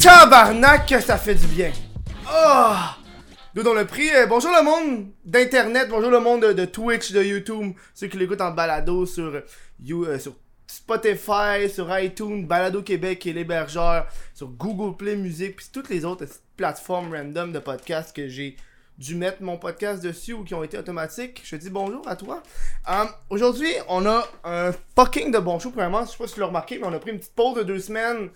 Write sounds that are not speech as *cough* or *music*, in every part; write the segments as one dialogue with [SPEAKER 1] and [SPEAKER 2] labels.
[SPEAKER 1] Tabarnak, que ça fait du bien. Oh! Nous dont le prix. euh, bonjour le monde d'Internet, bonjour le monde de, de Twitch, de YouTube, ceux qui l'écoutent en balado sur, euh, You- euh, sur Spotify, sur iTunes, Balado Québec et l'hébergeur, sur Google Play Music, puis toutes les autres euh, plateformes random de podcasts que j'ai dû mettre mon podcast dessus ou qui ont été automatiques. Je te dis bonjour à toi. Euh, Aujourd'hui, on a un fucking de bon show, premièrement. Je sais pas si tu l'as remarqué, mais on a pris une petite pause de deux semaines.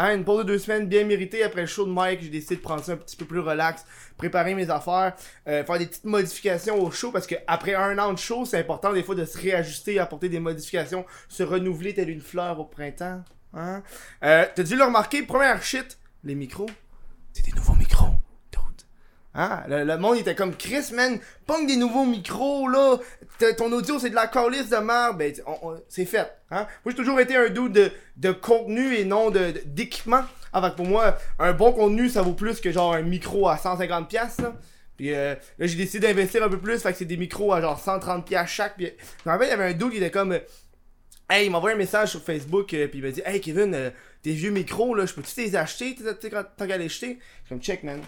[SPEAKER 1] Hein, une pause de deux semaines bien méritée après le show de Mike. J'ai décidé de prendre ça un petit peu plus relax, préparer mes affaires, euh, faire des petites modifications au show parce que après un an de show, c'est important des fois de se réajuster, apporter des modifications, se renouveler telle une fleur au printemps. Hein? Euh, T'as dû le remarquer, première shit, les micros. C'est des nouveaux micros, dude. Hein? Le, le monde était comme Chris, man, pogne des nouveaux micros, là. T- ton audio, c'est de la calice de merde. Ben, t- on- on- c'est fait. Hein? Moi, j'ai toujours été un doute de, de contenu et non de- de- d'équipement. Ah, fait que pour moi, un bon contenu, ça vaut plus que genre un micro à 150$. piastres, Là. Puis euh, là, j'ai décidé d'investir un peu plus. Fait que c'est des micros à genre 130$ piastres chaque. Puis, je me rappelle, il y avait un dude qui était comme. euh, Hey, il m'a envoyé un message sur Facebook, euh, puis il m'a dit Hey Kevin, euh, tes vieux micros, là, je peux-tu les acheter Tu sais, tu sais, quand- Tant qu'à les acheter Je comme check, man.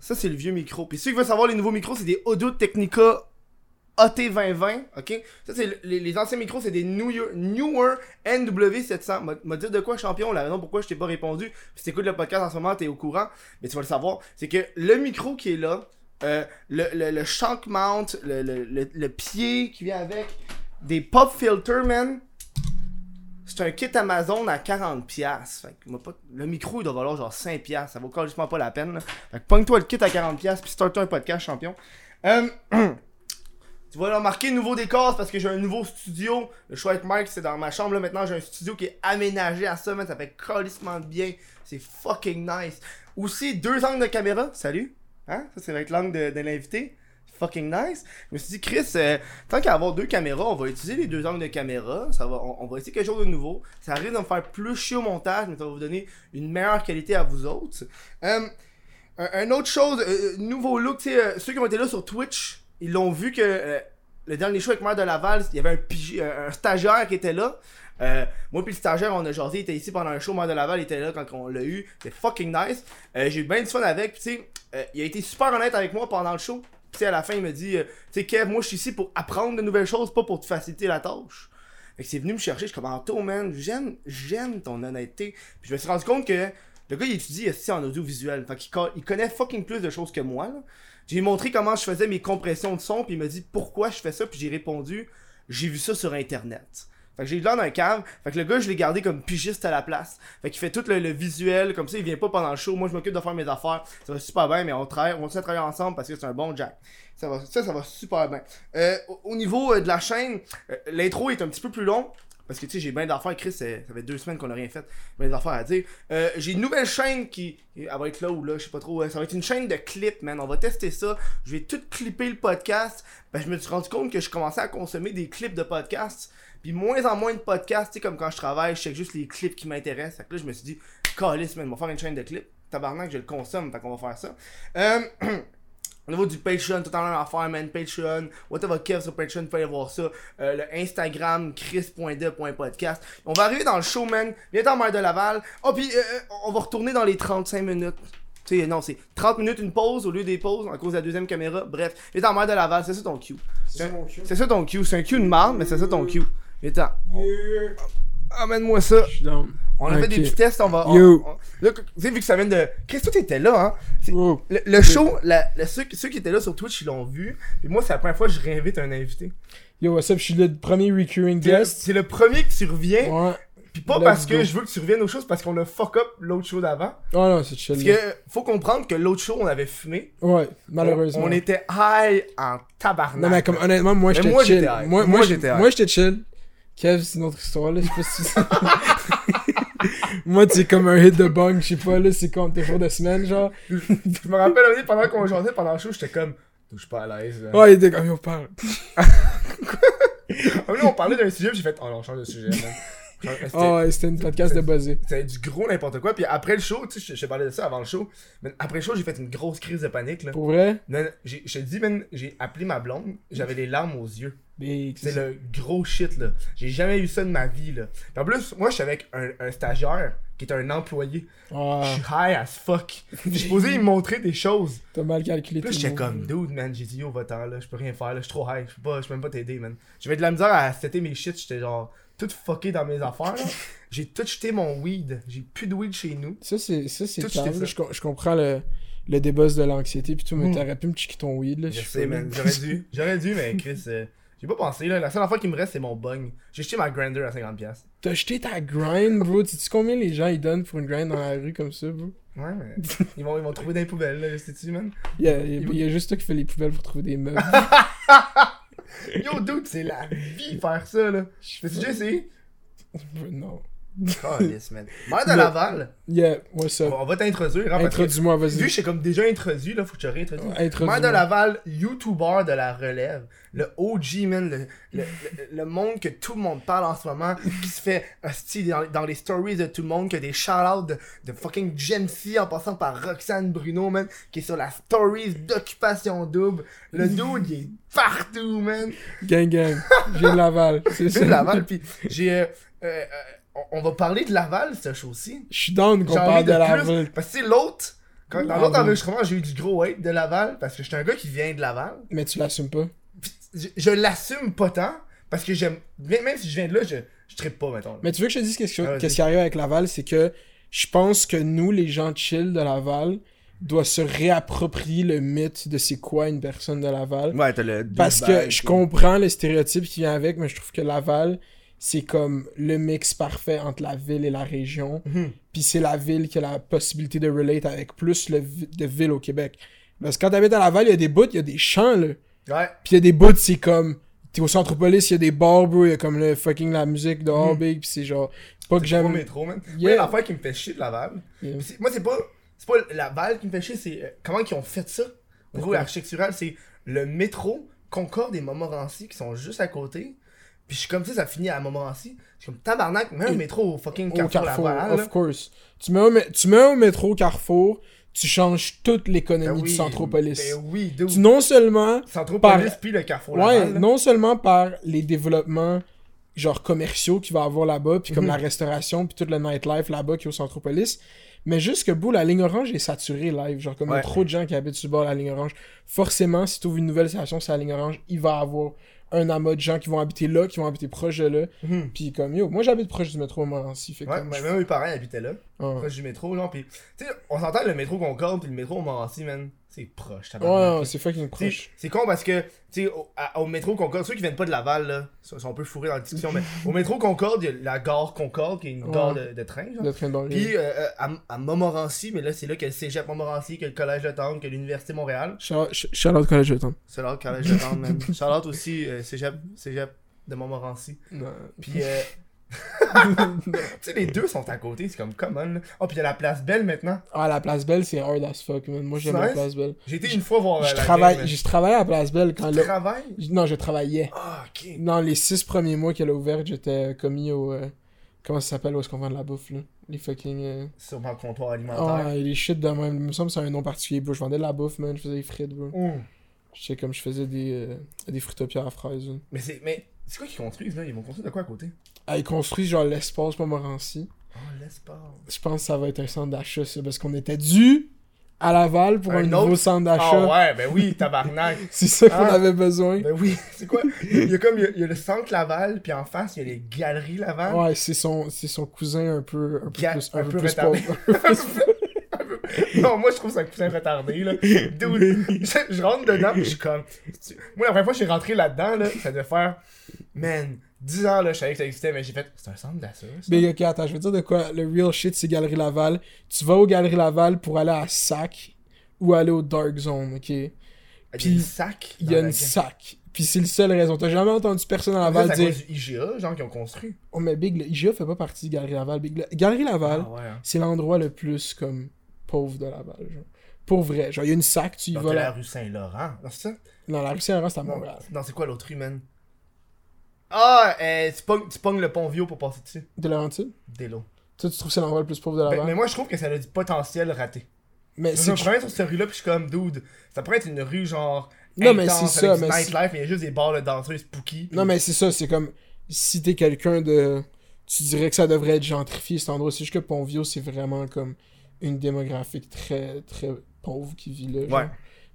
[SPEAKER 1] Ça, c'est le vieux micro. Puis ceux qui veulent savoir les nouveaux micros, c'est des Audio Technica AT2020, ok? Ça, c'est le- les, les anciens micros, c'est des newer, newer NW700. M'a- M'a dit de quoi, champion? La raison pourquoi je t'ai pas répondu, si t'écoutes le podcast en ce moment, t'es au courant, mais tu vas le savoir, c'est que le micro qui est là, euh, le, le, le shank mount, le, le, le, le pied qui vient avec, des pop filters, man, c'est un kit Amazon à 40$. piastres. Fait que m'a pas- Le micro, il doit valoir genre 5$. piastres. Ça vaut carrément pas la peine. là. Fait que pogne-toi le kit à 40$ piastres, puis start un podcast champion. Euh, tu vas le remarquer, nouveau décor, c'est parce que j'ai un nouveau studio. Le choix avec Mike, c'est dans ma chambre. Là, maintenant, j'ai un studio qui est aménagé à ça, man. Ça fait carrément bien. C'est fucking nice. Aussi, deux angles de caméra. Salut. Hein? Ça, c'est avec l'angle de, de l'invité. Fucking nice. Je me suis dit, Chris, euh, tant qu'à avoir deux caméras, on va utiliser les deux angles de caméra. Ça va, on, on va essayer quelque chose de nouveau. Ça risque de me faire plus chier au montage, mais ça va vous donner une meilleure qualité à vous autres. Euh, un, un autre chose, euh, nouveau look, tu sais, euh, ceux qui ont été là sur Twitch, ils l'ont vu que euh, le dernier show avec Mère de Laval, il y avait un, pigi- euh, un stagiaire qui était là. Euh, moi puis le stagiaire, on a jasé, il était ici pendant un show, Mère de Laval il était là quand on l'a eu. C'était fucking nice. Euh, J'ai eu bien du fun avec, puis tu sais, euh, il a été super honnête avec moi pendant le show. Tu sais, à la fin, il me dit, euh, tu sais, Kev, moi je suis ici pour apprendre de nouvelles choses, pas pour te faciliter la tâche. Fait que c'est venu me chercher, je suis comme Anto, man, j'aime, j'aime ton honnêteté. Puis je me suis rendu compte que le gars il étudie aussi en audiovisuel, fait qu'il co- il connaît fucking plus de choses que moi. là. J'ai montré comment je faisais mes compressions de son, puis il m'a dit pourquoi je fais ça, puis j'ai répondu j'ai vu ça sur internet. Fait que j'ai eu dans un cave, fait que le gars je l'ai gardé comme pigiste à la place. Fait qu'il fait tout le, le visuel, comme ça il vient pas pendant le show, moi je m'occupe de faire mes affaires, ça va super bien, mais on travaille, on continue à travailler ensemble parce que c'est un bon Jack. Ça va, ça, ça va super bien. Euh, au- au niveau euh, de la chaîne, euh, l'intro est un petit peu plus long. Parce que tu sais, j'ai bien d'affaires, Chris, euh, ça fait deux semaines qu'on a rien fait, bien des affaires à dire. Euh, j'ai une nouvelle chaîne qui. Elle va être là ou là, je sais pas trop. euh, Ça va être une chaîne de clips, man. On va tester ça. Je vais tout clipper le podcast. Ben, je me suis rendu compte que je commençais à consommer des clips de podcasts. Puis moins en moins de podcasts, tu sais, comme quand je travaille, je check juste les clips qui m'intéressent. Fait que là, je me suis dit, calice, man, on va faire une chaîne de clips. Tabarnak, je le consomme, fait qu'on va faire ça. Euh, *clears throat* Au niveau du Patreon, tout en l'heure affaire, man, Patreon, whatever Kev sur Patreon, vous pouvez aller voir ça. Euh, le Instagram, chris.de.podcast. On va arriver dans le show, man. Bientôt en mer de Laval. Oh, puis euh, on va retourner dans les 35 minutes. Tu sais, non, c'est 30 minutes, une pause au lieu des pauses, à cause de la deuxième caméra. Bref, bientôt en mer de Laval, c'est ça ton cue.
[SPEAKER 2] C'est mon cul.
[SPEAKER 1] C'est ça ton cue. C'est un cue de marde, mais c'est ça ton cue. Viens-t'en. Amène-moi ça.
[SPEAKER 2] Je suis down.
[SPEAKER 1] On a fait des petits tests, on va. on-
[SPEAKER 2] Yo.
[SPEAKER 1] on- là, tu sais, vu que ça vient de. Qu'est-ce que tu étais là, hein? C'est-
[SPEAKER 2] Wow.
[SPEAKER 1] Le, le show, la- le- ceux, ceux qui étaient là sur Twitch, ils l'ont vu. Et moi, c'est la première fois que je réinvite un invité.
[SPEAKER 2] Yo, what's up? Je suis le premier recurring guest.
[SPEAKER 1] C'est le premier que tu reviens.
[SPEAKER 2] Ouais.
[SPEAKER 1] Puis pas
[SPEAKER 2] Let's
[SPEAKER 1] parce que
[SPEAKER 2] go.
[SPEAKER 1] je veux que tu reviennes aux choses, parce qu'on a fuck up l'autre show d'avant.
[SPEAKER 2] Oh non, c'est
[SPEAKER 1] Parce
[SPEAKER 2] chill.
[SPEAKER 1] que
[SPEAKER 2] là.
[SPEAKER 1] euh, faut comprendre que l'autre show, on avait fumé.
[SPEAKER 2] Ouais,
[SPEAKER 1] On,
[SPEAKER 2] malheureusement.
[SPEAKER 1] on était high en tabarnak.
[SPEAKER 2] Non, mais comme honnêtement, moi
[SPEAKER 1] Mais
[SPEAKER 2] j'étais
[SPEAKER 1] moi,
[SPEAKER 2] chill.
[SPEAKER 1] j'étais high. Moi,
[SPEAKER 2] Moi, moi,
[SPEAKER 1] j'étais
[SPEAKER 2] j'étais
[SPEAKER 1] high.
[SPEAKER 2] Moi j'étais chill. Kev, c'est une autre histoire là, je sais pas si *laughs* Moi, c'est comme un hit de bong, je sais pas là, c'est comme tes jours de semaine genre.
[SPEAKER 1] Je me rappelle, un moment, pendant qu'on jouait, pendant le show, j'étais comme. Je suis pas à l'aise. là.
[SPEAKER 2] Ouais, il était comme yo, parle.
[SPEAKER 1] Ah, mais là, on parlait d'un sujet, puis j'ai fait. Oh, non, on change de sujet.
[SPEAKER 2] *laughs*
[SPEAKER 1] man. C'était-
[SPEAKER 2] Oh, ouais, c'était une podcast de buzzer.
[SPEAKER 1] C'était du gros n'importe quoi. Puis après le show, tu sais, je- je te parlais de ça avant le show. Mais après le show, j'ai fait une grosse crise de panique. Là.
[SPEAKER 2] Pour vrai
[SPEAKER 1] Non, non, j'ai- je te dis, man, j'ai appelé ma blonde, j'avais les larmes aux yeux.
[SPEAKER 2] Big.
[SPEAKER 1] C'est le gros shit, là. J'ai jamais eu ça de ma vie, là. Puis En plus, moi, je suis avec un, un stagiaire qui est un employé. Je
[SPEAKER 2] Ouais,
[SPEAKER 1] suis high as fuck. J'ai supposé me montrer des choses.
[SPEAKER 2] t'as mal calculé
[SPEAKER 1] Puis là,
[SPEAKER 2] tes
[SPEAKER 1] j'étais
[SPEAKER 2] mots.
[SPEAKER 1] comme, dude, man, j'ai dit, yo, va-t'en, là, je peux rien faire, là, je suis trop high, je peux, pas, je peux même pas t'aider, man. J'avais de la misère à setter mes shit, j'étais genre, tout fucké dans mes affaires, là. J'ai tout jeté mon weed, j'ai plus de weed chez nous.
[SPEAKER 2] Ça, c'est ça, c'est
[SPEAKER 1] Tout, je
[SPEAKER 2] calme.
[SPEAKER 1] fais ça.
[SPEAKER 2] Je, com- je comprends le, le déboss de l'anxiété, puis tout, mais
[SPEAKER 1] Mm.
[SPEAKER 2] t'aurais pu me checker ton weed, là.
[SPEAKER 1] Je
[SPEAKER 2] si
[SPEAKER 1] sais,
[SPEAKER 2] peux, là.
[SPEAKER 1] man, *laughs* j'aurais dû, j'aurais dû, mais Chris, euh, j'ai pas pensé, là. La seule affaire qui me reste, c'est mon bung. J'ai jeté ma grinder à 50$.
[SPEAKER 2] *laughs* T'as jeté ta grind, bro. Tu sais combien les gens ils donnent pour une grind dans la rue comme ça, bro?
[SPEAKER 1] Ouais, mais *laughs* ils vont, ils vont trouver dans les poubelles, là, sais-tu, man?
[SPEAKER 2] Il y a, il y a- il y a juste toi qui fais les poubelles pour trouver
[SPEAKER 1] *laughs*
[SPEAKER 2] des meubles.
[SPEAKER 1] Yo, dude, c'est la vie faire ça, là. T'as-tu déjà essayé?
[SPEAKER 2] non.
[SPEAKER 1] Calisse, man. Mère de
[SPEAKER 2] Le-
[SPEAKER 1] Laval,
[SPEAKER 2] Yeah, what's up?
[SPEAKER 1] on va t'introduire, hein, parce que-
[SPEAKER 2] Introduis-moi,
[SPEAKER 1] Vu,
[SPEAKER 2] vas-y.
[SPEAKER 1] j'ai comme déjà introduit, là, faut que tu réintroduis.
[SPEAKER 2] Introduis-moi.
[SPEAKER 1] Maire de Laval, YouTuber de la relève, le OG, man, le, le, le- le monde que tout le monde parle en ce moment, qui se fait hostie dans, dans les stories de tout le monde, que des shout-outs de, de fucking Gen C en passant par Roxane Bruno, man, qui est sur la stories d'Occupation Double.
[SPEAKER 2] *laughs*
[SPEAKER 1] Le dude, il est partout, man.
[SPEAKER 2] Gang, gang. J'ai de Laval.
[SPEAKER 1] *laughs*
[SPEAKER 2] C'est
[SPEAKER 1] Vive
[SPEAKER 2] ça.
[SPEAKER 1] Laval, puis j'ai... euh, euh, euh, on on va parler de Laval, ce show-ci.
[SPEAKER 2] Je suis down qu'on
[SPEAKER 1] J'ai envie
[SPEAKER 2] parle de,
[SPEAKER 1] de
[SPEAKER 2] la
[SPEAKER 1] plus.
[SPEAKER 2] ville.
[SPEAKER 1] Parce que c'est l'autre. Quand, dans
[SPEAKER 2] Laval.
[SPEAKER 1] l'autre enregistrement, j'ai eu du gros hate de Laval parce que j'étais un gars qui vient de Laval.
[SPEAKER 2] Mais tu l'assumes pas.
[SPEAKER 1] Puis Je, je l'assume pas tant parce que j'aime. Même même si je viens de là, je, je trippe pas, mettons. là.
[SPEAKER 2] Mais tu veux que je te dise qu'est-ce
[SPEAKER 1] Ah, vas-y.
[SPEAKER 2] que- qu'est-ce qui arrive avec Laval, c'est que je pense que nous, les gens chill de Laval, doivent se réapproprier le mythe de c'est quoi une personne de Laval.
[SPEAKER 1] Ouais, t'as le.
[SPEAKER 2] Parce que
[SPEAKER 1] douchebag,
[SPEAKER 2] je
[SPEAKER 1] t'es-
[SPEAKER 2] comprends le stéréotype qui vient avec, mais je trouve que Laval, c'est comme le mix parfait entre la ville et la région.
[SPEAKER 1] Mhm.
[SPEAKER 2] Puis c'est la ville qui a la possibilité de relate avec plus le vi- de ville au Québec. Parce que quand t'habites à Laval, il y a des bouts, il y a des champs, là.
[SPEAKER 1] Ouais.
[SPEAKER 2] Puis il y a des bouts, c'est comme. T'es au centre police, il y a des bars, bro. Il y a comme le fucking la musique dehors,
[SPEAKER 1] Hmm.
[SPEAKER 2] big. Puis c'est genre. Pas que
[SPEAKER 1] J'aime. Au
[SPEAKER 2] j'aime.
[SPEAKER 1] métro, man.
[SPEAKER 2] Yeah.
[SPEAKER 1] Moi, l'affaire qui me fait chier de Laval.
[SPEAKER 2] Yeah.
[SPEAKER 1] Puis c'est- Moi, c'est pas. C'est pas Laval qui me fait chier, c'est euh, comment ils ont fait ça. Au niveau
[SPEAKER 2] Pourquoi?
[SPEAKER 1] architectural, c'est le métro, Concorde et Montmorency qui sont juste à côté. Puis je suis comme ça, ça finit à Montmorency. Je suis comme tabarnak, même le
[SPEAKER 2] Et-
[SPEAKER 1] métro au fucking
[SPEAKER 2] Au
[SPEAKER 1] Carrefour,
[SPEAKER 2] Carrefour,
[SPEAKER 1] Laval. là.
[SPEAKER 2] of course. Tu mets, au, mé- tu mets au métro Carrefour, tu changes toute
[SPEAKER 1] Ben
[SPEAKER 2] l'économie
[SPEAKER 1] oui,
[SPEAKER 2] du Centropolis.
[SPEAKER 1] Ben oui, dude.
[SPEAKER 2] Tu non seulement
[SPEAKER 1] Centropolis,
[SPEAKER 2] Par-
[SPEAKER 1] puis le Carrefour
[SPEAKER 2] Ouais,
[SPEAKER 1] Laval. là.
[SPEAKER 2] non seulement par les développements genre commerciaux qu'il va avoir là-bas, puis comme
[SPEAKER 1] Mhm.
[SPEAKER 2] la restauration, puis tout le nightlife là-bas qui est au Centropolis, mais juste que bout, la ligne orange est saturée live, genre comme il y
[SPEAKER 1] Ouais.
[SPEAKER 2] a trop de gens qui habitent sur le bord de la ligne orange. Forcément, si tu ouvres une nouvelle station sur la ligne orange, il va y avoir un amas de gens qui vont habiter là, qui vont habiter proche de là,
[SPEAKER 1] Mhm.
[SPEAKER 2] puis comme yo, moi j'habite proche du métro Montmorency, fait
[SPEAKER 1] Ouais,
[SPEAKER 2] comme
[SPEAKER 1] mais
[SPEAKER 2] je-
[SPEAKER 1] même mes parents habitaient là,
[SPEAKER 2] Ah.
[SPEAKER 1] proche du métro, genre, pis, tu sais, on s'entend le métro Concorde pis le métro Montmorency, man, c'est proche,
[SPEAKER 2] Ouais,
[SPEAKER 1] tabarnak.
[SPEAKER 2] ouais, ouais, c'est fucking
[SPEAKER 1] T'sais,
[SPEAKER 2] proche.
[SPEAKER 1] C'est con parce que, tu sais, au, à- au métro Concorde, ceux qui viennent pas de Laval, là, sont sont un peu fourrés dans la discussion, mais
[SPEAKER 2] *laughs*
[SPEAKER 1] au métro Concorde, il y a la gare Concorde, qui est une
[SPEAKER 2] Ouais.
[SPEAKER 1] gare de, de train, genre.
[SPEAKER 2] Le train de banlieue.
[SPEAKER 1] Pis euh, euh, à, à Montmorency, mais là, c'est là que le cégep Montmorency, que le collège de Tendre, que l'université Montréal.
[SPEAKER 2] Shout- sh- shout out collège de temps.
[SPEAKER 1] C'est là le collège de Tendre,
[SPEAKER 2] *laughs*
[SPEAKER 1] man. Charlotte aussi, euh, cégep, cégep de Montmorency. Puis, euh, tu
[SPEAKER 2] *laughs*
[SPEAKER 1] sais, les deux sont à côté, c'est comme common, là. Oh, pis il y a la place Belle maintenant.
[SPEAKER 2] Ah, la place belle, c'est hard as fuck, man. Moi, j'aime la
[SPEAKER 1] Nice.
[SPEAKER 2] place belle.
[SPEAKER 1] J'ai été une fois voir.
[SPEAKER 2] Je
[SPEAKER 1] euh, la
[SPEAKER 2] travaille,
[SPEAKER 1] game,
[SPEAKER 2] je travaillais à Place Belle quand
[SPEAKER 1] mais-
[SPEAKER 2] le...
[SPEAKER 1] Travail?
[SPEAKER 2] Non, je travaillais.
[SPEAKER 1] Ah, ok.
[SPEAKER 2] Dans les six premiers mois qu'elle a ouvert, j'étais commis au... euh, Comment ça s'appelle? Où est-ce qu'on vend de la bouffe, là? Les fucking... euh,
[SPEAKER 1] Sur mon comptoir
[SPEAKER 2] Ah,
[SPEAKER 1] alimentaire.
[SPEAKER 2] les shit de même. Il me semble que c'est un nom particulier, bro. Je vendais de la bouffe, man. Je faisais des frites, bro.
[SPEAKER 1] Ouh.
[SPEAKER 2] Je sais comme je faisais des, euh, des fruitopières à fraises. là.
[SPEAKER 1] Mais c'est mais c'est quoi qu'ils construisent là Ils vont construire de quoi à côté
[SPEAKER 2] Ah, ils construisent genre l'espace Montmorency.
[SPEAKER 1] Oh, l'espace.
[SPEAKER 2] Je pense que ça va être un centre d'achat, ça. Parce qu'on était dû à Laval pour un,
[SPEAKER 1] Un
[SPEAKER 2] nouveau
[SPEAKER 1] autre-
[SPEAKER 2] centre
[SPEAKER 1] Ah
[SPEAKER 2] d'achat.
[SPEAKER 1] ouais, ben oui,
[SPEAKER 2] *laughs*
[SPEAKER 1] tabarnak.
[SPEAKER 2] C'est ça qu'on
[SPEAKER 1] Ah.
[SPEAKER 2] avait besoin.
[SPEAKER 1] ben oui, c'est quoi Il y a comme il y a, il y a le centre Laval, puis en face il y a les galeries Laval.
[SPEAKER 2] Ouais, c'est son, c'est son cousin un peu, un peu
[SPEAKER 1] Ga-
[SPEAKER 2] plus,
[SPEAKER 1] un
[SPEAKER 2] un
[SPEAKER 1] peu
[SPEAKER 2] peu plus
[SPEAKER 1] retardé.
[SPEAKER 2] pauvre. *laughs*
[SPEAKER 1] *laughs* Non, moi je trouve ça un coussin retardé là. Dude, je, je rentre dedans, puis je suis comme Moi la première fois que je suis rentré là-dedans là, ça devait faire man 10 ans là, je savais que ça existait mais j'ai fait c'est un centre d'achat. ça?
[SPEAKER 2] Mais ok, attends, je veux dire de quoi. Le real shit, c'est Galerie Laval. Tu vas aux Galeries Laval pour aller à SAC ou aller au Dark Zone, ok?
[SPEAKER 1] Il y a
[SPEAKER 2] puis
[SPEAKER 1] une sac.
[SPEAKER 2] Il
[SPEAKER 1] dans
[SPEAKER 2] y a
[SPEAKER 1] la
[SPEAKER 2] une
[SPEAKER 1] gare.
[SPEAKER 2] SAC. Puis c'est le seul raison. T'as jamais entendu personne à
[SPEAKER 1] Ça,
[SPEAKER 2] Laval
[SPEAKER 1] c'est à
[SPEAKER 2] dire
[SPEAKER 1] cause du IGA, genre, qui ont construit.
[SPEAKER 2] Oh, mais Big, le IGA fait pas partie de Galerie Laval. Big, le- Galerie Laval,
[SPEAKER 1] ouais. hein.
[SPEAKER 2] c'est l'endroit le plus comme pauvre de Laval. Genre. Pour vrai. Genre, il y a une SAC, tu y
[SPEAKER 1] Donc,
[SPEAKER 2] vas
[SPEAKER 1] t'as la
[SPEAKER 2] là.
[SPEAKER 1] rue Saint-Laurent. Non, c'est ça?
[SPEAKER 2] Non, la rue Saint-Laurent, c'est à
[SPEAKER 1] Non,
[SPEAKER 2] Montréal.
[SPEAKER 1] non, c'est quoi l'autre rue, man? Ah, euh, tu, pognes, tu pognes le pont Vieux pour passer dessus.
[SPEAKER 2] De Laurentides
[SPEAKER 1] Délo.
[SPEAKER 2] Toi, tu trouves que c'est l'endroit le plus pauvre de
[SPEAKER 1] Ben,
[SPEAKER 2] Laval
[SPEAKER 1] mais moi, je trouve que ça a du potentiel raté.
[SPEAKER 2] Mais
[SPEAKER 1] Je
[SPEAKER 2] c'est
[SPEAKER 1] me promène sur cette rue-là, puis je suis comme, dude, ça pourrait être une rue, genre,
[SPEAKER 2] Non, mais
[SPEAKER 1] intense
[SPEAKER 2] c'est ça,
[SPEAKER 1] avec
[SPEAKER 2] mais
[SPEAKER 1] du
[SPEAKER 2] c'est-
[SPEAKER 1] nightlife, mais il y a juste des bars de danseuses spooky.
[SPEAKER 2] Non, mais c'est ça, c'est comme si t'es quelqu'un de. Tu dirais que ça devrait être gentrifié cet endroit. C'est juste que Pontvio, c'est vraiment comme une démographique très, très pauvre qui vit là. genre.
[SPEAKER 1] Ouais.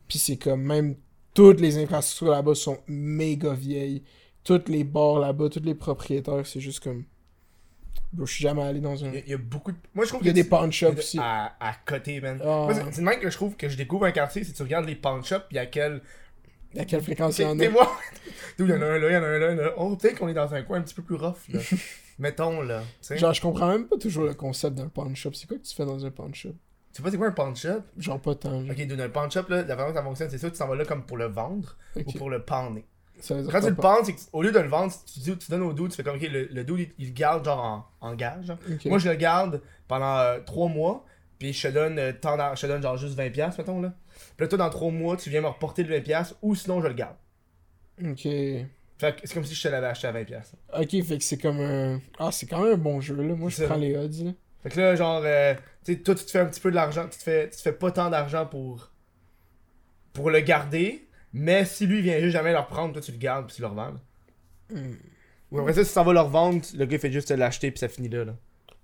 [SPEAKER 2] Puis c'est comme même toutes les infrastructures là-bas sont méga vieilles. Toutes les bars là-bas, tous les propriétaires, c'est juste comme. Bro, je suis jamais allé dans un.
[SPEAKER 1] Il y, a- il y a beaucoup de. Moi, je trouve
[SPEAKER 2] Il y a
[SPEAKER 1] que
[SPEAKER 2] des
[SPEAKER 1] tu-
[SPEAKER 2] pawn shops
[SPEAKER 1] de-
[SPEAKER 2] aussi.
[SPEAKER 1] À, à côté, man.
[SPEAKER 2] Ah.
[SPEAKER 1] Moi, c'est- C'est le même que je trouve que je découvre un quartier, si tu regardes les pawn shops, pis à quel.
[SPEAKER 2] À quelle fréquence il y en a
[SPEAKER 1] T'es moi *laughs* D'où il y en a un là, il y en a un là, il y en a un. Oh, peut-être qu'on est dans un coin un petit peu plus rough,
[SPEAKER 2] *laughs*
[SPEAKER 1] là. Mettons, là. Tu sais,
[SPEAKER 2] Genre, je comprends même pas toujours le concept d'un pawn shop. C'est quoi que tu fais dans un pawn shop
[SPEAKER 1] Tu sais pas c'est quoi un pawn shop
[SPEAKER 2] Genre, pas tant. genre.
[SPEAKER 1] Ok, d'où un pawn shop, là, la façon dont ça fonctionne, c'est ça, tu t'en vas là comme pour le vendre
[SPEAKER 2] Ok.
[SPEAKER 1] ou pour le panner.
[SPEAKER 2] Ça veut dire
[SPEAKER 1] Quand tu
[SPEAKER 2] quoi,
[SPEAKER 1] le
[SPEAKER 2] pawn-
[SPEAKER 1] penses, c'est que tu- au lieu de le vendre, tu, dis, tu donnes au dude, tu fais comme, ok, le, le dude, il, il le garde genre en, en gage. genre.
[SPEAKER 2] Ok.
[SPEAKER 1] Moi, je le garde pendant 3 mois, puis je te donne euh, tant d'ar- je te donne genre juste 20$, mettons, là. Puis là, toi, dans 3 mois, tu viens me reporter le 20$, ou sinon, je le garde.
[SPEAKER 2] Ok.
[SPEAKER 1] Fait que c'est comme si je te l'avais acheté à 20$.
[SPEAKER 2] Ok, fait que c'est comme un. Ah, c'est quand même un bon jeu, là. Moi, je
[SPEAKER 1] C'est
[SPEAKER 2] prends
[SPEAKER 1] vrai.
[SPEAKER 2] les odds, là.
[SPEAKER 1] Fait que là, genre, euh, tu sais, toi, tu te fais un petit peu de l'argent, tu te fais, tu te fais pas tant d'argent pour, pour le garder, mais si lui vient juste jamais le reprendre, toi, tu le gardes, puis tu le revends. là.
[SPEAKER 2] Hmm.
[SPEAKER 1] Ou après ça, si ça va le revendre, le gars fait juste te l'acheter, puis ça finit là. là.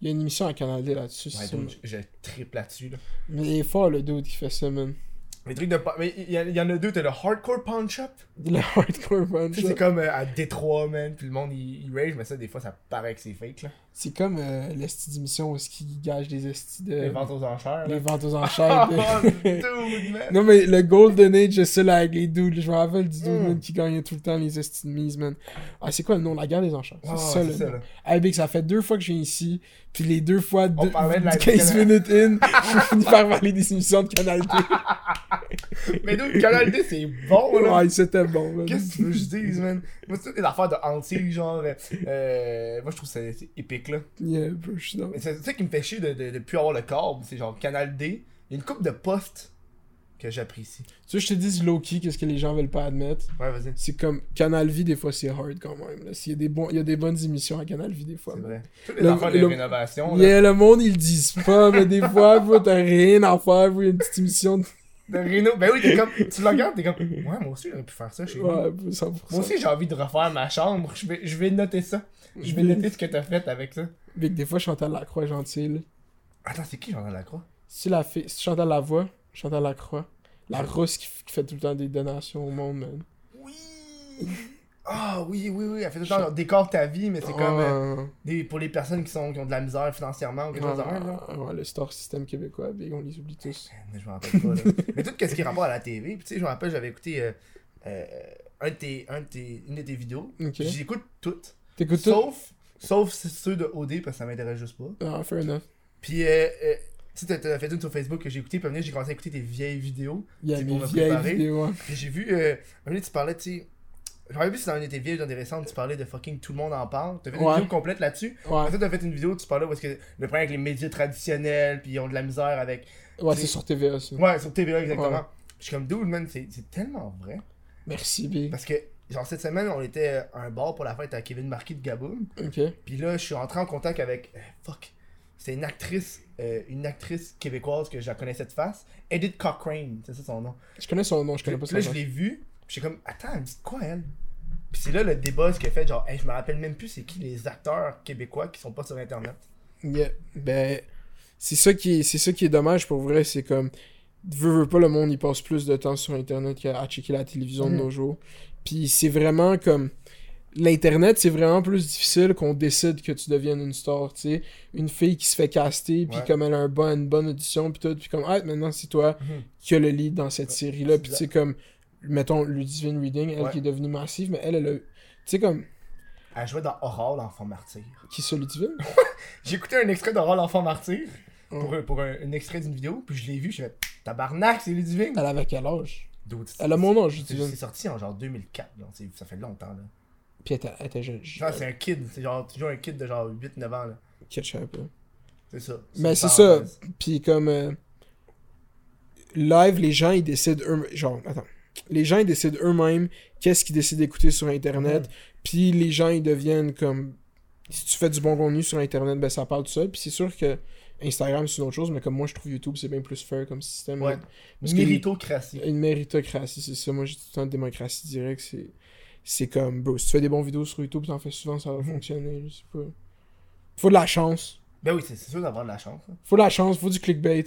[SPEAKER 2] Il y a une émission à Canada là-dessus.
[SPEAKER 1] Ouais,
[SPEAKER 2] c'est ça.
[SPEAKER 1] dude, je, je triple là-dessus, là.
[SPEAKER 2] Mais il est fort, le dude qui fait ça, man. *laughs*
[SPEAKER 1] Les trucs de. pa- Mais il y, a- il y en a deux, t'as le hardcore pawn shop.
[SPEAKER 2] Le hardcore punch.
[SPEAKER 1] Tu sais, c'est comme euh, à Détroit, man. Puis le monde, il, il rage, mais ça, des fois, ça paraît que c'est fake, là.
[SPEAKER 2] C'est comme euh, l'esti d'émission où est-ce qu'il gage des estis de.
[SPEAKER 1] Les ventes aux enchères,
[SPEAKER 2] les
[SPEAKER 1] là.
[SPEAKER 2] ventes aux
[SPEAKER 1] *laughs* Oh,
[SPEAKER 2] enchères. de-
[SPEAKER 1] dude, man.
[SPEAKER 2] non, mais le Golden Age, c'est ça, là, avec les dudes. Je me rappelle du dude,
[SPEAKER 1] Mm.
[SPEAKER 2] man, qui gagnait tout le temps les estis de mise, man. Ah, c'est quoi le nom La guerre des enchères. C'est
[SPEAKER 1] Ouais,
[SPEAKER 2] ça,
[SPEAKER 1] ouais,
[SPEAKER 2] le
[SPEAKER 1] Ah, c'est ça,
[SPEAKER 2] nom.
[SPEAKER 1] là.
[SPEAKER 2] Hey, Big, ça fait deux fois que je viens ici. Puis les deux fois,
[SPEAKER 1] On
[SPEAKER 2] deux-
[SPEAKER 1] parlait
[SPEAKER 2] *laughs*
[SPEAKER 1] de la-
[SPEAKER 2] 15 minutes in, je finis par parler des émissions de Canal D.
[SPEAKER 1] Mais dude, Canal D, c'est bon, là.
[SPEAKER 2] Ouais, c'était bon, man.
[SPEAKER 1] Qu'est-ce que tu veux que je dise, man? Moi, c'est toutes des affaires de antique, genre. euh, euh, moi, je trouve que c'est c'est épique, là.
[SPEAKER 2] Yeah, bro, je suis dans-
[SPEAKER 1] Mais c'est c'est ça qui me fait chier de, de, de plus avoir le câble. C'est genre Canal D. Il y a une coupe de postes que j'apprécie.
[SPEAKER 2] Tu veux que je te dise low-key, qu'est-ce que les gens veulent pas admettre?
[SPEAKER 1] Ouais, vas-y.
[SPEAKER 2] C'est comme Canal Vie, des fois, c'est hard quand même. là. S'il y a des bons- Il y, a des bonnes émissions à Canal Vie, des fois.
[SPEAKER 1] C'est
[SPEAKER 2] man.
[SPEAKER 1] vrai. Toutes les
[SPEAKER 2] Le-
[SPEAKER 1] affaires de
[SPEAKER 2] le-
[SPEAKER 1] rénovation, là.
[SPEAKER 2] Yeah, le monde, ils le disent pas, mais des fois, bro, t'as rien à faire, bro, il y a une petite émission de.
[SPEAKER 1] De Reno. Ben oui, t'es comme. Tu le regardes, t'es comme. Ouais, moi aussi, j'aurais pu faire ça chez moi.
[SPEAKER 2] Ouais, bro, 100%.
[SPEAKER 1] Moi aussi, j'ai envie de refaire ma chambre. Je vais, je vais noter ça. Je vais noter ce que t'as fait avec ça.
[SPEAKER 2] Mais que des fois, Chantal Lacroix est gentille. là.
[SPEAKER 1] Attends, c'est qui, Jean-Alain Lacroix
[SPEAKER 2] Si la fille. Si Chantal la voix, Chantal Lacroix. La rousse qui, f- qui fait tout le temps des donations au monde, man.
[SPEAKER 1] Oui Ah oui, oui, oui. Elle fait tout le temps genre, décore ta vie, mais c'est comme. euh,
[SPEAKER 2] Ah,
[SPEAKER 1] des- pour les personnes qui, sont, qui ont de la misère financièrement ou quelque chose de même, là.
[SPEAKER 2] ah, ouais, le store système québécois, big, on les oublie tous.
[SPEAKER 1] Mais je m'en rappelle pas, là. *laughs* Mais tout ce qui est rapport à la TV, puis tu sais, je me rappelle, j'avais écouté. euh, euh, un de tes, un de tes- une de tes vidéos,
[SPEAKER 2] Ok.
[SPEAKER 1] j'écoute toutes,
[SPEAKER 2] T'écoutes tout?
[SPEAKER 1] sauf, sauf ceux de OD parce que ça m'intéresse juste pas.
[SPEAKER 2] Ah, fair enough.
[SPEAKER 1] Puis, euh, euh, tu sais, t'as- t'as fait une sur Facebook que j'ai écouté, puis un moment donné, j'ai commencé à écouter tes vieilles vidéos.
[SPEAKER 2] Il y a
[SPEAKER 1] C'est
[SPEAKER 2] mes
[SPEAKER 1] pour me
[SPEAKER 2] vieilles
[SPEAKER 1] préparer.
[SPEAKER 2] vidéos. hein.
[SPEAKER 1] Puis j'ai vu, euh, un moment donné, tu parlais, tu sais, je me rappelle plus si dans une de tes vieilles ou dans des récentes, tu parlais de fucking tout le monde en parle. T'as fait une
[SPEAKER 2] Ouais.
[SPEAKER 1] vidéo complète là-dessus.
[SPEAKER 2] Ouais,
[SPEAKER 1] Après ça, t'as fait une vidéo, où tu parlais parce que le problème avec les médias traditionnels, puis ils ont de la misère avec.
[SPEAKER 2] ouais
[SPEAKER 1] c'est-
[SPEAKER 2] c'est sur TVA aussi.
[SPEAKER 1] Ouais, sur TVA, exactement.
[SPEAKER 2] Ouais.
[SPEAKER 1] Puis Je suis comme, dude, man, c'est c'est tellement vrai.
[SPEAKER 2] Merci, big.
[SPEAKER 1] Parce que, genre, cette semaine, on était à un bar pour la fête à Kevin Marquis de Gaboum.
[SPEAKER 2] Ok.
[SPEAKER 1] Puis là, je suis rentré en contact avec. euh, fuck. C'est une actrice, euh, une actrice québécoise que je la connaissais de face. Edith Cochrane, c'est ça son nom.
[SPEAKER 2] Je connais son nom, je
[SPEAKER 1] Puis
[SPEAKER 2] connais
[SPEAKER 1] là,
[SPEAKER 2] pas son
[SPEAKER 1] je
[SPEAKER 2] nom.
[SPEAKER 1] l'ai vue. Puis j'étais comme, attends, elle me dit de quoi elle Puis c'est là le débat, ce qu'elle fait, genre, Hey, je me rappelle même plus c'est qui les acteurs québécois qui sont pas sur Internet.
[SPEAKER 2] Yeah. Ben, c'est ça qui est, c'est ça qui est dommage pour vrai, c'est comme veux, veux pas le monde il passe plus de temps sur internet qu'à à checker la télévision de
[SPEAKER 1] Mhm.
[SPEAKER 2] nos jours. Puis c'est vraiment comme l'internet, c'est vraiment plus difficile qu'on décide que tu deviennes une star, tu sais, une fille qui se fait caster puis
[SPEAKER 1] Ouais.
[SPEAKER 2] comme elle a un bon, une bonne audition puis tout, puis comme ah maintenant c'est toi
[SPEAKER 1] Mhm.
[SPEAKER 2] qui a le lead dans cette série là,
[SPEAKER 1] c'est
[SPEAKER 2] puis tu sais comme mettons Ludivine Reading, elle
[SPEAKER 1] Ouais.
[SPEAKER 2] qui est devenue massive mais elle elle a tu sais comme
[SPEAKER 1] Elle jouait dans Aurore, l'enfant martyr.
[SPEAKER 2] qui se Ludivine
[SPEAKER 1] J'ai écouté un extrait d'Aurore, l'enfant martyr pour, un- pour un, un extrait d'une vidéo, puis je l'ai vu, je fait tabarnak, c'est Ludivine.
[SPEAKER 2] Elle avait quel âge
[SPEAKER 1] Dude, c'est-
[SPEAKER 2] Elle a mon âge,
[SPEAKER 1] c'est-
[SPEAKER 2] Ludivine.
[SPEAKER 1] C'est sorti en genre 2004, genre, c'est- ça fait longtemps là.
[SPEAKER 2] Puis elle était- elle était jeune.
[SPEAKER 1] Genre, c'est un kid, c'est genre, tu joues un kid de genre 8-9 ans là.
[SPEAKER 2] Ketchup. là.
[SPEAKER 1] C'est ça.
[SPEAKER 2] Mais
[SPEAKER 1] une
[SPEAKER 2] c'est ça.
[SPEAKER 1] parenthèse.
[SPEAKER 2] Puis comme euh, live, les gens ils décident eux genre attends. Les gens ils décident eux-mêmes qu'est-ce qu'ils décident d'écouter sur internet, puis les gens ils deviennent comme si tu fais du bon contenu sur internet, ben ça parle de ça, puis c'est sûr que Instagram, c'est une autre chose, mais comme moi, je trouve YouTube, c'est bien plus fair comme système.
[SPEAKER 1] Ouais.
[SPEAKER 2] Parce que-
[SPEAKER 1] Méritocratie.
[SPEAKER 2] Une méritocratie, c'est ça. Moi, j'ai tout le temps démocratie directe. C'est, c'est comme, bro, si tu fais des bons vidéos sur YouTube, t'en fais souvent, ça va fonctionner. Je sais pas. Faut de la chance.
[SPEAKER 1] Ben oui, c'est c'est sûr d'avoir de la chance. hein.
[SPEAKER 2] Faut de la chance, faut du clickbait.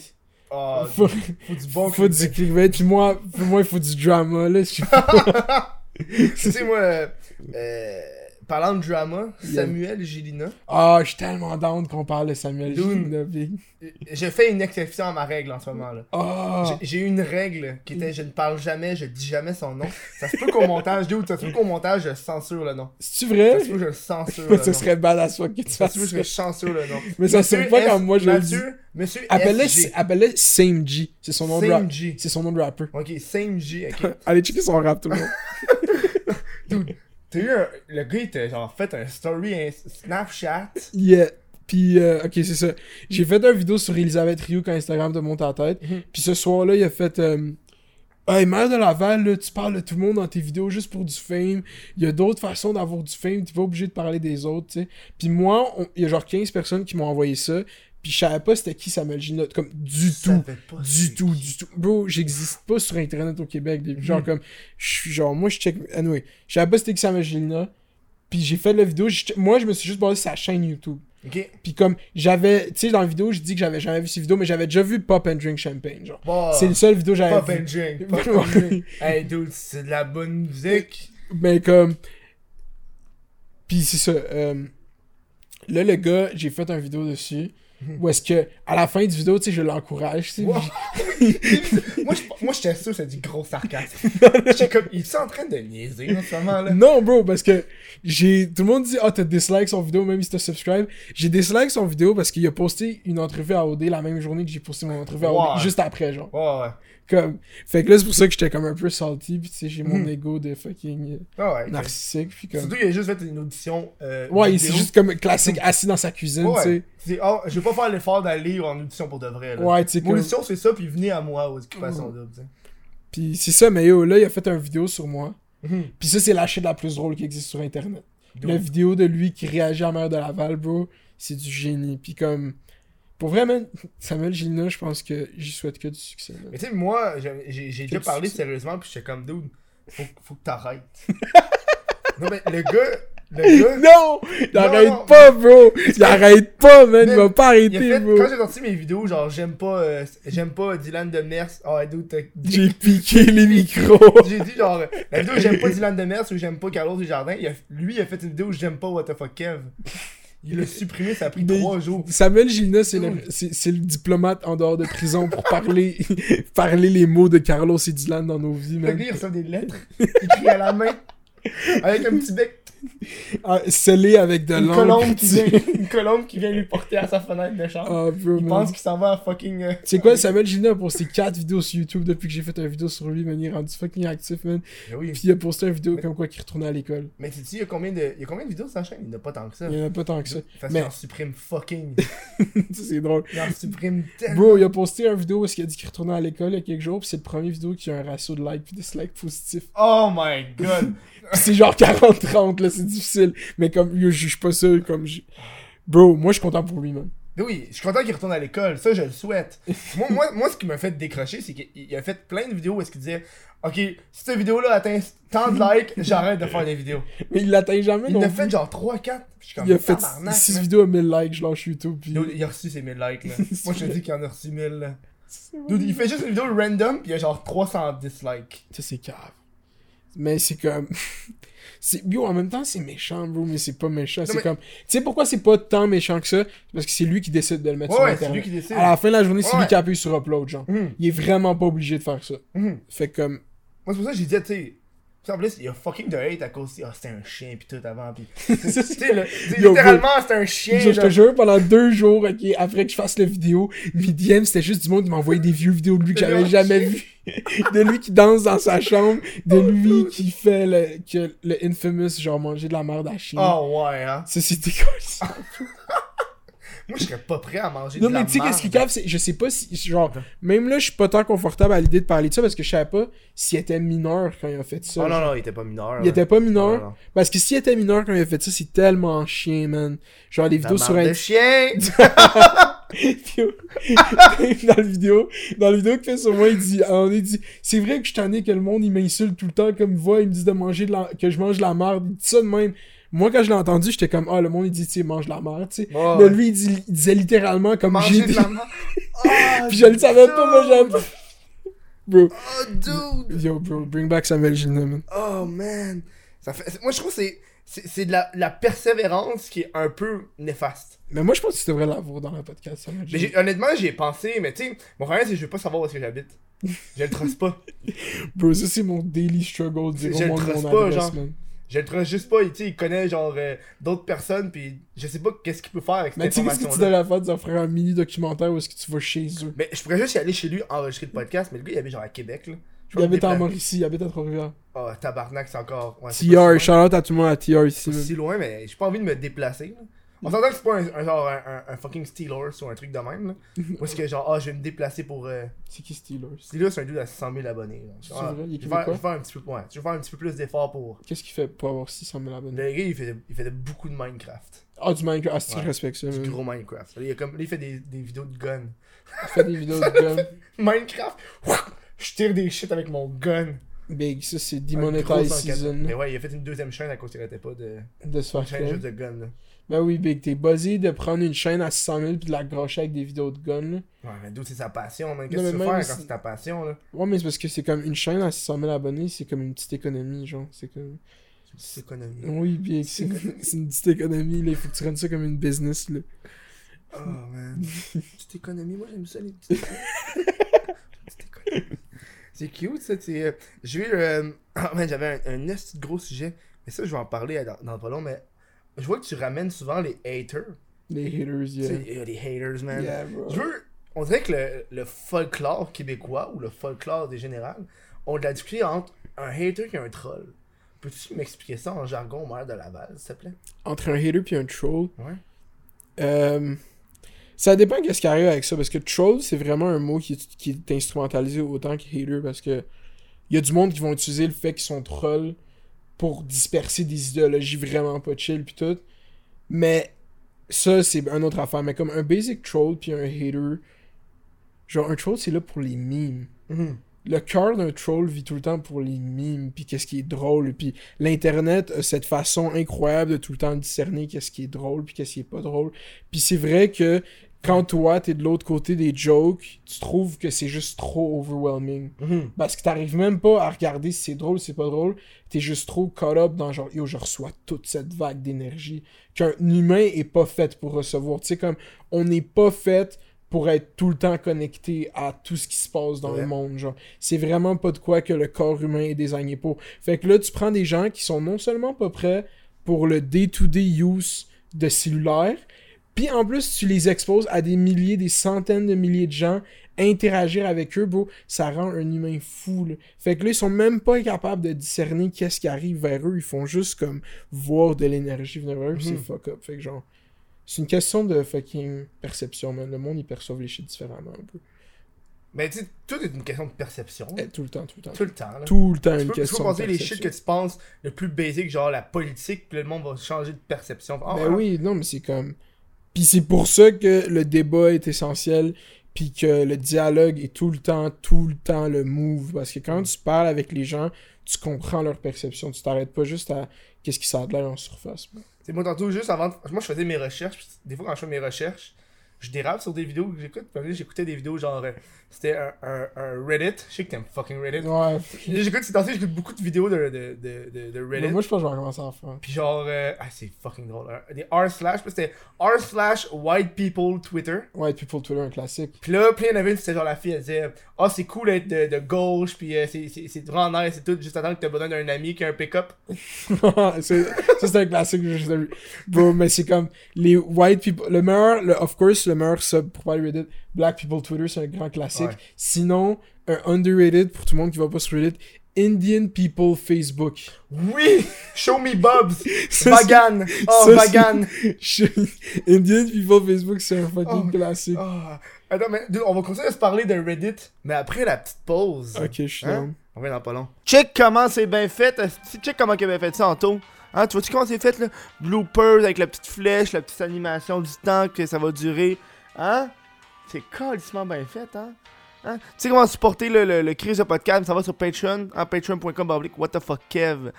[SPEAKER 1] Ah,
[SPEAKER 2] faut, *laughs*
[SPEAKER 1] faut du bon
[SPEAKER 2] faut
[SPEAKER 1] clickbait.
[SPEAKER 2] du clickbait. Puis moi, puis moi, il faut du drama, là. je suis-
[SPEAKER 1] *laughs* Tu sais, moi, euh, euh, parlant de drama,
[SPEAKER 2] Yeah.
[SPEAKER 1] Samuel Gélina,
[SPEAKER 2] Ah, je suis tellement down qu'on parle de Samuel
[SPEAKER 1] Dune.
[SPEAKER 2] Ginobi.
[SPEAKER 1] euh, je fais une exception à ma règle en ce moment. là.
[SPEAKER 2] Ah,
[SPEAKER 1] J'ai- J'ai eu une règle qui était je ne parle jamais, je dis jamais son nom. Ça se peut
[SPEAKER 2] *laughs*
[SPEAKER 1] qu'au montage, dude, ça se peut qu'au montage, je censure le nom.
[SPEAKER 2] c'est-tu
[SPEAKER 1] Ça
[SPEAKER 2] vrai?
[SPEAKER 1] se peut que je le censure le
[SPEAKER 2] Mais *laughs* ce
[SPEAKER 1] nom.
[SPEAKER 2] serait badass fuck que tu
[SPEAKER 1] Ça
[SPEAKER 2] fasses
[SPEAKER 1] se peut que
[SPEAKER 2] ça.
[SPEAKER 1] je censure le nom.
[SPEAKER 2] *laughs* Mais ça se
[SPEAKER 1] Monsieur
[SPEAKER 2] peut
[SPEAKER 1] F-
[SPEAKER 2] pas quand moi je le dis.
[SPEAKER 1] Mathieu, Monsieur
[SPEAKER 2] Appelle-le
[SPEAKER 1] SG.
[SPEAKER 2] appelle Same G. C'est son nom de
[SPEAKER 1] Same
[SPEAKER 2] rap.
[SPEAKER 1] G.
[SPEAKER 2] C'est son nom de rapper.
[SPEAKER 1] Ok, Same G, ok.
[SPEAKER 2] *laughs* Allez checker son rap, tout le monde.
[SPEAKER 1] Dude, t'as eu un... Le gars, il t'a genre fait un story, un Snapchat.
[SPEAKER 2] Yeah. Puis, euh, ok, c'est ça. J'ai fait une vidéo sur Elisabeth Rioux quand Instagram te monte en tête.
[SPEAKER 1] Mhm.
[SPEAKER 2] Puis ce soir-là, il a fait. euh, Hey, maire de Laval, là, tu parles de tout le monde dans tes vidéos juste pour du fame. Il y a d'autres façons d'avoir du fame. T'es pas obligé de parler des autres, tu sais. Puis moi, on- il y a genre 15 personnes qui m'ont envoyé ça. Puis je savais pas c'était qui Samuel Ginotte. Comme du
[SPEAKER 1] Ça
[SPEAKER 2] tout.
[SPEAKER 1] fait pas
[SPEAKER 2] Du tout, du tout. Bro, j'existe pas sur Internet au Québec. des- Genre,
[SPEAKER 1] Hmm.
[SPEAKER 2] comme, je suis genre, moi, je check. Anyway, je savais pas c'était qui Samuel Gélina. Puis j'ai fait la vidéo. je- Moi, je me suis juste basé sur sa chaîne YouTube.
[SPEAKER 1] Ok.
[SPEAKER 2] Puis comme, j'avais. Tu sais, dans la vidéo, je dis que j'avais jamais vu ces vidéos, mais j'avais déjà vu Pop and Drink Champagne. Genre,
[SPEAKER 1] Bon,
[SPEAKER 2] c'est le seul vidéo que
[SPEAKER 1] Ah. Pop
[SPEAKER 2] j'avais
[SPEAKER 1] and
[SPEAKER 2] vu.
[SPEAKER 1] drink.
[SPEAKER 2] *laughs*
[SPEAKER 1] Pop and drink.
[SPEAKER 2] Ouais.
[SPEAKER 1] hey, dude, c'est de la bonne musique.
[SPEAKER 2] Mais comme. Puis c'est ça. euh, Là, le gars, j'ai fait un vidéo dessus. Où est-ce que, à la fin du vidéo, tu sais, je l'encourage. tu sais,
[SPEAKER 1] Hmm.
[SPEAKER 2] *laughs*
[SPEAKER 1] Wow.
[SPEAKER 2] puis-
[SPEAKER 1] moi, je- moi, j'étais sûr que c'était du gros
[SPEAKER 2] *laughs*
[SPEAKER 1] sarcasme. J'étais comme, ils sont en train de niaiser en ce moment-là.
[SPEAKER 2] Non, bro, parce que j'ai tout le monde dit ah t'as dislike son vidéo même si t'as subscribe. J'ai dislike son vidéo parce qu'il a posté une entrevue à OD la même journée que j'ai posté mon entrevue à
[SPEAKER 1] Ouais.
[SPEAKER 2] OD juste après genre.
[SPEAKER 1] Ouais, ouais.
[SPEAKER 2] Comme fait que là c'est pour ça que j'étais comme un peu salty puis tu sais j'ai mon ego de fucking euh,
[SPEAKER 1] Ouais, ouais. ok.
[SPEAKER 2] narcissique puis comme
[SPEAKER 1] Surtout, il a juste fait une audition. Euh,
[SPEAKER 2] ouais il
[SPEAKER 1] vidéo.
[SPEAKER 2] c'est juste comme classique assis dans sa cuisine tu
[SPEAKER 1] Ouais.
[SPEAKER 2] sais.
[SPEAKER 1] C'est, oh, je vais pas faire l'effort d'aller en audition pour de vrai. Là.
[SPEAKER 2] Ouais, tu sais
[SPEAKER 1] Mon
[SPEAKER 2] comme- Mm.
[SPEAKER 1] audition, c'est ça, puis venez à moi aux occupations doubles. tu sais.
[SPEAKER 2] Puis c'est ça mais yo là il a fait un vidéo sur moi.
[SPEAKER 1] Mhm.
[SPEAKER 2] Puis ça c'est la shit la plus drôle qui existe sur internet. La
[SPEAKER 1] Donc,
[SPEAKER 2] vidéo de lui qui réagit à Mère de Laval, bro, c'est du génie. Puis comme, pour vrai, man, Samuel Gilna, je pense que j'y souhaite que du succès. man.
[SPEAKER 1] Mais tu sais, moi, j'ai, j'ai- j'ai déjà
[SPEAKER 2] tu-
[SPEAKER 1] parlé
[SPEAKER 2] tu-
[SPEAKER 1] sérieusement, puis j'étais comme, dude, faut, faut que t'arrêtes. *laughs* non, mais le gars, le gars,
[SPEAKER 2] Non! Il
[SPEAKER 1] *laughs* Non,
[SPEAKER 2] arrête
[SPEAKER 1] non,
[SPEAKER 2] pas, bro! Il arrête pas, man! Il
[SPEAKER 1] Mais
[SPEAKER 2] va pas
[SPEAKER 1] il a
[SPEAKER 2] arrêter,
[SPEAKER 1] fait,
[SPEAKER 2] bro!
[SPEAKER 1] quand j'ai sorti mes vidéos, genre, j'aime pas, euh, j'aime pas Dylan Demers. Oh, ouais, dude, t'as-
[SPEAKER 2] J'ai piqué les micros!
[SPEAKER 1] *laughs* j'ai dit, genre, la vidéo où j'aime pas Dylan Demers ou j'aime pas Carlos Desjardins, il a- lui, il a fait une vidéo où j'aime pas What the fuck Kev. Il l'a supprimé, ça a pris
[SPEAKER 2] Mais-
[SPEAKER 1] trois jours.
[SPEAKER 2] Samuel Gilna,
[SPEAKER 1] *laughs*
[SPEAKER 2] c'est le, c'est- c'est le diplomate en dehors de prison pour parler, *laughs* parler les mots de Carlos et Dylan dans nos vies,
[SPEAKER 1] Le
[SPEAKER 2] man.
[SPEAKER 1] gars, il reçoit des lettres, écrit à la main, avec un petit bec
[SPEAKER 2] Ah, scellé avec de
[SPEAKER 1] une
[SPEAKER 2] l'encre.
[SPEAKER 1] colombe, qui vient, une colombe qui vient lui porter à sa fenêtre de chambre.
[SPEAKER 2] Ah, bro,
[SPEAKER 1] il
[SPEAKER 2] man.
[SPEAKER 1] pense qu'il s'en va à fucking. euh,
[SPEAKER 2] C'est quoi, Samuel Gilna a posté 4 vidéos sur YouTube depuis que j'ai fait un vidéo sur lui, man. Il est rendu fucking actif, man.
[SPEAKER 1] Mais oui.
[SPEAKER 2] Puis il a posté une vidéo comme quoi qu'il retournait à l'école.
[SPEAKER 1] Mais tu dis, il y a combien de, il y a combien de vidéos sur sa chaîne Il n'y en a pas tant que ça.
[SPEAKER 2] Il y en a pas tant que ça. *laughs*
[SPEAKER 1] Parce
[SPEAKER 2] Mais-
[SPEAKER 1] qu'il en supprime fucking.
[SPEAKER 2] Ça, c'est drôle.
[SPEAKER 1] Il en supprime tellement.
[SPEAKER 2] Bro, il a posté une vidéo où il a dit qu'il retournait à l'école il y a quelques jours, puis c'est le premier vidéo qui a un ratio de likes puis de dislikes positif.
[SPEAKER 1] Oh my god.
[SPEAKER 2] Puis c'est genre 40-30, là, c'est difficile. Mais comme, yo, je juge pas ça, comme je- Bro, moi, je suis content pour lui, man.
[SPEAKER 1] Mais oui, je suis content qu'il retourne à l'école. Ça, je le
[SPEAKER 2] *laughs*
[SPEAKER 1] souhaite. moi, moi, moi, ce qui m'a fait décrocher, c'est qu'il il a fait plein de vidéos où est-ce qu'il disait, ok, si cette vidéo-là atteint tant de likes,
[SPEAKER 2] *laughs*
[SPEAKER 1] j'arrête de faire des vidéos.
[SPEAKER 2] Mais il l'atteint jamais,
[SPEAKER 1] Il
[SPEAKER 2] non
[SPEAKER 1] en a
[SPEAKER 2] plus.
[SPEAKER 1] fait genre 3-4. Je suis comme
[SPEAKER 2] Il a fait
[SPEAKER 1] tabarnak,
[SPEAKER 2] 6
[SPEAKER 1] man.
[SPEAKER 2] vidéos à 1000 likes, je lâche YouTube, puis...
[SPEAKER 1] Dude, il a reçu ses 1000 likes là.
[SPEAKER 2] *laughs* C'est
[SPEAKER 1] Moi je te
[SPEAKER 2] vrai.
[SPEAKER 1] dis qu'il en a reçu 1000 là. Dude, il fait juste une vidéo random pis il y a genre 300 dislikes.
[SPEAKER 2] Ça, c'est cave. Mais c'est comme. *laughs* c'est bio, en même temps, c'est méchant, bro, mais c'est pas méchant. C'est
[SPEAKER 1] mais-
[SPEAKER 2] comme. Tu sais pourquoi c'est pas tant méchant que ça C'est Parce que c'est lui qui décide de le mettre
[SPEAKER 1] Ouais,
[SPEAKER 2] sur
[SPEAKER 1] ouais, c'est
[SPEAKER 2] Internet.
[SPEAKER 1] lui qui décide.
[SPEAKER 2] À la fin de la journée, c'est
[SPEAKER 1] Ouais,
[SPEAKER 2] lui qui appuie sur upload, genre.
[SPEAKER 1] Mhm.
[SPEAKER 2] Il est vraiment pas obligé de faire ça.
[SPEAKER 1] Mhm.
[SPEAKER 2] Fait que, comme.
[SPEAKER 1] Moi c'est pour ça que j'ai dit, tu sais. pis En plus, il y a fucking de hate à cause. Ah, c'était un chien pis tout avant
[SPEAKER 2] *laughs*
[SPEAKER 1] pis. Tu sais, le- tu sais,
[SPEAKER 2] Yo,
[SPEAKER 1] littéralement, c'était un chien.
[SPEAKER 2] Je, je te
[SPEAKER 1] là.
[SPEAKER 2] jure, pendant deux jours, ok, après que je fasse la vidéo, mes DM, c'était juste du monde qui m'envoyait des vieux vidéos de lui que
[SPEAKER 1] Mais
[SPEAKER 2] j'avais
[SPEAKER 1] non,
[SPEAKER 2] jamais vu. de lui qui danse dans sa chambre, de
[SPEAKER 1] Oh,
[SPEAKER 2] lui qui fait le, que le infamous, genre manger de la merde à chien.
[SPEAKER 1] Oh ouais, hein.
[SPEAKER 2] Ça, c'était quoi
[SPEAKER 1] Moi je serais pas prêt à manger
[SPEAKER 2] Non,
[SPEAKER 1] de la
[SPEAKER 2] mais tu sais, qu'est-ce qui
[SPEAKER 1] merde.
[SPEAKER 2] cave, c'est, je sais pas si, genre, même là, je suis pas tant confortable à l'idée de parler de ça parce que je savais pas s'il était mineur quand il a fait ça.
[SPEAKER 1] Oh non, non, il était pas mineur.
[SPEAKER 2] Il était pas mineur.
[SPEAKER 1] Non, non.
[SPEAKER 2] Parce que s'il *laughs* était mineur quand il a fait ça, c'est tellement chien, man. Genre, les vidéos sur,
[SPEAKER 1] un
[SPEAKER 2] in-
[SPEAKER 1] chien.
[SPEAKER 2] Puis, euh, Dave, *laughs* dans la vidéo, dans la vidéo qu'il fait sur moi, il dit, ah, on est dit, c'est vrai que je suis tanné que le monde, il m'insulte tout le temps, comme il voit, il me dit de manger de la, que je mange de la merde, il dit ça de même. Moi, quand je l'ai entendu, j'étais comme, ah, le monde, il dit, tu sais, mange de la merde, tu sais.
[SPEAKER 1] Ouais,
[SPEAKER 2] Mais
[SPEAKER 1] ouais.
[SPEAKER 2] lui, il, dit- il disait littéralement, comme, j'ai
[SPEAKER 1] Manger de
[SPEAKER 2] des-
[SPEAKER 1] la
[SPEAKER 2] *laughs*
[SPEAKER 1] mort. Oh,
[SPEAKER 2] Puis je le savais pas, moi, j'avais
[SPEAKER 1] dude.
[SPEAKER 2] pas- *laughs* Bro,
[SPEAKER 1] Oh, dude.
[SPEAKER 2] yo, bro, bring back Samuel Gina, man.
[SPEAKER 1] Oh, man. Ça fait... Moi, je trouve que c'est- c'est c'est de la, la persévérance qui est un peu néfaste.
[SPEAKER 2] Mais moi, je pense que tu devrais l'avoir dans le podcast, Samuel
[SPEAKER 1] Mais
[SPEAKER 2] Gina.
[SPEAKER 1] j'ai- honnêtement, j'y ai pensé, mais tu sais, mon problème, c'est que je veux pas savoir où est-ce que j'habite. Je le trace pas.
[SPEAKER 2] Bro, ça, c'est mon daily struggle, du
[SPEAKER 1] Je
[SPEAKER 2] gros
[SPEAKER 1] le
[SPEAKER 2] monde,
[SPEAKER 1] trace
[SPEAKER 2] mon
[SPEAKER 1] pas,
[SPEAKER 2] adresse,
[SPEAKER 1] genre.
[SPEAKER 2] man.
[SPEAKER 1] Je le trace juste pas, il, tu sais, il connaît genre euh, d'autres personnes, puis je sais pas qu'est-ce qu'il peut faire avec cette
[SPEAKER 2] Mais tu sais, qu'est-ce que tu
[SPEAKER 1] information-là.
[SPEAKER 2] devrais faire, tu devrais faire un mini-documentaire où est-ce que tu vas chez eux.
[SPEAKER 1] Mais je pourrais juste y aller chez lui enregistrer le podcast, mais le gars il habite genre à Québec là. Je
[SPEAKER 2] Il
[SPEAKER 1] vais me
[SPEAKER 2] habite en
[SPEAKER 1] déplacer.
[SPEAKER 2] Mauricie, il habite à Trois-Rivières.
[SPEAKER 1] Oh tabarnak, c'est encore. Ouais, Ah, c'est pas si
[SPEAKER 2] TR,
[SPEAKER 1] loin.
[SPEAKER 2] shout out à tout le monde à TR ici.
[SPEAKER 1] C'est pas
[SPEAKER 2] man.
[SPEAKER 1] si loin, mais j'ai pas envie de me déplacer. là. On s'entend que c'est pas un, un genre un, un- un fucking Steelers ou un truc de même.
[SPEAKER 2] *laughs*
[SPEAKER 1] Là. Parce que genre, ah, je vais me déplacer pour. Euh...
[SPEAKER 2] C'est qui Steelers
[SPEAKER 1] Steelers, c'est un dude à 600 000 abonnés. là.
[SPEAKER 2] C'est
[SPEAKER 1] Ah,
[SPEAKER 2] vrai, il est
[SPEAKER 1] je, vais faire, je
[SPEAKER 2] québécois?
[SPEAKER 1] vais faire un petit peu, ouais, je vais faire un petit peu plus d'efforts pour.
[SPEAKER 2] Qu'est-ce qu'il fait pour avoir 600 000
[SPEAKER 1] Le
[SPEAKER 2] abonnés
[SPEAKER 1] gars, il faisait, il faisait beaucoup de Minecraft.
[SPEAKER 2] Ah, du Minecraft. Ah, si,
[SPEAKER 1] Ouais.
[SPEAKER 2] je respecte ça.
[SPEAKER 1] Du
[SPEAKER 2] man.
[SPEAKER 1] gros Minecraft. Il, a comme, il fait des, des vidéos de gun.
[SPEAKER 2] Il fait des
[SPEAKER 1] *laughs*
[SPEAKER 2] vidéos de gun.
[SPEAKER 1] Minecraft, je tire des shit avec mon gun.
[SPEAKER 2] Big, ça, c'est
[SPEAKER 1] Un gros
[SPEAKER 2] Demonetize
[SPEAKER 1] 104.
[SPEAKER 2] Season.
[SPEAKER 1] Mais ouais, il a fait une deuxième chaîne à cause qu'il arrêtait pas de.
[SPEAKER 2] De se
[SPEAKER 1] Une
[SPEAKER 2] faire
[SPEAKER 1] chaîne
[SPEAKER 2] faire.
[SPEAKER 1] juste de gun, là.
[SPEAKER 2] Ben oui, Big, t'es buzzé de prendre une chaîne à 600 000 puis de la grocher avec des vidéos de gun. là.
[SPEAKER 1] Ouais, mais d'où c'est sa passion, man.
[SPEAKER 2] Non,
[SPEAKER 1] Qu'est-ce que
[SPEAKER 2] mais
[SPEAKER 1] tu veux
[SPEAKER 2] même
[SPEAKER 1] faire
[SPEAKER 2] si-
[SPEAKER 1] quand c'est ta passion, là
[SPEAKER 2] Ouais, mais c'est parce que c'est comme une chaîne à 600 000 abonnés, c'est comme une petite économie, genre. C'est comme.
[SPEAKER 1] C'est économie.
[SPEAKER 2] Oui, Big, c'est c'est une *laughs* petite économie, là. Il faut que tu rentres ça comme une business, là.
[SPEAKER 1] Oh, man. *laughs* Petite économie, moi j'aime ça, les petites. *laughs* Petite économie. C'est cute, ça. c'est, euh, J'ai eu. euh, *coughs* ah, man, j'avais un, un esti de gros sujet. Mais ça, je vais en parler euh, dans, dans pas long, mais. Je vois que tu ramènes souvent les haters.
[SPEAKER 2] Les haters,
[SPEAKER 1] Tu sais,
[SPEAKER 2] yeah.
[SPEAKER 1] il y a des haters, man.
[SPEAKER 2] Yeah, bro.
[SPEAKER 1] Je veux. On dirait que le, le folklore québécois ou le folklore des générales ont de la discussion entre un hater et un troll. Peux-tu m'expliquer ça en jargon mère de Laval, s'il te plaît
[SPEAKER 2] Entre un hater puis un troll,
[SPEAKER 1] Ouais.
[SPEAKER 2] Euh, ça dépend qu'est-ce qui arrive avec ça, parce que troll, c'est vraiment un mot qui, est- qui est instrumentalisé autant que hater, parce que il y a du monde qui vont utiliser le fait qu'ils sont trolls pour disperser des idéologies vraiment pas chill puis tout. Mais ça, c'est un autre affaire. Mais comme un basic troll puis un hater, genre un troll, c'est là pour les mimes le cœur d'un troll vit tout le temps pour les mimes, puis qu'est-ce qui est drôle, puis l'internet a cette façon incroyable de tout le temps discerner qu'est-ce qui est drôle, puis qu'est-ce qui est pas drôle. Puis c'est vrai que quand toi t'es de l'autre côté des jokes, tu trouves que c'est juste trop overwhelming,
[SPEAKER 1] Mhm.
[SPEAKER 2] parce que t'arrives même pas à regarder si c'est drôle, si c'est pas drôle. T'es juste trop caught up dans genre yo je reçois toute cette vague d'énergie qu'un humain est pas fait pour recevoir. Tu sais comme on n'est pas fait pour être tout le temps connecté à tout ce qui se passe dans
[SPEAKER 1] Ouais.
[SPEAKER 2] le monde. Genre, c'est vraiment pas de quoi que le corps humain est désigné pour. Fait que là, tu prends des gens qui sont non seulement pas prêts pour le day-to-day use de cellulaire, puis en plus, tu les exposes à des milliers, des centaines de milliers de gens, interagir avec eux, bro, ça rend un humain fou. là. Fait que là, ils sont même pas capables de discerner qu'est-ce qui arrive vers eux. Ils font juste comme voir de l'énergie venir vers eux, puis
[SPEAKER 1] Mhm.
[SPEAKER 2] c'est fuck up. Fait que genre, c'est une question de fucking perception, man. Le monde, ils perçoivent les shit différemment un peu.
[SPEAKER 1] Mais tu sais, tout est une question de perception.
[SPEAKER 2] Eh, tout le temps, tout le temps.
[SPEAKER 1] Tout le temps, là.
[SPEAKER 2] Tout le temps,
[SPEAKER 1] tu peux,
[SPEAKER 2] une
[SPEAKER 1] tu peux
[SPEAKER 2] question de
[SPEAKER 1] penser les
[SPEAKER 2] perception.
[SPEAKER 1] shit que tu penses le plus basic, genre la politique, puis le monde va changer de perception. Ah,
[SPEAKER 2] Ben
[SPEAKER 1] ah,
[SPEAKER 2] oui, non, mais c'est comme. Puis c'est pour ça que le débat est essentiel, puis que le dialogue est tout le temps, tout le temps le move. Parce que quand tu parles avec les gens, tu comprends leur perception. Tu t'arrêtes pas juste à qu'est-ce qui s'en de l'air en surface. ben. man.
[SPEAKER 1] C'est moi tantôt juste avant. de- Moi je faisais mes recherches. puis des fois quand je fais mes recherches, je dérape sur des vidéos que j'écoute. Puis un moment donné, j'écoutais des vidéos genre euh, c'était un, un- un Reddit. Je sais que t'aimes fucking Reddit.
[SPEAKER 2] Ouais.
[SPEAKER 1] Là, J'écoute ces temps-ci, j'écoute beaucoup de vidéos de, de, de, de, de Reddit.
[SPEAKER 2] Mais Ben moi, je pense que je vais commencer à en faire.
[SPEAKER 1] Puis genre euh, ah c'est fucking drôle. hein. Des R slash, puis c'était R slash white people Twitter.
[SPEAKER 2] Ouais, puis pour Twitter, un classique.
[SPEAKER 1] Puis là, plein avait une, c'était genre la fille, elle disait Ah, c'est cool d'être de, de gauche, puis euh, c'est- c'est c'est vraiment nice et tout, juste attendre que t'as besoin d'un ami qui a un pick-up.
[SPEAKER 2] ça, *laughs* c'est un classique. je- je- Bro, mais c'est comme les white people. Le meilleur, le, of course, le meilleur sub pour parler Reddit, Black People Twitter, c'est un grand classique.
[SPEAKER 1] Ouais.
[SPEAKER 2] Sinon, un underrated pour tout le monde qui va pas sur Reddit, Indian People Facebook.
[SPEAKER 1] Oui Show me Bobs
[SPEAKER 2] *laughs* Ça,
[SPEAKER 1] Bagan Oh,
[SPEAKER 2] ça,
[SPEAKER 1] Bagan
[SPEAKER 2] c'est- je- Indian People Facebook, c'est un fucking
[SPEAKER 1] Oh.
[SPEAKER 2] classique.
[SPEAKER 1] Ah. Attends, mais dude, on va continuer à se parler de Reddit, mais après la petite pause.
[SPEAKER 2] Ok, je suis
[SPEAKER 1] Hein?
[SPEAKER 2] down.
[SPEAKER 1] On revient dans pas long. Check comment c'est bien fait. esti. Check comment c'est bien fait ça, Anto. Hein, tu vois-tu comment c'est fait, là? Bloopers avec la petite flèche, la petite animation du temps que ça va durer. Hein? C'est calissement bien fait, hein? Hein? Tu sais comment supporter le, le, le crise de podcast? Ça va sur Patreon, en patreon.com, bablique, what the fuck, Kev.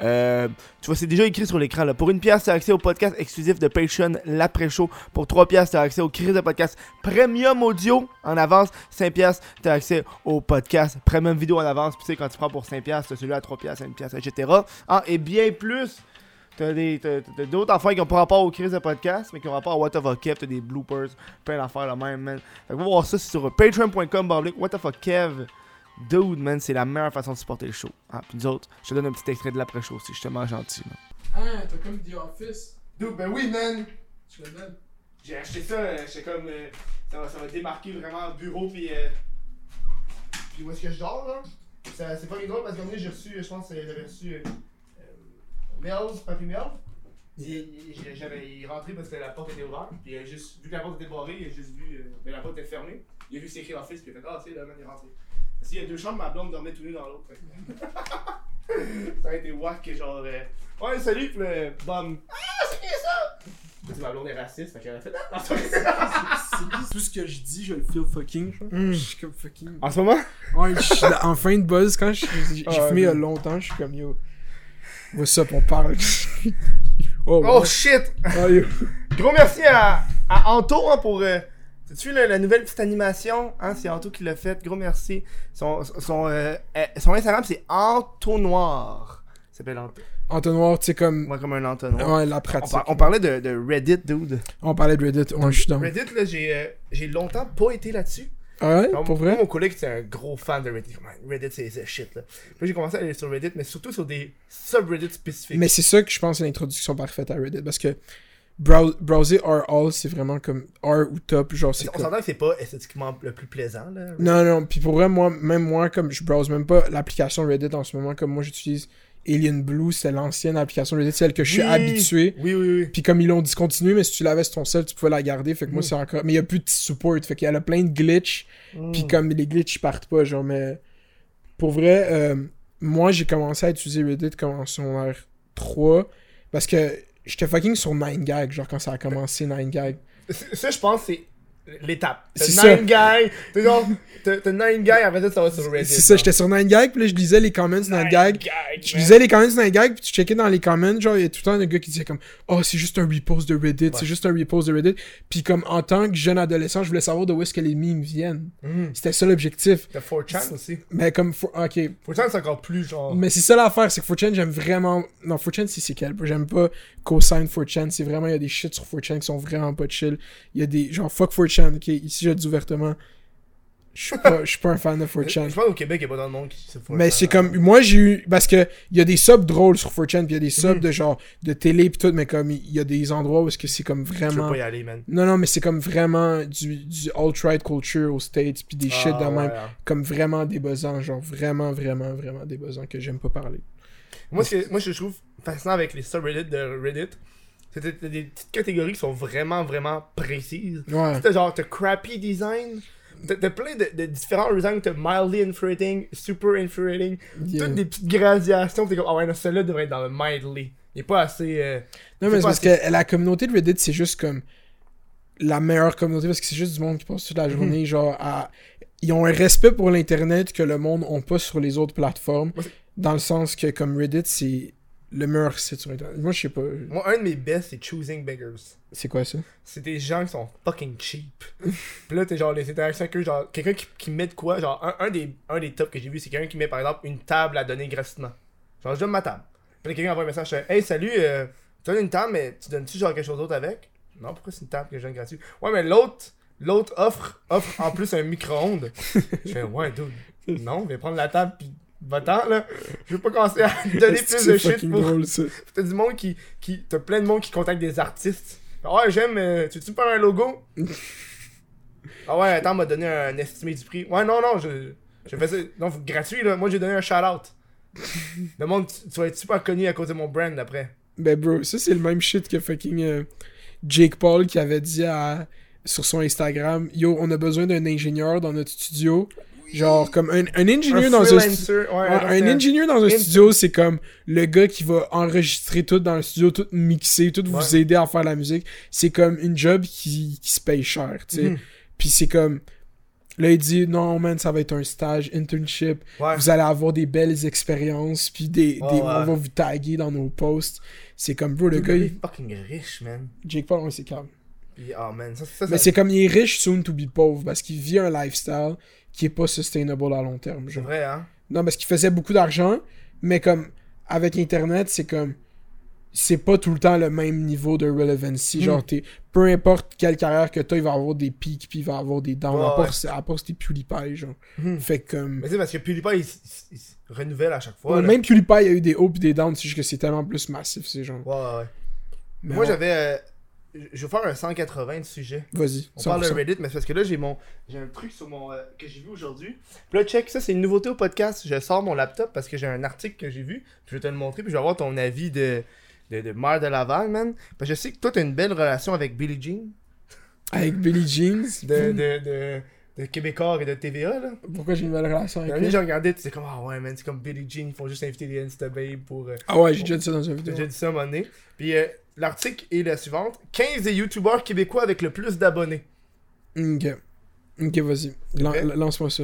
[SPEAKER 1] Euh, tu vois, c'est déjà écrit sur l'écran. Là. Pour une pièce, tu as accès au podcast exclusif de Patreon, l'après-show. Pour 3 pièces, tu as accès au crise de podcast premium audio en avance. 5 pièces, tu as accès au podcast premium vidéo en avance. Puis tu sais, quand tu prends pour 5 pièces, tu celui à 3 pièces, 5 pièces, etc. Ah, et bien plus. T'as des- t'as- t'as- t'as d'autres affaires qui ont pas rapport aux crises de podcast, mais qui ont rapport à What the fuck Kev, t'as des bloopers, plein d'affaires là même, man. Fait que va voir ça c'est sur patreon.com, barblick, What the fuck Kev. Dude, man, c'est la meilleure façon de supporter le show. Ah, puis nous autres, je te donne un petit extrait de l'après-show, c'est justement gentil, man.
[SPEAKER 2] Ah, t'as comme The Office.
[SPEAKER 1] Dude, ben oui, man.
[SPEAKER 2] Tu le donnes.
[SPEAKER 1] J'ai acheté ça, c'est comme. euh, ça, va, démarquer vraiment bureau, puis. euh, puis où est-ce que je dors, là C'est pas une drôle parce que j'ai reçu, je pense, euh, j'avais reçu. euh, Mel's, Papy Mel. Il, il- j'avais- il est rentré parce que la porte était ouverte. Puis il a juste, vu que la porte était barrée, il a juste vu. euh, mais la porte était fermée. Il a vu s'écrire leur fils. Puis il a fait Ah, tu sais, le man est rentré. Parce qu'il y a deux chambres, ma blonde dormait tout nu dans l'autre. fait que- *laughs* ça a été wack, genre. euh, ouais, salut, puis le bum. Ah, c'est bien ça! Parce que ma blonde est raciste. Fait qu'elle a fait Ah, non, c'est pas vrai.
[SPEAKER 2] Tout ce que je dis, je le feel fucking. genre.
[SPEAKER 1] Hmm.
[SPEAKER 2] Je suis comme fucking.
[SPEAKER 1] En ce moment
[SPEAKER 2] Ouais, je suis en fin de buzz quand je- j'ai j'ai
[SPEAKER 1] Ah,
[SPEAKER 2] fumé il y a
[SPEAKER 1] oui.
[SPEAKER 2] longtemps, je suis comme yo. What's up, on parle. *laughs* oh,
[SPEAKER 1] Oh
[SPEAKER 2] ouais.
[SPEAKER 1] shit!
[SPEAKER 2] Ah, yo.
[SPEAKER 1] Gros merci à, à Anto hein, pour. Euh, tu la, la nouvelle petite animation, hein, c'est Anto qui l'a faite. Gros merci. Son, son, euh, euh, son Instagram c'est Antonoir. Il s'appelle Anto.
[SPEAKER 2] Entonnoir, tu sais, comme.
[SPEAKER 1] Moi comme un entonnoir.
[SPEAKER 2] Ouais, la
[SPEAKER 1] On,
[SPEAKER 2] pratique.
[SPEAKER 1] par- on parlait de, de Reddit, dude.
[SPEAKER 2] On parlait de Reddit, ouais, je suis dans.
[SPEAKER 1] Reddit, là, j'ai, euh, j'ai longtemps pas été là-dessus.
[SPEAKER 2] Ah ouais,
[SPEAKER 1] Comme-
[SPEAKER 2] pour vrai?
[SPEAKER 1] Mon collègue, c'est un gros fan de Reddit. Man, Reddit, c'est c'est shit, là. Puis j'ai commencé à aller sur Reddit, mais surtout sur des subreddits spécifiques.
[SPEAKER 2] Mais c'est ça que je pense c'est l'introduction parfaite à Reddit parce que brow- browser R all c'est vraiment comme R ou top genre c'est
[SPEAKER 1] on
[SPEAKER 2] comme...
[SPEAKER 1] s'entend que c'est pas esthétiquement le plus plaisant, là.
[SPEAKER 2] Non non, puis pour vrai moi même moi comme je browse même pas l'application Reddit en ce moment comme moi j'utilise Alien Blue, c'est l'ancienne application Reddit, celle que je suis
[SPEAKER 1] Oui.
[SPEAKER 2] habitué.
[SPEAKER 1] Oui, oui, oui.
[SPEAKER 2] Puis comme ils l'ont discontinué, mais si tu l'avais sur ton sel, tu pouvais la garder. Fait que moi,
[SPEAKER 1] Mm.
[SPEAKER 2] c'est encore. Mais il y a plus de support. Fait qu'il y a là plein de glitch. Puis comme les glitches partent pas, genre, mais. Pour vrai, euh, moi, j'ai commencé à utiliser Reddit comme en secondaire 3. Parce que j'étais fucking sur 9gag, genre, quand ça a commencé 9gag.
[SPEAKER 1] Ça, ça, je pense, c'est l'étape. T'as
[SPEAKER 2] C'est ça.
[SPEAKER 1] Nine Guy, t'as genre, t'as t'as Nine Guy, après ça, ça va sur Reddit.
[SPEAKER 2] C'est ça, j'étais sur 9gag, puis là, je lisais les comments de 9gag. Je lisais les comments de 9gag, puis tu checkais dans les comments, genre, il y a tout le temps un gars qui disait comme « Oh, c'est juste un repost de Reddit, c'est juste un repost de Reddit. » Puis comme, en tant que jeune adolescent, je voulais savoir de où est-ce que les memes viennent. C'était ça l'objectif.
[SPEAKER 1] Hmm. T'as 4chan aussi.
[SPEAKER 2] Mais comme, for- ok,
[SPEAKER 1] 4chan, c'est encore plus genre.
[SPEAKER 2] Mais c'est ça l'affaire, c'est que 4chan, j'aime vraiment. Non, 4chan, c'est c'est quel. J'aime pas co-sign 4chan. C'est vraiment, il y a des shit sur 4chan qui sont vraiment pas chill. Il y a des. Genre, fuck 4chan, ok. Ici, je le dis ouvertement. Je suis pas, je suis pas un fan de
[SPEAKER 1] Je
[SPEAKER 2] 4chan.
[SPEAKER 1] pense qu'au Québec, il n'y a pas tant de monde qui se 4chan,
[SPEAKER 2] Mais c'est
[SPEAKER 1] là.
[SPEAKER 2] comme. Moi, j'ai eu. Parce que il y a des subs drôles sur 4chan, puis il y a des
[SPEAKER 1] Mhm.
[SPEAKER 2] subs de genre. de télé, pis tout. Mais comme, il y a des endroits où est-ce que c'est comme
[SPEAKER 1] Tu veux
[SPEAKER 2] vraiment.
[SPEAKER 1] pas y aller, man.
[SPEAKER 2] Non, non, mais c'est comme vraiment du, du alt-right culture aux States, puis des shit de
[SPEAKER 1] Ah,
[SPEAKER 2] même.
[SPEAKER 1] ouais, hein.
[SPEAKER 2] Comme vraiment débuzzant, genre vraiment, vraiment, vraiment débuzzant que j'aime pas parler.
[SPEAKER 1] Moi, ce que, moi, ce que je trouve fascinant avec les subreddits de Reddit, c'est que t'as des petites catégories qui sont vraiment, vraiment précises.
[SPEAKER 2] Ouais.
[SPEAKER 1] T'as genre, t'as crappy design. T'as t'as plein de, de différents designs. T'as mildly infuriating, super infuriating.
[SPEAKER 2] Yeah.
[SPEAKER 1] Toutes des petites gradations. T'es comme, ah ouais, non, celle-là devrait être dans le mildly. Il est pas assez. euh,
[SPEAKER 2] Non,
[SPEAKER 1] C'est
[SPEAKER 2] mais c'est
[SPEAKER 1] pas
[SPEAKER 2] parce que la communauté de Reddit, c'est juste comme la meilleure communauté parce que c'est juste du monde qui passe toute la
[SPEAKER 1] Mhm.
[SPEAKER 2] journée, genre, à... ils ont un respect pour l'Internet que le monde n'a pas sur les autres plateformes,
[SPEAKER 1] Moi, c'est-
[SPEAKER 2] dans le sens que comme Reddit, c'est le meilleur site sur Internet. Moi, je sais pas,
[SPEAKER 1] Moi, un de mes best, c'est Choosing Beggars.
[SPEAKER 2] c'est quoi ça?
[SPEAKER 1] C'est des gens qui sont fucking cheap. Puis là, t'es genre les interactions avec eux, genre quelqu'un qui, qui met de quoi. Genre, un, un des, un des tops que j'ai vu, c'est quelqu'un qui met par exemple une table à donner gratuitement. Genre, je donne ma table. Puis là, quelqu'un envoie un message, je fais, hey, salut, euh, tu donnes une table, mais tu donnes-tu genre quelque chose d'autre avec Non, pourquoi c'est une table que je donne gratuite Ouais, mais l'autre, l'autre offre, offre en plus un
[SPEAKER 2] *laughs*
[SPEAKER 1] micro-ondes. je fais, ouais, dude, non, je vais prendre la table, puis va-t'en, là. Je veux pas commencer à *laughs* donner
[SPEAKER 2] Est-ce que
[SPEAKER 1] plus
[SPEAKER 2] c'est
[SPEAKER 1] de shit
[SPEAKER 2] fucking
[SPEAKER 1] pour.
[SPEAKER 2] drôle, ça.
[SPEAKER 1] T'as du monde qui, qui. T'as plein de monde qui contacte des artistes. Ah ouais, j'aime. euh, tu veux-tu me faire un
[SPEAKER 2] *laughs*
[SPEAKER 1] logo Ah ouais, attends, m'a donné un estimé du prix. Ouais, non, non, je. Je fais ça. Non, faut- gratuit, là. Moi, j'ai donné un
[SPEAKER 2] *laughs*
[SPEAKER 1] shout-out. Le monde, tu, tu vas être super connu à cause de mon brand après.
[SPEAKER 2] Ben bro, ça c'est le même shit que fucking euh, Jake Paul qui avait dit à, sur son Instagram, yo, on a besoin d'un ingénieur dans notre studio. Genre comme un, un ingénieur dans un studio.
[SPEAKER 1] freelancer, ouais,
[SPEAKER 2] Ouais,
[SPEAKER 1] genre,
[SPEAKER 2] un
[SPEAKER 1] c'est-
[SPEAKER 2] ingénieur dans un
[SPEAKER 1] Int-
[SPEAKER 2] studio, c'est comme le gars qui va enregistrer tout dans le studio, tout mixer, tout vous
[SPEAKER 1] Ouais.
[SPEAKER 2] aider à faire la musique. C'est comme une job qui, qui se paye cher, tu sais.
[SPEAKER 1] Mhm.
[SPEAKER 2] Puis c'est comme. Là, il dit non, man, ça va être un stage, internship.
[SPEAKER 1] Ouais.
[SPEAKER 2] Vous allez avoir des belles expériences. Puis des, des-
[SPEAKER 1] Ouais, ouais.
[SPEAKER 2] on va vous taguer dans nos posts. C'est comme, bro, le gars,
[SPEAKER 1] il est
[SPEAKER 2] il-
[SPEAKER 1] fucking riche, man.
[SPEAKER 2] Jake Paul, ouais, c'est calme.
[SPEAKER 1] Puis, oh man, ça, ça,
[SPEAKER 2] Mais
[SPEAKER 1] ça-
[SPEAKER 2] c'est comme il est riche, soon to be pauvre, parce qu'il vit un lifestyle qui est pas sustainable à long terme.
[SPEAKER 1] c'est
[SPEAKER 2] Genre.
[SPEAKER 1] vrai, hein.
[SPEAKER 2] Non, parce qu'il faisait beaucoup d'argent, mais comme avec Internet, c'est comme. C'est pas tout le temps le même niveau de relevancy.
[SPEAKER 1] Hmm.
[SPEAKER 2] Genre, t'es, peu importe quelle carrière que t'as, il va avoir des pics, puis il va avoir des downs.
[SPEAKER 1] Ouais,
[SPEAKER 2] à, part,
[SPEAKER 1] ouais.
[SPEAKER 2] si- à part si t'es PewDiePie, genre.
[SPEAKER 1] Mhm.
[SPEAKER 2] Fait que, comme.
[SPEAKER 1] Mais c'est parce que PewDiePie, il, s- il s- il se renouvelle à chaque fois.
[SPEAKER 2] Ouais,
[SPEAKER 1] là.
[SPEAKER 2] Même PewDiePie, il y a eu des hauts puis des downs, c'est juste que c'est tellement plus massif, ces gens.
[SPEAKER 1] Ouais, ouais, ouais.
[SPEAKER 2] Mais
[SPEAKER 1] Moi,
[SPEAKER 2] ouais,
[SPEAKER 1] j'avais. euh, je- je vais faire un 180 de sujet.
[SPEAKER 2] Vas-y.
[SPEAKER 1] On parle de
[SPEAKER 2] 100%.
[SPEAKER 1] Reddit, mais c'est parce que là, j'ai mon j'ai un truc sur mon euh, que j'ai vu aujourd'hui. Puis là, check, ça, c'est une nouveauté au podcast. Je sors mon laptop parce que j'ai un article que j'ai vu. Puis je vais te le montrer, puis je vais avoir ton avis de, de, de Mère de Laval, man. Parce que je sais que toi, t'as une belle relation avec Billie Jean,
[SPEAKER 2] Avec Billy Jeans.
[SPEAKER 1] *laughs* de, de, de, de Québécois et de TVA, là.
[SPEAKER 2] Pourquoi j'ai une belle relation avec
[SPEAKER 1] L'année,
[SPEAKER 2] lui
[SPEAKER 1] j'ai regardé, tu sais, comme, ah ouais, man, c'est comme Billie Jean, ils font juste inviter les Insta Babe pour. euh,
[SPEAKER 2] Ah ouais, j'ai déjà dit ça dans une vidéo.
[SPEAKER 1] J'ai dit ça à un moment donné. Puis euh, l'article est la suivante 15 des youtubeurs québécois avec le plus d'abonnés.
[SPEAKER 2] Ok. Ok, vas-y. Lan-
[SPEAKER 1] Ok.
[SPEAKER 2] Lance-moi ça.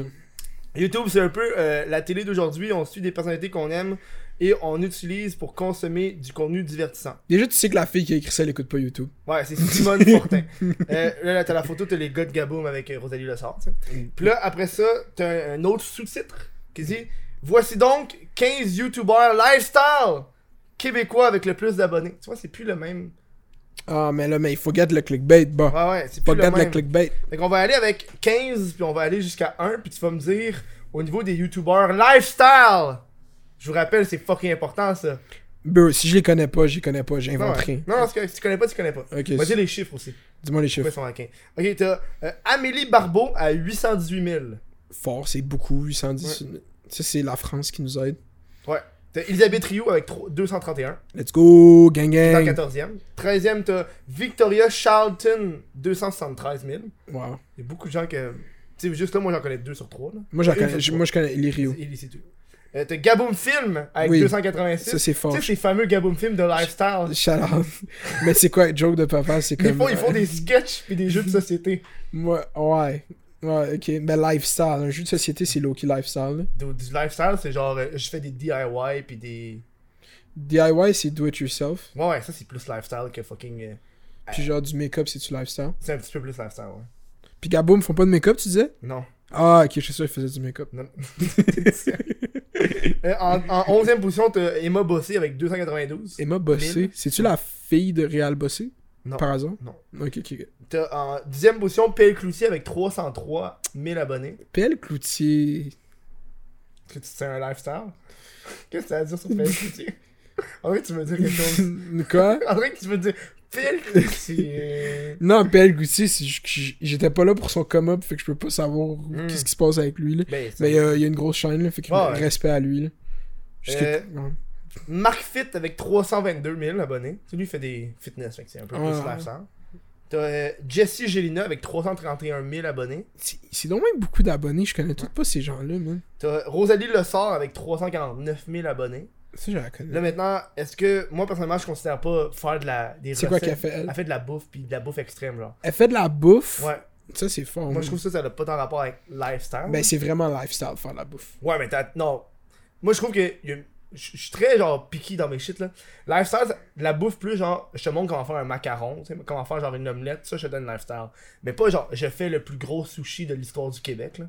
[SPEAKER 1] YouTube, c'est un peu euh, la télé d'aujourd'hui. On suit des personnalités qu'on aime et on utilise pour consommer du contenu divertissant.
[SPEAKER 2] Déjà, tu sais que la fille qui a écrit ça, elle écoute pas YouTube.
[SPEAKER 1] Ouais, c'est Simone Fortin. Euh, là, là, t'as la photo, t'as les gars de Gaboum avec euh, Rosalie Lessard. tu sais. Puis là, après ça, t'as un autre sous-titre qui dit Voici donc 15 youtubeurs lifestyle québécois avec le plus d'abonnés. Tu vois, c'est plus le même.
[SPEAKER 2] Ah, mais là, mais il faut garder le clickbait, bah.
[SPEAKER 1] Ouais, ouais, c'est
[SPEAKER 2] Faut
[SPEAKER 1] plus le
[SPEAKER 2] garder
[SPEAKER 1] même.
[SPEAKER 2] le clickbait.
[SPEAKER 1] Fait qu'on va aller avec 15, puis on va aller jusqu'à 1, puis tu vas me dire, au niveau des youtubeurs lifestyle, je vous rappelle, c'est fucking important ça.
[SPEAKER 2] Bro, si je les connais pas, je les connais pas,
[SPEAKER 1] Non,
[SPEAKER 2] j'invente
[SPEAKER 1] ouais.
[SPEAKER 2] rien.
[SPEAKER 1] non, non, c'est correct. si tu connais pas, tu connais pas.
[SPEAKER 2] Ok,
[SPEAKER 1] Vas-y
[SPEAKER 2] c'est-
[SPEAKER 1] les chiffres aussi.
[SPEAKER 2] dis-moi les
[SPEAKER 1] Ouais, ils
[SPEAKER 2] chiffres.
[SPEAKER 1] sont à 15. Ok, t'as euh, Amélie Barbeau à 818 000.
[SPEAKER 2] Fort, c'est beaucoup, 810. Ça, c'est la France qui nous aide.
[SPEAKER 1] Ouais. T'as Elisabeth Rio avec trois- 231,
[SPEAKER 2] Let's go,
[SPEAKER 1] dans
[SPEAKER 2] gang gang.
[SPEAKER 1] 14e. 13e, t'as Victoria Charlton, 273 000.
[SPEAKER 2] Wow.
[SPEAKER 1] Il y a beaucoup de gens que. Tu sais, juste là, moi j'en connais 2 sur 3. Là.
[SPEAKER 2] Moi, je
[SPEAKER 1] Une
[SPEAKER 2] connais,
[SPEAKER 1] sur
[SPEAKER 2] moi, je connais les Rio.
[SPEAKER 1] Il est tout. Euh, t'as Gaboum Film avec
[SPEAKER 2] Oui.
[SPEAKER 1] 286.
[SPEAKER 2] Ça, c'est
[SPEAKER 1] Tu
[SPEAKER 2] fort.
[SPEAKER 1] sais, ces fameux Gaboum Film de lifestyle.
[SPEAKER 2] Shout out. *laughs* mais c'est quoi, joke de papa, c'est comme. euh,
[SPEAKER 1] Ils font, ils font des sketchs puis des jeux de société.
[SPEAKER 2] Moi, ouais. Ouais, ok. Mais lifestyle, un jeu de société, c'est low-key lifestyle. là.
[SPEAKER 1] Du, du lifestyle, c'est genre, euh, je fais des DIY puis des.
[SPEAKER 2] DIY, c'est do it yourself.
[SPEAKER 1] Ouais, ouais, ça c'est plus lifestyle que fucking. euh,
[SPEAKER 2] Puis genre du make-up, c'est du lifestyle.
[SPEAKER 1] C'est un petit peu plus lifestyle, ouais.
[SPEAKER 2] Puis Gaboum font pas de make-up, tu disais
[SPEAKER 1] Non.
[SPEAKER 2] Ah, ok, je suis sûr qu'ils faisaient du make-up. *laughs*
[SPEAKER 1] non. Euh, en, en 11ème position, t'as Emma Bossé avec 292.
[SPEAKER 2] Emma Bossé,
[SPEAKER 1] Mille.
[SPEAKER 2] c'est-tu la fille de Réal Bossé
[SPEAKER 1] Non.
[SPEAKER 2] Par hasard
[SPEAKER 1] Non.
[SPEAKER 2] Ok, ok. ok.
[SPEAKER 1] T'as en 10ème position, PL Cloutier avec 303 000 abonnés.
[SPEAKER 2] PL Cloutier. *laughs*
[SPEAKER 1] Est-ce que tu sais un lifestyle Qu'est-ce que ça veut dire sur
[SPEAKER 2] *laughs*
[SPEAKER 1] PL Cloutier En vrai, tu veux dire quelque chose.
[SPEAKER 2] quoi
[SPEAKER 1] En vrai, tu veux dire PL Cloutier.
[SPEAKER 2] *laughs* Non, PL Cloutier, c'est juste que j- j'étais pas là pour son come-up, fait que je peux pas savoir
[SPEAKER 1] Mm.
[SPEAKER 2] qu'est-ce qui se passe avec lui. Là.
[SPEAKER 1] Ben,
[SPEAKER 2] Mais
[SPEAKER 1] c'est-
[SPEAKER 2] euh, il y a une grosse chaîne, là, fait que
[SPEAKER 1] Ouais, ouais.
[SPEAKER 2] respect à lui. Là. Juste que-
[SPEAKER 1] Euh,
[SPEAKER 2] ouais.
[SPEAKER 1] Marc Fit avec 322 000 abonnés. Celui lui fait des fitness, fait que c'est un peu
[SPEAKER 2] Ouais,
[SPEAKER 1] plus
[SPEAKER 2] ouais.
[SPEAKER 1] lifestyle. T'as euh, Jessie Gélina avec 331 000 abonnés.
[SPEAKER 2] C'est c'est donc même beaucoup d'abonnés, je connais toutes pas ces gens-là, man.
[SPEAKER 1] T'as Rosalie Lessard avec 349 000 abonnés.
[SPEAKER 2] Ça, je la connais.
[SPEAKER 1] Là maintenant, est-ce que moi personnellement je considère pas faire de la des
[SPEAKER 2] C'est quoi
[SPEAKER 1] recettes.
[SPEAKER 2] qu'elle fait, elle?
[SPEAKER 1] Elle fait de la bouffe puis de la bouffe extrême genre.
[SPEAKER 2] Elle fait de la bouffe.
[SPEAKER 1] Ouais.
[SPEAKER 2] Ça, c'est fort.
[SPEAKER 1] Moi
[SPEAKER 2] man.
[SPEAKER 1] je trouve ça ça n'a pas tant rapport avec lifestyle.
[SPEAKER 2] Ben, c'est vraiment lifestyle faire de la bouffe.
[SPEAKER 1] Ouais, mais t'as. Non. Moi, je trouve que. y a- Je je suis très, genre, piqué dans mes shit, là. Lifestyle, ça- la bouffe plus, genre, je te montre comment faire un macaron, tu sais, comment faire, genre, une omelette, ça, je te donne lifestyle. Mais pas, genre, je fais le plus gros sushi de l'histoire du Québec, là.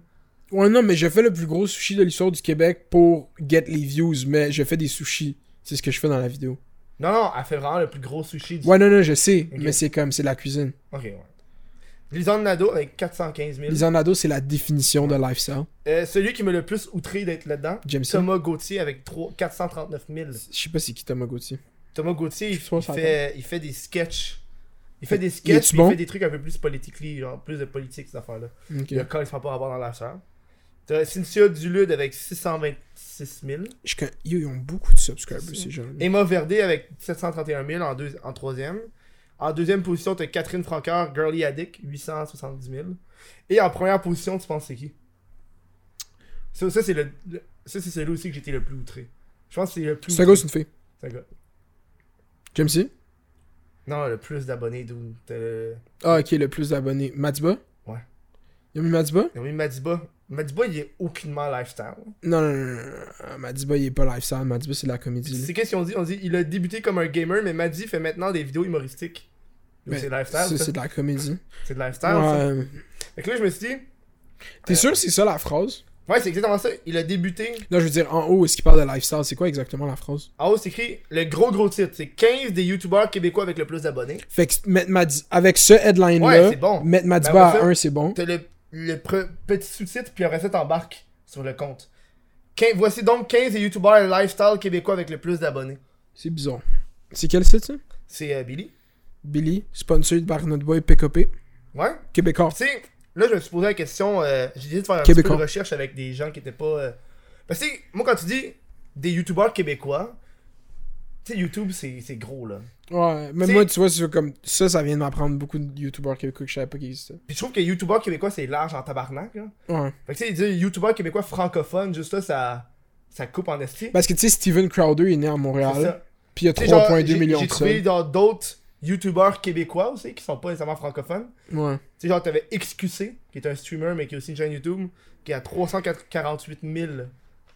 [SPEAKER 2] Ouais, non, mais je fais le plus gros sushi de l'histoire du Québec pour get les views, mais je fais des sushis. C'est ce que je fais dans la vidéo.
[SPEAKER 1] Non, non, elle fait vraiment le plus gros sushi du.
[SPEAKER 2] Ouais, non, non, je sais,
[SPEAKER 1] Ok.
[SPEAKER 2] mais c'est comme, c'est de la cuisine.
[SPEAKER 1] Ok, ouais. Lisanne Nadeau avec 415 000.
[SPEAKER 2] Les Anado, c'est la définition de lifestyle.
[SPEAKER 1] Euh, celui qui me le plus outré d'être là-dedans,
[SPEAKER 2] Jameson.
[SPEAKER 1] Thomas Gauthier avec 3... 439 000.
[SPEAKER 2] Je sais pas c'est qui Thomas Gauthier.
[SPEAKER 1] Thomas Gauthier, il,
[SPEAKER 2] Je pense
[SPEAKER 1] il
[SPEAKER 2] ça
[SPEAKER 1] fait, il fait des sketchs. Il fait des
[SPEAKER 2] Il est-tu
[SPEAKER 1] sketchs, puis
[SPEAKER 2] bon?
[SPEAKER 1] il fait des trucs un peu plus politiquement, genre, plus de politique, ces affaires-là.
[SPEAKER 2] Ok.
[SPEAKER 1] Il y a quand ils se font pas avoir dans la chambre. T'as Cynthia Dulude avec 626 000.
[SPEAKER 2] Je con- Yo, ils ont beaucoup de subscribers, ces gens
[SPEAKER 1] Emma Verdé avec 731 000 en, deux, en troisième. En deuxième position, t'as Catherine Francoeur, Girly Addict, 870 000. Et en première position, tu penses c'est qui Ça, ça, c'est le, le- ça c'est celui aussi que j'étais le plus outré. Je pense que c'est le plus.
[SPEAKER 2] C'est un gars, c'est une fille.
[SPEAKER 1] C'est un gars.
[SPEAKER 2] Jamesy?
[SPEAKER 1] Non, le plus d'abonnés, d'où. t'as le-
[SPEAKER 2] Ah, ok, le plus d'abonnés. Mathiba?
[SPEAKER 1] Ouais.
[SPEAKER 2] Ils ont mis Madiba?
[SPEAKER 1] Ils ont mis Madiba. Madiba, il est aucunement lifestyle.
[SPEAKER 2] Non, non, non, non, non. Madiba, il est pas lifestyle. Madiba, c'est de la comédie. là.
[SPEAKER 1] C'est qu'est-ce qu'ils ont dit On dit il a débuté comme un gamer, mais Madi fait maintenant des vidéos humoristiques. Donc,
[SPEAKER 2] Mais
[SPEAKER 1] C'est lifestyle,
[SPEAKER 2] ça,
[SPEAKER 1] ça.
[SPEAKER 2] c'est de la comédie.
[SPEAKER 1] c'est de lifestyle. ça.
[SPEAKER 2] Ouais.
[SPEAKER 1] Fait que là, je me suis dit,
[SPEAKER 2] T'es sûr que c'est ça la phrase?
[SPEAKER 1] ouais, c'est exactement ça. Il a débuté.
[SPEAKER 2] Non, je veux dire, en haut, est-ce qu'il parle de lifestyle? C'est quoi exactement la phrase?
[SPEAKER 1] En haut, c'est écrit le gros gros titre. C'est 15 des youtubeurs québécois avec le plus d'abonnés.
[SPEAKER 2] Fait que mettre Madi- avec ce headline-là,
[SPEAKER 1] Ouais, c'est bon.
[SPEAKER 2] mettre
[SPEAKER 1] Ben,
[SPEAKER 2] Madiba
[SPEAKER 1] après
[SPEAKER 2] à
[SPEAKER 1] ça-
[SPEAKER 2] 1, c'est bon.
[SPEAKER 1] T'as le, le pre- petit sous-titre, puis après ça, t'embarques sur le compte. Quin- voici donc 15 des youtubeurs lifestyle québécois avec le plus d'abonnés.
[SPEAKER 2] C'est bizarre. C'est quel site, ça?
[SPEAKER 1] C'est euh, Billy.
[SPEAKER 2] Billy, sponsored par notre boy PKP.
[SPEAKER 1] Ouais.
[SPEAKER 2] Québécois.
[SPEAKER 1] Tu sais, là, je me suis posé la question. euh, j'ai décidé de faire un
[SPEAKER 2] Québécois.
[SPEAKER 1] petit peu de recherche avec des gens qui étaient pas. euh, Parce que, tu sais, moi, quand tu dis des youtubeurs québécois, tu sais, YouTube, c'est c'est gros, là.
[SPEAKER 2] Ouais, mais
[SPEAKER 1] C'est-
[SPEAKER 2] moi, tu vois, c'est comme ça, ça vient de m'apprendre beaucoup de youtubeurs québécois que je savais pas qu'ils existaient.
[SPEAKER 1] Puis je trouve que youtubeurs québécois, c'est large en tabarnak, là.
[SPEAKER 2] Ouais.
[SPEAKER 1] Fait que, tu sais, dire youtubeurs québécois francophones, juste là, ça, ça coupe en esti.
[SPEAKER 2] Parce que tu sais, Steven Crowder est né à
[SPEAKER 1] C'est
[SPEAKER 2] Montréal,
[SPEAKER 1] ça.
[SPEAKER 2] puis il y a
[SPEAKER 1] Tu sais, genre,
[SPEAKER 2] 3,2
[SPEAKER 1] j'ai-
[SPEAKER 2] millions
[SPEAKER 1] J'ai
[SPEAKER 2] de
[SPEAKER 1] trouvé
[SPEAKER 2] subs.
[SPEAKER 1] dans d'autres youtubeurs québécois aussi, qui sont pas nécessairement francophones.
[SPEAKER 2] Ouais.
[SPEAKER 1] Tu sais, genre, t'avais XQC, qui est un streamer, mais qui est aussi une chaîne YouTube, qui a 348 000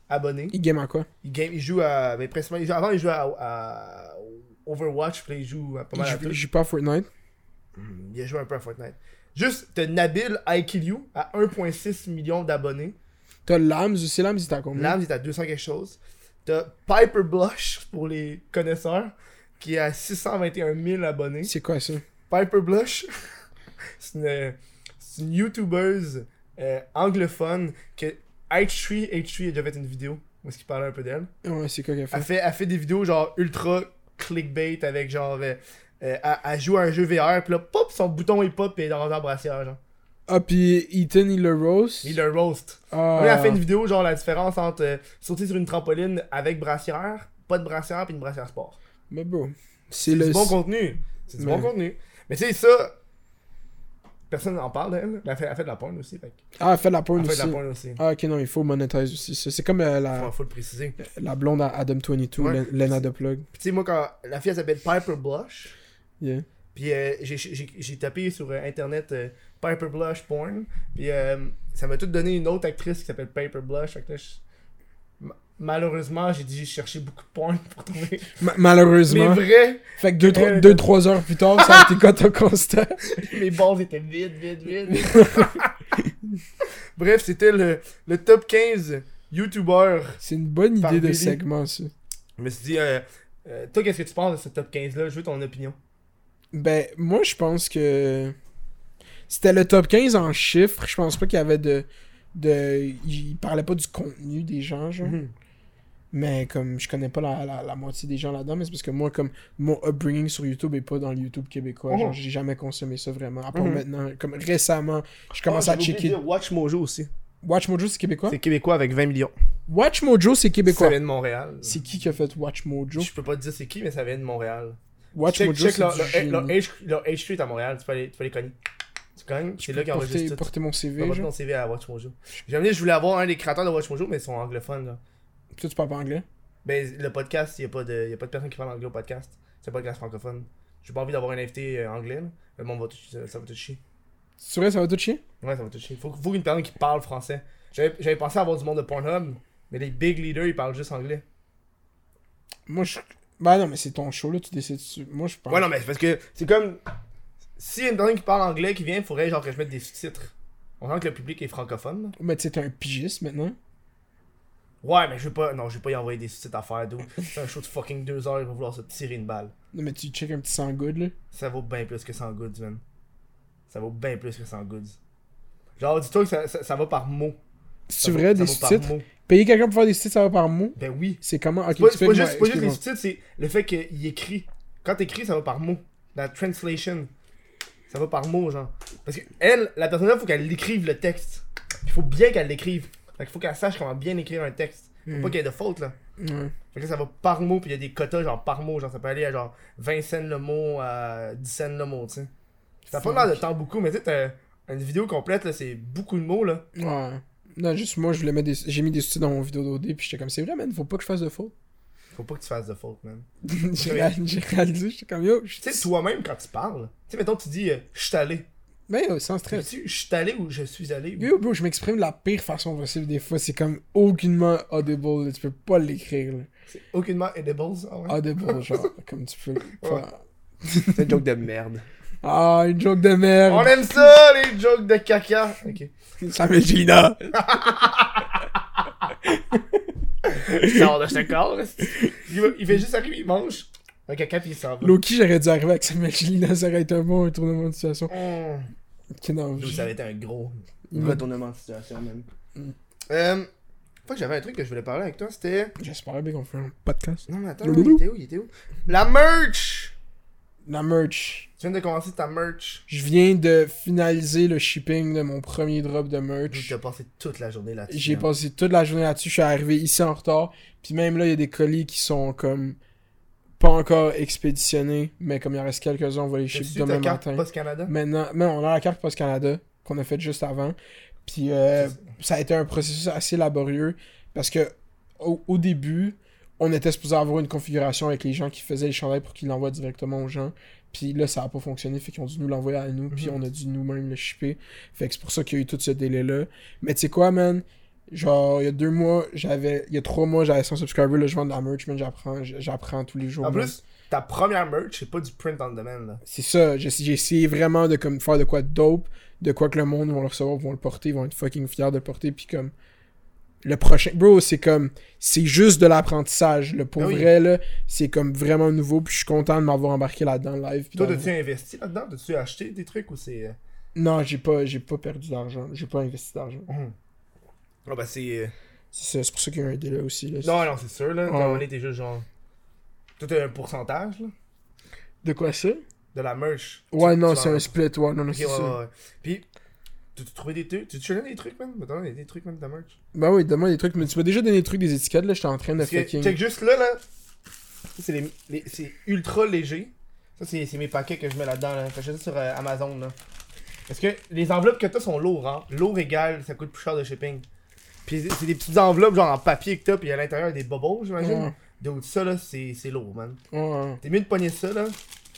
[SPEAKER 1] abonnés.
[SPEAKER 2] Il game à quoi
[SPEAKER 1] Il, game, il joue à. Ben, principalement, il joue- avant, il jouait à, à Overwatch, puis là, il joue à pas
[SPEAKER 2] Il
[SPEAKER 1] mal à
[SPEAKER 2] joue-
[SPEAKER 1] tout.
[SPEAKER 2] il joue pas à Fortnite.
[SPEAKER 1] Mm, Il a joué un peu à Fortnite. Juste, t'as Nabil I Kill You à 1,6 million d'abonnés.
[SPEAKER 2] T'as Lams aussi, Lams, il t'a combien
[SPEAKER 1] Lams est à 200 quelque chose. T'as Piper Blush, pour les connaisseurs, qui est à 621 000 abonnés.
[SPEAKER 2] C'est quoi ça
[SPEAKER 1] Piper Blush, *laughs* c'est une, c'est une youtubeuse euh, anglophone que H3, H3 a déjà fait une vidéo où est-ce qu'il parlait un peu d'elle.
[SPEAKER 2] Ouais, c'est quoi qu'elle
[SPEAKER 1] Elle
[SPEAKER 2] fait
[SPEAKER 1] fait, elle fait des vidéos genre ultra clickbait avec genre. Euh, euh, elle, elle joue à un jeu VR, puis là, pop, son bouton est pop, et elle est dans un brassière, genre.
[SPEAKER 2] Ah, puis Ethan, il le roast.
[SPEAKER 1] Il le roast.
[SPEAKER 2] Ah.
[SPEAKER 1] Là, elle fait une vidéo, genre la différence entre euh, sauter sur une trampoline avec brassière, pas de brassière, puis une brassière sport.
[SPEAKER 2] Mais bro, c'est
[SPEAKER 1] C'est
[SPEAKER 2] le.
[SPEAKER 1] du bon contenu. C'est du
[SPEAKER 2] Mais-
[SPEAKER 1] bon contenu. Mais tu sais, ça. Personne n'en parle d'elle. Mais Elle fait, elle fait de la porn aussi. Fait. que-
[SPEAKER 2] Ah, elle fait de la porn
[SPEAKER 1] Elle fait
[SPEAKER 2] aussi.
[SPEAKER 1] de la porn aussi.
[SPEAKER 2] Ah, ok, non, il faut monétiser aussi. ça. C'est comme euh, la,
[SPEAKER 1] Faut, faut le préciser. Puis
[SPEAKER 2] la blonde à Adam22,
[SPEAKER 1] Ouais.
[SPEAKER 2] Len- Lena de Plug.
[SPEAKER 1] tu sais, moi, quand la fille elle s'appelle Piper Blush,
[SPEAKER 2] Yeah.
[SPEAKER 1] Puis euh, j'ai- j'ai j'ai tapé sur euh, internet euh, Piper Blush Porn. Puis euh, ça m'a tout donné une autre actrice qui s'appelle Piper Blush. Fait que là, je- ma- malheureusement, j'ai dit j'ai cherché beaucoup de porn *laughs* pour trouver.
[SPEAKER 2] Ma-
[SPEAKER 1] Mais
[SPEAKER 2] malheureusement.
[SPEAKER 1] vrai,
[SPEAKER 2] Fait que 2-3
[SPEAKER 1] Euh,
[SPEAKER 2] heures plus tard, ça
[SPEAKER 1] *laughs*
[SPEAKER 2] a été quoi ton constat
[SPEAKER 1] mes bases étaient vides, vides, vides. Bref, c'était le, le top 15 YouTubeurs.
[SPEAKER 2] C'est une bonne idée
[SPEAKER 1] Par
[SPEAKER 2] de
[SPEAKER 1] Billy.
[SPEAKER 2] segment, ça.
[SPEAKER 1] Je me suis dit, euh, euh, toi, qu'est-ce que tu penses de ce top 15-là Je veux ton opinion.
[SPEAKER 2] Ben, moi, je pense que. C'était le top 15 en chiffres. Je pense pas qu'il y avait de. de... Il parlait pas du contenu des gens, genre.
[SPEAKER 1] Mhm.
[SPEAKER 2] Mais comme je connais pas la, la, la moitié des gens là-dedans, mais c'est parce que moi, comme mon upbringing sur YouTube est pas dans le YouTube québécois.
[SPEAKER 1] Mhm.
[SPEAKER 2] Genre, j'ai jamais consommé ça vraiment. À part
[SPEAKER 1] Mhm. Ah,
[SPEAKER 2] maintenant, comme récemment, je commence à checker.
[SPEAKER 1] Watch Mojo aussi.
[SPEAKER 2] Watch Mojo, c'est québécois
[SPEAKER 1] C'est québécois avec 20 millions.
[SPEAKER 2] Watch Mojo, c'est
[SPEAKER 1] Ça
[SPEAKER 2] québécois.
[SPEAKER 1] vient de Montréal.
[SPEAKER 2] C'est qui qui a fait Watch Mojo
[SPEAKER 1] Je peux pas te dire c'est qui, mais ça vient de Montréal.
[SPEAKER 2] Watch
[SPEAKER 1] check,
[SPEAKER 2] Mojo,
[SPEAKER 1] check
[SPEAKER 2] c'est
[SPEAKER 1] leur,
[SPEAKER 2] du
[SPEAKER 1] leur-
[SPEAKER 2] génie.
[SPEAKER 1] leur H, leur H Street à Montréal, tu peux aller, tu peux aller cogner. Tu cognes, c'est là qu'ils
[SPEAKER 2] porter,
[SPEAKER 1] enregistrent tout.
[SPEAKER 2] porter mon
[SPEAKER 1] Tu vas
[SPEAKER 2] CV.
[SPEAKER 1] porter
[SPEAKER 2] Genre.
[SPEAKER 1] ton CV à Watch Mojo. J'ai amené, je voulais avoir un des créateurs de Watch Mojo, mais ils sont anglophones. Là.
[SPEAKER 2] Toi, tu parles pas anglais.
[SPEAKER 1] Ben, le podcast, il n'y a, pas de- y a pas de personne qui parle anglais au podcast. C'est un podcast francophone. J'ai pas envie d'avoir un invité euh, anglais. Là. Le monde va tout, ça, ça va tout chier.
[SPEAKER 2] C'est vrai, ça va tout chier
[SPEAKER 1] Ouais, ça va tout chier. Faut, faut une personne qui parle français. J'avais j'avais pensé avoir du monde de Pornhub, mais les big leaders, ils parlent juste anglais.
[SPEAKER 2] Moi, je. Bah non, mais c'est ton show, là, tu décides. tu- Moi, je parle.
[SPEAKER 1] Ouais, non, mais c'est parce que c'est comme. S'il y a une personne qui parle anglais qui vient, il faudrait genre que je mette des sous-titres. On sent que le public est francophone. là.
[SPEAKER 2] Mais tu sais, t'es un pigiste maintenant.
[SPEAKER 1] Ouais, mais je vais pas. Non, je vais pas y envoyer des sous-titres à faire, d'où. C'est un show de fucking deux heures, il va vouloir se tirer une balle.
[SPEAKER 2] Non, mais tu check un petit sang good, là.
[SPEAKER 1] Ça vaut bien plus que 100 goods, man. Ça vaut bien plus que 100 goods. Genre, dis-toi que ça, ça- ça va par mot. Ça
[SPEAKER 2] C'est
[SPEAKER 1] vaut-
[SPEAKER 2] vrai,
[SPEAKER 1] ça
[SPEAKER 2] des
[SPEAKER 1] vaut par
[SPEAKER 2] sous-titres.
[SPEAKER 1] mot.
[SPEAKER 2] Payer quelqu'un pour faire des sous-titres, ça va par mot.
[SPEAKER 1] Ben oui.
[SPEAKER 2] C'est comment Ok,
[SPEAKER 1] C'est pas,
[SPEAKER 2] tu
[SPEAKER 1] c'est
[SPEAKER 2] fais
[SPEAKER 1] pas
[SPEAKER 2] que-
[SPEAKER 1] juste, c'est pas juste les
[SPEAKER 2] excuse-moi.
[SPEAKER 1] sous-titres, c'est le fait qu'il écrit. Quand t'écris, ça va par mot. La translation, ça va par mot, genre. Parce que elle, la personne-là, faut qu'elle écrive le texte. Il faut bien qu'elle l'écrive. Fait qu'il faut qu'elle sache comment bien écrire un texte. Faut pas qu'il y ait de faute, là.
[SPEAKER 2] Hmm. Ouais.
[SPEAKER 1] Fait que là, ça va par mot, puis il y a des quotas, genre par mot. Genre, ça peut aller à genre 20 cents le mot, à 10 cents le mot, tu sais. Ça prend l'air de temps beaucoup, mais tu sais, t'as une vidéo complète, là, c'est beaucoup de mots, là.
[SPEAKER 2] Ouais. Non, juste moi, je voulais mettre des... j'ai mis des sous-titres dans mon vidéo d'OD, puis j'étais comme, c'est vrai, man, faut pas que je fasse de faute. *laughs*
[SPEAKER 1] Faut pas que tu fasses de faute, man.
[SPEAKER 2] j'ai réalisé, j'ai réalisé, j'étais comme, yo, je
[SPEAKER 1] Tu sais, toi-même, quand tu parles, tu sais, mettons, tu dis, euh, je suis allé.
[SPEAKER 2] Mais euh, sans stress.
[SPEAKER 1] Tu- Je suis allé où je suis allé. où?
[SPEAKER 2] Yo, bro, je m'exprime de la pire façon possible des fois. C'est comme aucunement audible. là. Tu peux pas l'écrire. là.
[SPEAKER 1] C'est aucunement edibles. Mm. Ah ouais.
[SPEAKER 2] Audible, genre, *laughs* comme tu peux. le faire.
[SPEAKER 1] C'est une joke de merde.
[SPEAKER 2] Ah, une joke
[SPEAKER 1] *laughs*
[SPEAKER 2] de
[SPEAKER 1] On
[SPEAKER 2] merde.
[SPEAKER 1] aime ça, les jokes de caca. Ok.
[SPEAKER 2] Ça m'est Gina.
[SPEAKER 1] Il sort de ce corps. là. Il, va- il fait juste arriver, il mange. Un caca, puis il s'en va.
[SPEAKER 2] Loki, j'aurais dû arriver avec Samuel Gina, ça aurait été un bon retournement de situation.
[SPEAKER 1] Mmh.
[SPEAKER 2] Ok, non,
[SPEAKER 1] D'où
[SPEAKER 2] je-
[SPEAKER 1] ça avait été un gros
[SPEAKER 2] Mm.
[SPEAKER 1] retournement de situation, même.
[SPEAKER 2] Mm.
[SPEAKER 1] Euh, je crois que j'avais un truc que je voulais parler avec toi, c'était... j'espère
[SPEAKER 2] j'espère bien qu'on fait un podcast.
[SPEAKER 1] Non, mais attends,
[SPEAKER 2] Loulou.
[SPEAKER 1] il était où, il était où? La merch!
[SPEAKER 2] La merch.
[SPEAKER 1] Tu viens de commencer ta merch.
[SPEAKER 2] Je viens de finaliser le shipping de mon premier drop de merch.
[SPEAKER 1] J'ai passé toute la journée là-dessus.
[SPEAKER 2] J'ai
[SPEAKER 1] hein.
[SPEAKER 2] passé toute la journée là-dessus. Je suis arrivé ici en retard. Puis même là, il y a des colis qui sont comme pas encore expéditionnés. Mais comme il en reste quelques-uns, on va les
[SPEAKER 1] T'as-tu
[SPEAKER 2] ship demain
[SPEAKER 1] ta carte
[SPEAKER 2] matin.
[SPEAKER 1] Post Canada.
[SPEAKER 2] Maintenant, mais on a la carte Post Canada qu'on a faite juste avant. Puis euh, ça a été un processus assez laborieux parce que au, au début, on était supposé avoir une configuration avec les gens qui faisaient les chandails pour qu'ils l'envoient directement aux gens. Puis là, ça a pas fonctionné, fait qu'ils ont dû nous l'envoyer à nous, puis
[SPEAKER 1] Mhm.
[SPEAKER 2] on a dû nous-mêmes le shipper. Fait que c'est pour ça qu'il y a eu tout ce délai-là. Mais tu sais quoi, man? Genre, il y a deux mois, j'avais. Il y a trois mois, j'avais 100 subscribers, là, je vends de la merch, man, j'apprends, j'apprends tous les jours.
[SPEAKER 1] En
[SPEAKER 2] man.
[SPEAKER 1] plus, ta première merch, c'est pas du print on demand, là.
[SPEAKER 2] C'est ça, j'ai j'ai essayé vraiment de comme faire de quoi de dope, de quoi que le monde vont le recevoir, vont le porter, vont être fucking fiers de le porter, puis comme le prochain bro, c'est comme c'est juste de l'apprentissage, le pour
[SPEAKER 1] Ah oui.
[SPEAKER 2] vrai là, c'est comme vraiment nouveau, puis je suis content de m'avoir embarqué là-dedans live. puis
[SPEAKER 1] Toi,
[SPEAKER 2] d'avoir-
[SPEAKER 1] t'as-tu investi là-dedans? T'as-tu acheté des trucs ou c'est... euh,
[SPEAKER 2] Non, j'ai pas j'ai pas perdu d'argent, j'ai pas investi d'argent.
[SPEAKER 1] hum. Ah bah c'est... euh,
[SPEAKER 2] ben, C'est ça, c'est pour ça qu'il y a eu un délai aussi là.
[SPEAKER 1] Non, non, c'est sûr, là. T'as
[SPEAKER 2] Ouais.
[SPEAKER 1] un moment donné, t'es juste genre... Toi, t'as un pourcentage, là,
[SPEAKER 2] De quoi ça
[SPEAKER 1] de la merch.
[SPEAKER 2] Ouais,
[SPEAKER 1] Tu-
[SPEAKER 2] non,
[SPEAKER 1] tu
[SPEAKER 2] c'est
[SPEAKER 1] en-
[SPEAKER 2] un split, ouais, non, non,
[SPEAKER 1] Ok,
[SPEAKER 2] c'est
[SPEAKER 1] ouais,
[SPEAKER 2] ça.
[SPEAKER 1] ouais, ouais. Puis, tu tu trouvais des trucs, tu tu donnais des trucs, man? Maintenant, il y a des trucs, man, de la merch.
[SPEAKER 2] Bah oui, donne-moi des trucs, mais tu m'as déjà donné des trucs, des étiquettes là, j'étais en train de
[SPEAKER 1] Parce que,
[SPEAKER 2] fucking.
[SPEAKER 1] check juste là, là. Ça, c'est les- les- c'est ultra léger. Ça, c'est c'est mes paquets que je mets là-dedans, là. T'achètes ça sur euh, Amazon, là. Parce que les enveloppes que t'as sont lourdes, hein. Lourd égal, ça coûte plus cher de shipping. Puis, c'est- c'est des petites enveloppes, genre en papier que t'as, puis à l'intérieur, il y a des bubbles, j'imagine.
[SPEAKER 2] Ouais,
[SPEAKER 1] Donc, ça, là, c'est c'est lourd, man.
[SPEAKER 2] ouais, ouais.
[SPEAKER 1] T'es mieux de pogner ça, là.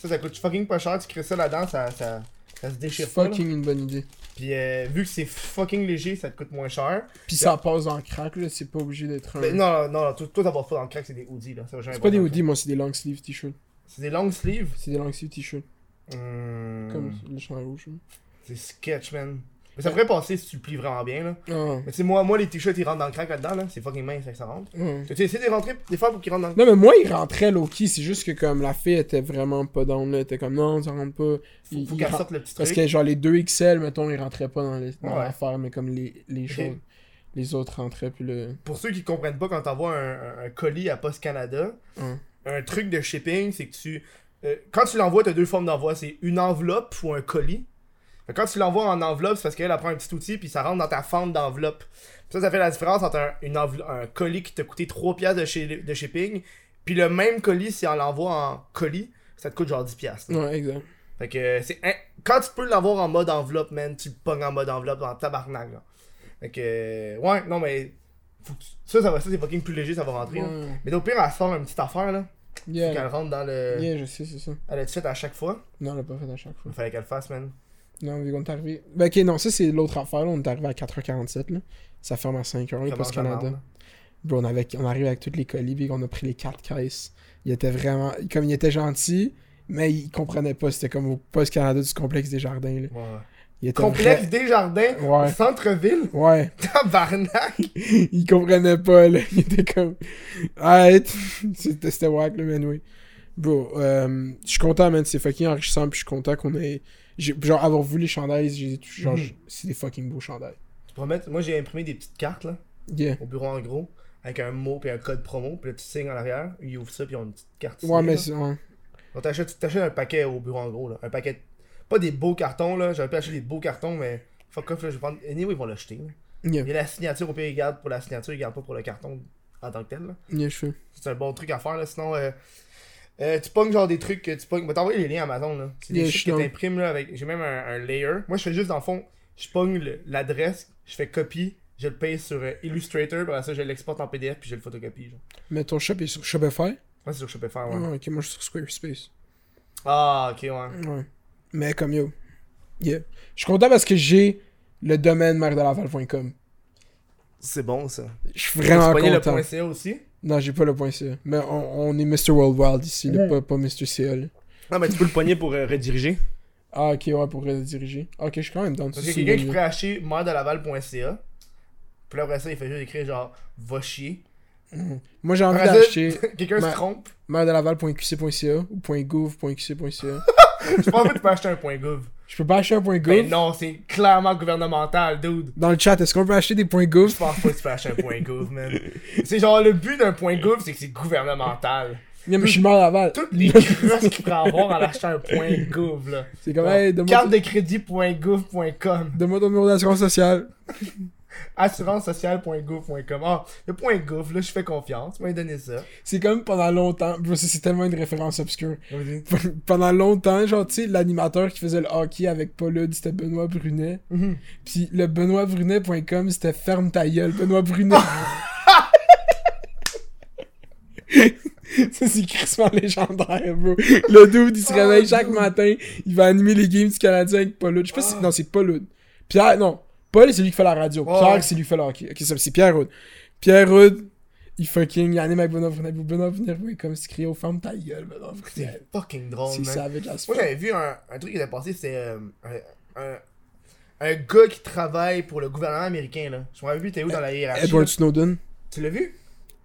[SPEAKER 1] Ça, ça coûte fucking pas cher. Tu crées ça là-dedans, ça, ça, ça se
[SPEAKER 2] C'est
[SPEAKER 1] déchire pas. là.
[SPEAKER 2] fucking une bonne idée.
[SPEAKER 1] Puis euh, vu que c'est fucking léger, ça te coûte moins cher.
[SPEAKER 2] Puis ça passe dans le crack, là, c'est pas obligé d'être un.
[SPEAKER 1] Mais non, non, non, toi, toi, t'abordes pas dans le crack, c'est des hoodies, là. Ça va jamais
[SPEAKER 2] c'est pas des
[SPEAKER 1] passer.
[SPEAKER 2] hoodies, moi, c'est des long sleeve t-shirts.
[SPEAKER 1] C'est des longues sleeves.
[SPEAKER 2] C'est des long sleeve t-shirts.
[SPEAKER 1] Hmm,
[SPEAKER 2] Comme le chandail rouge. là.
[SPEAKER 1] C'est sketch, man. Mais ça pourrait passer si tu le plies vraiment bien, là.
[SPEAKER 2] Ah,
[SPEAKER 1] Mais tu sais, moi, moi, les t-shirts, ils rentrent dans le crack là-dedans, là. C'est fucking mince, ça, ça rentre.
[SPEAKER 2] ah.
[SPEAKER 1] Tu essaies de les rentrer des fois pour qu'ils rentrent dans le
[SPEAKER 2] Non, mais moi, il rentrait Loki, c'est juste que comme la fille était vraiment pas down, là. Elle était comme non, ça rentre pas.
[SPEAKER 1] Faut,
[SPEAKER 2] Il-
[SPEAKER 1] faut
[SPEAKER 2] il
[SPEAKER 1] qu'elle
[SPEAKER 2] ren-
[SPEAKER 1] sorte le petit truc.
[SPEAKER 2] Parce que genre les deux XL, mettons, ils rentraient pas dans les- dans
[SPEAKER 1] Ouais.
[SPEAKER 2] l'affaire, mais comme les, les
[SPEAKER 1] Ok.
[SPEAKER 2] choses. Les autres rentraient, puis le.
[SPEAKER 1] Pour ceux qui comprennent pas, quand t'envoies un, un- un colis à Post Canada,
[SPEAKER 2] Hum.
[SPEAKER 1] un truc de shipping, c'est que tu. euh, quand tu l'envoies, t'as deux formes d'envoi. C'est une enveloppe ou un colis. Fait que quand tu l'envoies en enveloppe, c'est parce qu'elle elle prend un petit outil puis ça rentre dans ta fente d'enveloppe. Ça, ça fait la différence entre un, une envel- un colis qui t'a coûté 3 piastres de, chez- de shipping, puis le même colis, si on l'envoie en colis, ça te coûte genre 10 piastres.
[SPEAKER 2] Ouais, exact.
[SPEAKER 1] Fait que euh, c'est in- quand tu peux l'avoir en mode enveloppe, man, tu le pognes en mode enveloppe dans le tabarnak. Là. Fait que euh, ouais, non mais faut que tu- ça ça va ça c'est fucking plus léger, ça va rentrer. là.
[SPEAKER 2] Ouais.
[SPEAKER 1] Mais au pire, elle sort une petite affaire là,
[SPEAKER 2] Yeah.
[SPEAKER 1] qu'elle rentre dans le
[SPEAKER 2] Yeah, je sais, c'est ça.
[SPEAKER 1] elle a fait à chaque fois.
[SPEAKER 2] Non, on l'a pas fait à chaque fois.
[SPEAKER 1] Il fallait qu'elle le fasse, man.
[SPEAKER 2] Non, vu qu'on est arrivé. Ben, ok, non, ça c'est l'autre affaire, là. On est arrivé à 4h47, là. Ça ferme à 5h,
[SPEAKER 1] Ça
[SPEAKER 2] les
[SPEAKER 1] mange
[SPEAKER 2] postes
[SPEAKER 1] la
[SPEAKER 2] Canada.
[SPEAKER 1] merde,
[SPEAKER 2] Bro, on, avait, on arrive avec tous les colis, puis on a pris les quatre caisses. Il était vraiment. Comme il était gentil, mais il comprenait pas. C'était comme au Poste Canada du complexe des jardins. Là.
[SPEAKER 1] là. Ouais.
[SPEAKER 2] Il était
[SPEAKER 1] Complexe
[SPEAKER 2] vra-
[SPEAKER 1] des jardins,
[SPEAKER 2] Ouais.
[SPEAKER 1] centre-ville, *laughs*
[SPEAKER 2] Ouais. *laughs*
[SPEAKER 1] tabarnak.
[SPEAKER 2] il comprenait pas, là. Il était comme. Arrête. *laughs* C'était c'était whack, là, mais anyway. Bro, euh, je suis content, man. C'est fucking enrichissant, puis je suis content qu'on ait. j'ai- Genre, avoir vu les chandails, j'ai- genre,
[SPEAKER 1] Mhm.
[SPEAKER 2] j- c'est des fucking beaux chandails.
[SPEAKER 1] Tu promets, moi j'ai imprimé des petites cartes là
[SPEAKER 2] Yeah.
[SPEAKER 1] au bureau en gros avec un mot puis un code promo, puis là tu signes en arrière, ils ouvrent ça puis ils ont une petite carte.
[SPEAKER 2] Ouais,
[SPEAKER 1] signée,
[SPEAKER 2] mais
[SPEAKER 1] là.
[SPEAKER 2] c'est. ouais.
[SPEAKER 1] Donc t'achètes, tu t'achètes un paquet au bureau en gros là. Un paquet. Pas des beaux cartons là. J'aurais pu acheter des beaux cartons mais fuck off là, je vais prendre. Anyway, ils vont l'acheter. là.
[SPEAKER 2] Yeah.
[SPEAKER 1] Il y a la signature, au pire ils gardent pour la signature, ils gardent pas pour le carton en tant que tel là.
[SPEAKER 2] Yeah, je fais.
[SPEAKER 1] C'est un bon truc à faire là, sinon euh, euh, tu pognes genre des trucs que tu pognes. Bah t'envoyer les liens Amazon là. C'est des
[SPEAKER 2] Yeah,
[SPEAKER 1] trucs
[SPEAKER 2] je
[SPEAKER 1] que
[SPEAKER 2] suis
[SPEAKER 1] t'imprimes là avec. J'ai même un, un layer. Moi je fais juste dans le fond, je pogne le- l'adresse, je fais copie, je le paye sur euh, Illustrator, puis après ça je l'exporte en PDF puis je le photocopie genre.
[SPEAKER 2] Mais ton shop est sur Shopify?
[SPEAKER 1] Moi c'est sur
[SPEAKER 2] Mm.
[SPEAKER 1] Shopify ouais.
[SPEAKER 2] Ah, ok, moi je suis sur Squarespace.
[SPEAKER 1] Ah ok ouais.
[SPEAKER 2] Ouais. Mais comme yo, Yeah. Je suis content parce que j'ai le domaine merdelaval.com.
[SPEAKER 1] C'est bon ça.
[SPEAKER 2] Je suis vraiment
[SPEAKER 1] Tu pognes le
[SPEAKER 2] content.
[SPEAKER 1] point .ca aussi.
[SPEAKER 2] Non, j'ai pas le point CA. Mais on, on est Mr. World Wild ici, là,
[SPEAKER 1] Ouais.
[SPEAKER 2] pas, pas Mr. CA. là.
[SPEAKER 1] Non, mais tu peux le pogner pour euh, rediriger.
[SPEAKER 2] Ah, ok, ouais, pour rediriger. Ok, je suis quand même dans
[SPEAKER 1] Parce que quelqu'un qui pourrait acheter merdelaval.ca, puis là, après ça, il fait juste écrire genre va chier.
[SPEAKER 2] Moi, j'ai envie
[SPEAKER 1] Après ça,
[SPEAKER 2] d'acheter
[SPEAKER 1] *laughs* quelqu'un
[SPEAKER 2] Ma-
[SPEAKER 1] se trompe.
[SPEAKER 2] merdelaval.qc.ca ou .gouv.qc.ca.
[SPEAKER 1] Je pense que tu peux acheter un point .gov.
[SPEAKER 2] Je peux pas acheter un
[SPEAKER 1] Mais
[SPEAKER 2] .gouv.
[SPEAKER 1] Ben non, c'est clairement gouvernemental, dude.
[SPEAKER 2] Dans le chat, est-ce qu'on peut acheter des points .gouv
[SPEAKER 1] Je pense pas que tu peux acheter un point .gov, man. C'est genre le but d'un point .gov, c'est que c'est gouvernemental.
[SPEAKER 2] Non, mais je suis mort d'aval.
[SPEAKER 1] Toutes les crosses qu'il pourrait avoir en achetant un point .gouv, là.
[SPEAKER 2] C'est comme,
[SPEAKER 1] Carte
[SPEAKER 2] hey, donne-moi
[SPEAKER 1] de crédit.gouv.com
[SPEAKER 2] donne-moi ton numéro d'assurance sociale.
[SPEAKER 1] Assurance sociale.gouv.com Ah, le point .gouv, là, je fais confiance. Tu m'as donné ça.
[SPEAKER 2] C'est comme pendant longtemps. Bro, ça, c'est tellement une référence obscure.
[SPEAKER 1] Vas-y.
[SPEAKER 2] *laughs* pendant longtemps, genre, tu sais, l'animateur qui faisait le hockey avec Paulude, c'était Benoît Brunet.
[SPEAKER 1] Mhm.
[SPEAKER 2] Puis le benoîtbrunet.com, c'était ferme ta gueule,
[SPEAKER 1] *laughs*
[SPEAKER 2] Benoît Brunet. *laughs* Ça, c'est crissement légendaire, bro. Le dude, il se
[SPEAKER 1] Ah,
[SPEAKER 2] réveille chaque
[SPEAKER 1] dude.
[SPEAKER 2] matin, il va animer les games du Canadien avec Paulude. Je sais pas
[SPEAKER 1] Ah.
[SPEAKER 2] si. Non, c'est Paulude. Pierre, non. Paul, c'est lui qui fait la radio.
[SPEAKER 1] Ouais.
[SPEAKER 2] Pierre, c'est lui qui fait le hockey. Ok, ça, c'est Pierre Hood. Pierre Hood, il fucking, il anime avec Benoît Brunet. Benoît Brunet, comme si criait au ferme ta gueule, Benoît Brunet.
[SPEAKER 1] C'est Euh, fucking drôle,
[SPEAKER 2] C'est
[SPEAKER 1] man.
[SPEAKER 2] ça avec la
[SPEAKER 1] Moi, j'avais vu un, un truc qui était passé, c'est euh, un, un, un gars qui travaille pour le gouvernement américain, là. Je me rappelle plus, t'es où dans la hiérarchie.
[SPEAKER 2] Edward
[SPEAKER 1] là.
[SPEAKER 2] Snowden.
[SPEAKER 1] Tu l'as vu?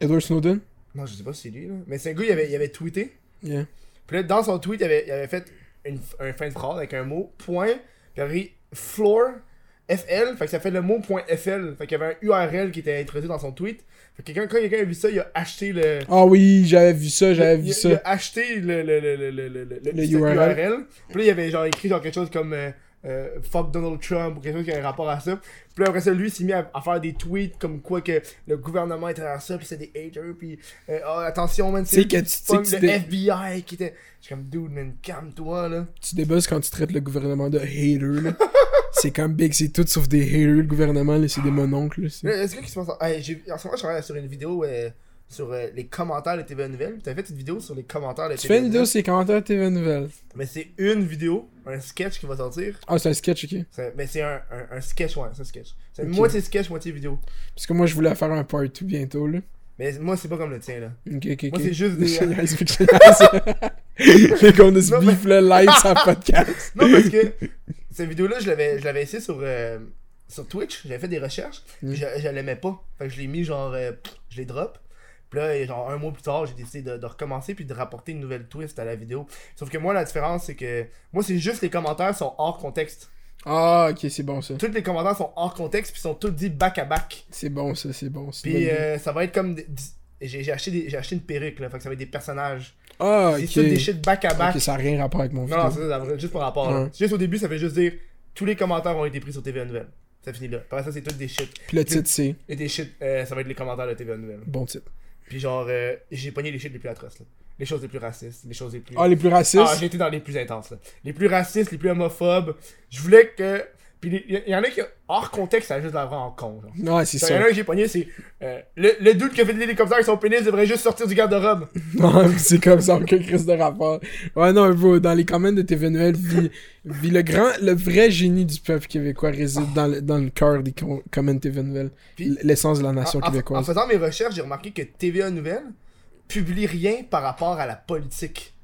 [SPEAKER 2] Edward Snowden?
[SPEAKER 1] Non, je sais pas si c'est lui, là. Mais c'est un gars, il avait, il avait tweeté.
[SPEAKER 2] Yeah.
[SPEAKER 1] Puis là, dans son tweet, il avait, il avait fait une, un fin de phrase avec un mot, point, puis il avait écrit floor, FL, fait que ça fait le mot point FL. Fait qu'il y avait un URL qui était introduit dans son tweet. Fait que quelqu'un, quand quelqu'un a vu ça, il a acheté le.
[SPEAKER 2] Ah oui, j'avais vu ça, j'avais
[SPEAKER 1] il-
[SPEAKER 2] vu
[SPEAKER 1] il-
[SPEAKER 2] ça.
[SPEAKER 1] Il a acheté le, le, le, le, le, le, le-
[SPEAKER 2] Le
[SPEAKER 1] ce
[SPEAKER 2] URL.
[SPEAKER 1] Puis là, il avait genre écrit genre quelque chose comme euh, euh, Fuck Donald Trump ou quelque chose qui a un rapport à ça. Puis là, après ça, lui, il s'est mis à, à faire des tweets comme quoi que le gouvernement était derrière ça, puis c'est des haters, puis euh, Ah, attention, man,
[SPEAKER 2] Tu sais
[SPEAKER 1] c'est
[SPEAKER 2] que tu, tu sais
[SPEAKER 1] fuck
[SPEAKER 2] que tu,
[SPEAKER 1] le
[SPEAKER 2] dé-
[SPEAKER 1] FBI qui était. Je suis comme, dude, man, calme-toi, là.
[SPEAKER 2] tu débosses quand tu traites le gouvernement de hater,
[SPEAKER 1] *laughs*
[SPEAKER 2] là. c'est comme big, c'est tout sauf des haters, le gouvernement, là, c'est des mononcles, là. c'est-
[SPEAKER 1] Là, Est-ce que qui se passe. Ah, j'ai- en ce moment, je travaille sur une vidéo euh, sur euh, les commentaires de TVA Nouvelle. Puis T'as fait une vidéo sur les commentaires de
[SPEAKER 2] Tu fais
[SPEAKER 1] TVA
[SPEAKER 2] une vidéo
[SPEAKER 1] Nouvelle.
[SPEAKER 2] sur les commentaires de TV Nouvelles.
[SPEAKER 1] Mais c'est une vidéo, un sketch qui va sortir.
[SPEAKER 2] Ah, c'est un sketch, ok.
[SPEAKER 1] C'est- Mais c'est un, un, un sketch, ouais, c'est un sketch. C'est
[SPEAKER 2] Ok.
[SPEAKER 1] moitié sketch, moitié vidéo.
[SPEAKER 2] Parce que moi, je voulais faire un part 2 bientôt, là.
[SPEAKER 1] Mais moi, c'est pas comme le
[SPEAKER 2] *laughs*
[SPEAKER 1] tien, là.
[SPEAKER 2] Ok, ok, ok.
[SPEAKER 1] Moi, c'est
[SPEAKER 2] *laughs*
[SPEAKER 1] juste des- euh,
[SPEAKER 2] Je niaise, je
[SPEAKER 1] *laughs*
[SPEAKER 2] niaise. Fait qu'on a ce
[SPEAKER 1] Non, mais-
[SPEAKER 2] beef, là, live
[SPEAKER 1] *laughs*
[SPEAKER 2] sur le podcast.
[SPEAKER 1] Non, parce que cette vidéo-là, je l'avais je l'avais essayé sur, euh, sur Twitch. J'avais fait des recherches.
[SPEAKER 2] Mm.
[SPEAKER 1] puis Je, je l'aimais pas. Fait que je l'ai mis, genre, euh, pff, je l'ai drop. Puis là, et genre, un mois plus tard, j'ai décidé de, de recommencer puis de rapporter une nouvelle twist à la vidéo. Sauf que moi, la différence, c'est que moi, c'est juste les commentaires sont hors contexte.
[SPEAKER 2] Ah, ok, c'est bon, ça.
[SPEAKER 1] Tous les commentaires sont hors contexte puis sont tous dits back à back.
[SPEAKER 2] C'est bon, ça, c'est bon. c'est
[SPEAKER 1] Puis
[SPEAKER 2] bon.
[SPEAKER 1] euh, ça va être comme. des- des- J'ai j'ai acheté, des- j'ai acheté une perruque, là. Fait que ça va être des personnages.
[SPEAKER 2] Ah,
[SPEAKER 1] C'est
[SPEAKER 2] ok.
[SPEAKER 1] tout des shit back à back.
[SPEAKER 2] Ok, ça n'a rien rapport avec mon
[SPEAKER 1] Non, non,
[SPEAKER 2] vidéo.
[SPEAKER 1] c'est ça, c'est juste par rapport. là.
[SPEAKER 2] Ouais.
[SPEAKER 1] C'est Juste au début, ça fait juste dire tous les commentaires ont été pris sur TVA Nouvelle. Ça finit là. Après ça, c'est tout des shit.
[SPEAKER 2] Puis le titre, c'est...
[SPEAKER 1] Et des shit, euh, ça va être les commentaires de TVA Nouvelle.
[SPEAKER 2] Bon titre.
[SPEAKER 1] Puis genre, euh, j'ai pogné les shit les plus atroces. Là. Les choses les plus racistes, les choses les plus.
[SPEAKER 2] Ah, les plus racistes?
[SPEAKER 1] Ah, j'ai été dans les plus intenses. Là. Les plus racistes, les plus homophobes. Je voulais que. Puis il y, en a qui, hors contexte, ça a juste l'air en con. Genre.
[SPEAKER 2] Ouais, c'est
[SPEAKER 1] Il y en
[SPEAKER 2] ça.
[SPEAKER 1] a un que j'ai pogné, c'est. euh, le, le doute qui a fait des hélicoptères avec son pénis devrait juste sortir du garde-robe.
[SPEAKER 2] Non, *laughs* c'est comme ça, aucun crise de rapport. Ouais, non, bro, dans les commentaires de TV Noël, vit, vit le grand, le vrai génie du peuple québécois réside dans le, dans le cœur des com- commentaires de TV Noël.
[SPEAKER 1] Puis-
[SPEAKER 2] L'essence de la nation
[SPEAKER 1] Ah, En- en- En,
[SPEAKER 2] québécoise.
[SPEAKER 1] faisant mes recherches, j'ai remarqué que TVA Nouvelle publie rien par rapport à la politique.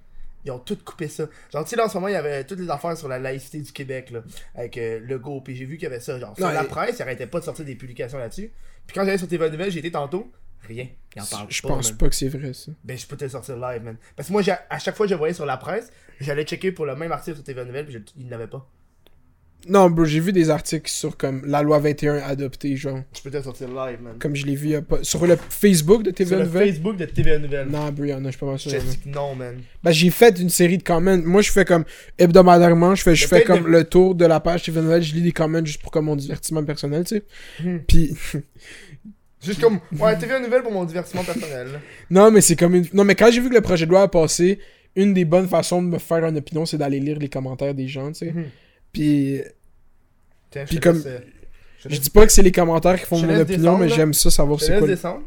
[SPEAKER 1] Ils ont tout coupé ça. Genre, tu sais, là, en ce moment, il y avait toutes les affaires sur la laïcité du Québec, là, avec euh, Legault, puis j'ai vu qu'il y avait ça. Genre, sur
[SPEAKER 2] Non,
[SPEAKER 1] la
[SPEAKER 2] et-
[SPEAKER 1] presse, ils arrêtaient pas de sortir des publications là-dessus. Puis quand j'allais sur TVA Nouvelle, j'ai été tantôt, rien. Ils en parlent
[SPEAKER 2] Je
[SPEAKER 1] pas,
[SPEAKER 2] pense
[SPEAKER 1] man.
[SPEAKER 2] pas que c'est vrai, ça.
[SPEAKER 1] Ben, je peux te le sortir live, man. Parce que moi, j'ai- à chaque fois que je voyais sur la presse, j'allais checker pour le même article sur TVA Nouvelle, puis je- ils ne l'avaient pas.
[SPEAKER 2] Non, bro, j'ai vu des articles sur comme la loi 21 adoptée, genre.
[SPEAKER 1] Je peux te le sortir live, man.
[SPEAKER 2] Comme je l'ai vu il y a pas- sur le Facebook de TV
[SPEAKER 1] Sur le
[SPEAKER 2] Nouvelle.
[SPEAKER 1] Facebook de TVA Nouvelle.
[SPEAKER 2] Non, bro, il y en a, je suis pas mal sûr.
[SPEAKER 1] je
[SPEAKER 2] il y en a.
[SPEAKER 1] dis que non, man.
[SPEAKER 2] Ben, j'ai fait une série de comments. Moi, je fais comme hebdomadairement, je fais, je
[SPEAKER 1] Le
[SPEAKER 2] fais
[SPEAKER 1] fait de-
[SPEAKER 2] comme le tour de la page TV Nouvelle, je lis des comments juste pour comme mon divertissement personnel, tu sais.
[SPEAKER 1] Hmm.
[SPEAKER 2] Puis *laughs*
[SPEAKER 1] Juste comme, ouais, TVA Nouvelle pour mon divertissement personnel.
[SPEAKER 2] *laughs*
[SPEAKER 1] là.
[SPEAKER 2] Non, mais c'est comme une... Non, mais quand j'ai vu que le projet de loi a passé, une des bonnes façons de me faire une opinion, c'est d'aller lire les commentaires des gens, tu sais.
[SPEAKER 1] Mhm.
[SPEAKER 2] Puis,
[SPEAKER 1] Tiens, je
[SPEAKER 2] Puis
[SPEAKER 1] te
[SPEAKER 2] comme-
[SPEAKER 1] laisse, euh, je te
[SPEAKER 2] je
[SPEAKER 1] laisse-
[SPEAKER 2] dis pas que c'est les commentaires qui font
[SPEAKER 1] Je te
[SPEAKER 2] mon
[SPEAKER 1] laisse
[SPEAKER 2] opinion, mais
[SPEAKER 1] descendre,
[SPEAKER 2] j'aime ça
[SPEAKER 1] je
[SPEAKER 2] savoir
[SPEAKER 1] te
[SPEAKER 2] c'est
[SPEAKER 1] laisse
[SPEAKER 2] quoi. le-
[SPEAKER 1] descendre.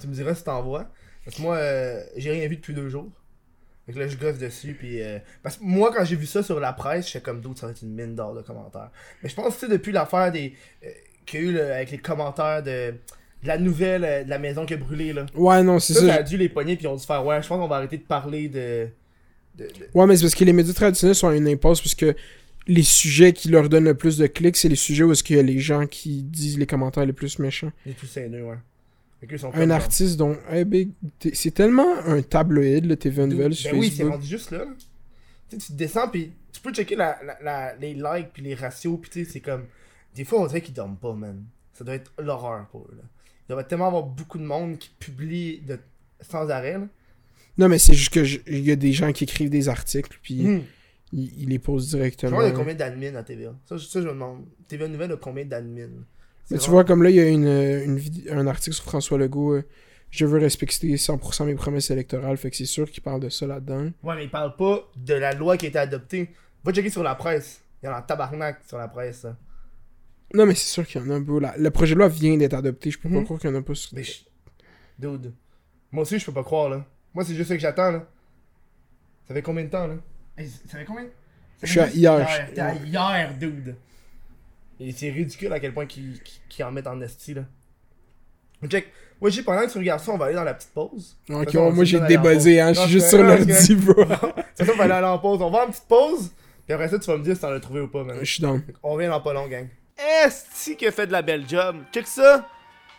[SPEAKER 1] Tu me diras si t'envoies. Parce que moi, euh, j'ai rien vu depuis deux jours. Fait que là, je goffe dessus, puis... euh, Parce que moi, quand j'ai vu ça sur la presse, j'étais comme d'autres, ça va être une mine d'or de commentaires. Mais je pense, tu sais, depuis l'affaire des... euh, qu'il y a eu, là, avec les commentaires de... de la nouvelle euh, de la maison qui a brûlé, là.
[SPEAKER 2] Ouais, non, c'est
[SPEAKER 1] Ça,
[SPEAKER 2] ça.
[SPEAKER 1] ça a dû les pogner, puis ils ont dû faire, ouais, je pense qu'on va arrêter de parler de... de- de-
[SPEAKER 2] Ouais, mais c'est parce que les médias traditionnels sont à une impasse puisque les sujets qui leur donnent le plus de clics, c'est les sujets où est-ce qu'il y a les gens qui disent les commentaires les plus méchants.
[SPEAKER 1] de tout saineux, ouais. Fait que eux, ils sont
[SPEAKER 2] Un
[SPEAKER 1] comme,
[SPEAKER 2] artiste dont... Hey, big, t'es- c'est tellement un tabloïd, le TV
[SPEAKER 1] Dude,
[SPEAKER 2] Nouvelle sur
[SPEAKER 1] ben oui, c'est
[SPEAKER 2] Facebook.
[SPEAKER 1] rendu juste là. Tu sais, tu descends, puis tu peux checker la, la- la- les likes, puis les ratios, puis tu sais, c'est comme. Des fois, on dirait qu'ils dorment pas, man. Ça doit être l'horreur pour eux, là. Il doit tellement avoir beaucoup de monde qui publie de... sans arrêt, là.
[SPEAKER 2] Non, mais c'est juste que je- il y a des gens qui écrivent des articles, puis
[SPEAKER 1] Hmm.
[SPEAKER 2] ils, ils les posent
[SPEAKER 1] Je me
[SPEAKER 2] directement.
[SPEAKER 1] demande il y a combien d'admins à TVA. Ça, je- ça, je me demande. TVA Nouvelle a combien d'admins
[SPEAKER 2] Mais
[SPEAKER 1] C'est
[SPEAKER 2] tu
[SPEAKER 1] vraiment-
[SPEAKER 2] vois, comme là, il y a une, euh, une vid- un article sur François Legault, euh, Je veux respecter 100% mes promesses électorales », fait que c'est sûr qu'il parle de ça là-dedans.
[SPEAKER 1] Ouais, mais ils parlent pas de la loi qui a été adoptée. Va checker sur la presse. Il y en a un tabarnak sur la presse, là.
[SPEAKER 2] Non, mais c'est sûr qu'il y en a un peu. là. Le projet de loi vient d'être adopté, je peux pas
[SPEAKER 1] Mhm.
[SPEAKER 2] croire qu'il y en a pas sur...
[SPEAKER 1] Mais je- Dude. Moi aussi, je peux pas croire, là. Moi, c'est juste ça que j'attends, là. Ça fait combien de temps, là Hey, Ça fait combien Ça fait
[SPEAKER 2] Je suis à
[SPEAKER 1] juste
[SPEAKER 2] hier, je-
[SPEAKER 1] T'es à hier, dude. Et c'est ridicule à quel point qu'ils qu'ils- qu'ils en mettent en esti, là. Check. Moi, j'ai pendant que tu regardes ça, on va aller dans la petite pause. De toute
[SPEAKER 2] Ok,
[SPEAKER 1] façon, on
[SPEAKER 2] moi
[SPEAKER 1] dit
[SPEAKER 2] j'ai
[SPEAKER 1] ça dans la pause.
[SPEAKER 2] débuzzé, hein, je suis
[SPEAKER 1] Non,
[SPEAKER 2] juste
[SPEAKER 1] c'est
[SPEAKER 2] sur
[SPEAKER 1] vrai,
[SPEAKER 2] l'ordi, bro.
[SPEAKER 1] *laughs* C'est ça, on va aller en pause. On va en petite pause. Puis après ça, tu vas me dire si t'en as trouvé ou pas, man.
[SPEAKER 2] Je suis down.
[SPEAKER 1] On revient dans pas long, gang. Esti qui a fait de la belle job. Check ça.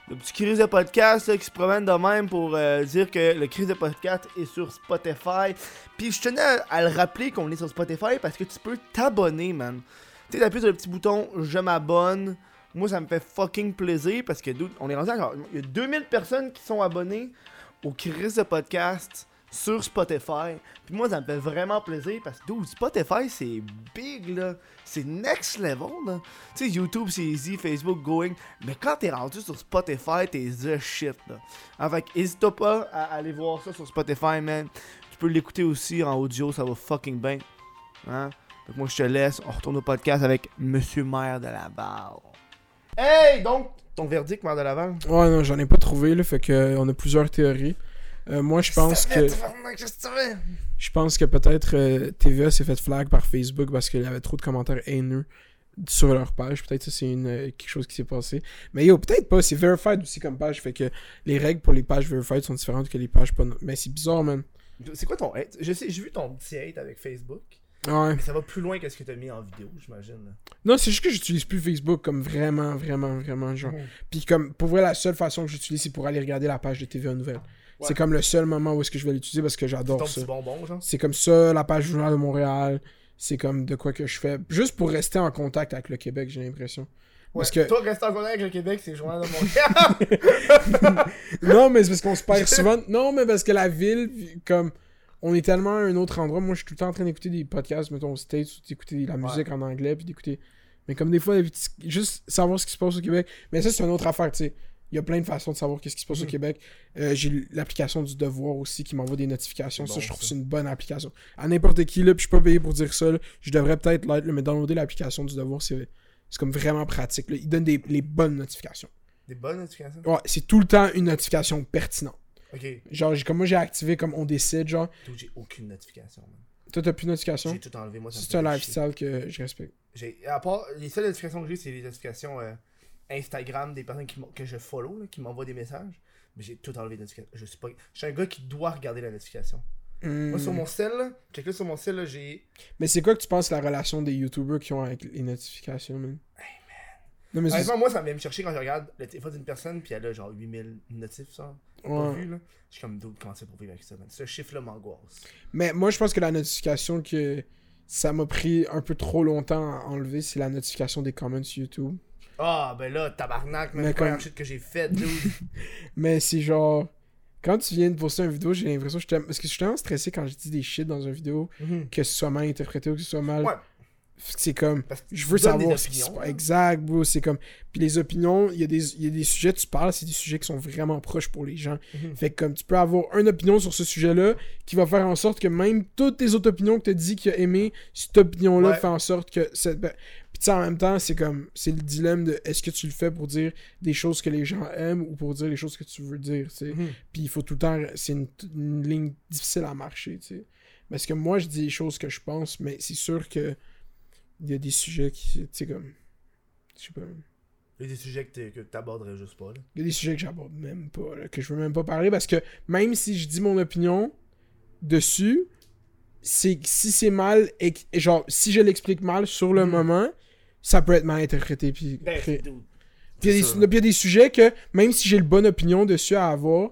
[SPEAKER 1] Le petit crise de podcast là, qui se promène de même pour euh, dire que le crise de podcast est sur Spotify. Puis je tenais à, à le rappeler qu'on est sur Spotify parce que tu peux t'abonner, man. Tu sais, t'appuies sur le petit bouton Je m'abonne. Moi, ça me fait fucking plaisir parce que, dude, on est rendu encore. Il y a 2000 personnes qui sont abonnées au crise de podcast sur Spotify. Puis moi, ça me fait vraiment plaisir parce que, dude, Spotify, c'est big, là. C'est next level, là. Tu sais, YouTube, c'est easy, Facebook, going. Mais quand t'es rendu sur Spotify, t'es the shit, là. Ah, fait que hésite pas à aller voir ça sur Spotify, man. Tu peux l'écouter aussi en audio, ça va fucking bien. Hein? Donc moi, je te laisse. On retourne au podcast avec Monsieur Maire de Laval. Hey! Donc, ton verdict, Maire de Laval?
[SPEAKER 2] Ouais, non, j'en ai pas trouvé, là, fait que euh, on a plusieurs théories. Euh, moi, je pense que je pense que peut-être euh, TVA s'est fait flag par Facebook parce qu'il y avait trop de commentaires haineux sur leur page. Peut-être ça, c'est une euh, quelque chose qui s'est passé. Mais yo, peut-être pas. C'est verified aussi comme page, fait que les règles pour les pages verified sont différentes que les pages pas. no- Mais c'est bizarre, man.
[SPEAKER 1] C'est quoi ton hate? Je sais, j'ai vu ton petit hate avec Facebook.
[SPEAKER 2] Ouais.
[SPEAKER 1] Mais ça va plus loin que ce que t'as mis en vidéo, j'imagine. là.
[SPEAKER 2] Non, c'est juste que j'utilise plus Facebook comme vraiment, vraiment, vraiment genre.
[SPEAKER 1] Mhm.
[SPEAKER 2] Puis comme pour vrai, la seule façon que j'utilise, c'est pour aller regarder la page de TVA Nouvelle. C'est comme le seul moment où est-ce que je vais l'utiliser parce que
[SPEAKER 1] Ton
[SPEAKER 2] j'adore ça.
[SPEAKER 1] petit bonbon, genre.
[SPEAKER 2] C'est comme ça, la page Journal de Montréal. C'est comme de quoi que je fais. Juste pour rester en contact avec le Québec, j'ai l'impression.
[SPEAKER 1] Ouais,
[SPEAKER 2] Parce que-
[SPEAKER 1] Toi, rester en contact avec le Québec, c'est le journal de Montréal.
[SPEAKER 2] Non, mais c'est parce qu'on se perd souvent. Non, mais parce que la ville, comme. On est tellement à un autre endroit. Moi, je suis tout le temps en train d'écouter des podcasts, mettons, aux States, ou d'écouter la musique en anglais, puis d'écouter. Mais comme des fois, des petits- juste savoir ce qui se passe au Québec. Mais ça, c'est une autre affaire, tu sais. Il y a plein de façons de savoir qu'est-ce qui se passe au
[SPEAKER 1] Mm-hmm.
[SPEAKER 2] Québec. Euh, j'ai l'application du devoir aussi qui m'envoie des notifications.
[SPEAKER 1] C'est
[SPEAKER 2] ça,
[SPEAKER 1] bon,
[SPEAKER 2] je trouve
[SPEAKER 1] ça.
[SPEAKER 2] que c'est une bonne application. À n'importe qui, là, puis je suis pas payé pour dire ça. là. Je devrais peut-être l'être, là, mais downloader l'application du devoir, c'est c'est comme vraiment pratique. là. Il donne des, les bonnes notifications.
[SPEAKER 1] *laughs* Des bonnes notifications.
[SPEAKER 2] Ouais, c'est tout le temps une notification pertinente.
[SPEAKER 1] Ok.
[SPEAKER 2] Genre, j'ai- comme moi, j'ai activé comme on décide, genre,
[SPEAKER 1] Dude, j'ai aucune notification. man.
[SPEAKER 2] toi, t'as plus de notification.
[SPEAKER 1] J'ai tout enlevé, moi. ça me
[SPEAKER 2] Hein? C'est un
[SPEAKER 1] fait chier.
[SPEAKER 2] lifestyle que je respecte.
[SPEAKER 1] J'ai- À part, les seules notifications que j'ai, c'est les notifications euh, Instagram des personnes qui m'en- que je follow, là, qui m'envoient des messages. Mais j'ai tout enlevé de notifications. Je suis pas. Je suis un gars qui doit regarder la notification.
[SPEAKER 2] Hmm.
[SPEAKER 1] Moi, sur mon cell, là, check là sur mon cell, là, j'ai.
[SPEAKER 2] Mais c'est quoi que tu penses de la relation des YouTubers qui ont avec les notifications, man? Non, mais c'est-
[SPEAKER 1] Honnêtement, moi, ça vient me chercher quand je regarde le téléphone d'une personne, puis elle a genre 8000 notifs, ça. Pas
[SPEAKER 2] ouais.
[SPEAKER 1] vu, là. Je suis comme, dude, comment c'est pour vivre avec ça, man? Ce chiffre-là m'angoisse.
[SPEAKER 2] Mais moi, je pense que la notification que ça m'a pris un peu trop longtemps à enlever, c'est la notification des comments YouTube.
[SPEAKER 1] Ah, ben là, tabarnak, même
[SPEAKER 2] Mais
[SPEAKER 1] la première
[SPEAKER 2] comme-
[SPEAKER 1] shit que j'ai faite, dude. *laughs*
[SPEAKER 2] Mais c'est genre. Quand tu viens de poster une vidéo, j'ai l'impression que je t'aime. Parce que je suis tellement stressé quand je dis des shit dans une vidéo,
[SPEAKER 1] Mhm.
[SPEAKER 2] que ce soit mal interprété ou que ce soit mal.
[SPEAKER 1] Ouais.
[SPEAKER 2] C'est comme.
[SPEAKER 1] Parce que
[SPEAKER 2] Je
[SPEAKER 1] tu
[SPEAKER 2] veux
[SPEAKER 1] donnes des
[SPEAKER 2] savoir ce qui se
[SPEAKER 1] opinions,
[SPEAKER 2] passe.
[SPEAKER 1] là.
[SPEAKER 2] Exact, bro. C'est comme. Puis les opinions, il y, a des- il y a des sujets, tu parles, c'est des sujets qui sont vraiment proches pour les gens.
[SPEAKER 1] Mhm.
[SPEAKER 2] Fait que comme tu peux avoir une opinion sur ce sujet-là qui va faire en sorte que même toutes tes autres opinions que tu dit qu'il a aimé, cette opinion-là
[SPEAKER 1] Ouais.
[SPEAKER 2] fait en sorte que. Cette... ben, Puis tu sais, en même temps, c'est comme. C'est le dilemme de est-ce que tu le fais pour dire des choses que les gens aiment ou pour dire les choses que tu veux dire, tu sais.
[SPEAKER 1] Mhm.
[SPEAKER 2] Puis il faut tout le temps. C'est une, une ligne difficile à marcher, tu sais. Parce que moi, je dis les choses que je pense, mais c'est sûr que il y a des sujets qui. Tu sais, comme. Je sais pas.
[SPEAKER 1] Il y a des sujets que t'es- que t'aborderais juste pas, là.
[SPEAKER 2] Il y a des sujets que j'aborde même pas, là, que je veux même pas parler, parce que même si je dis mon opinion dessus, c'est si c'est mal, et, que- et genre, si je l'explique mal sur le moment, ça peut être mal interprété. Puis, cré-
[SPEAKER 1] dude.
[SPEAKER 2] puis il y a
[SPEAKER 1] c'est
[SPEAKER 2] des-
[SPEAKER 1] Ben, ça.
[SPEAKER 2] puis il y a des sujets que, même si j'ai le bonne opinion dessus à avoir,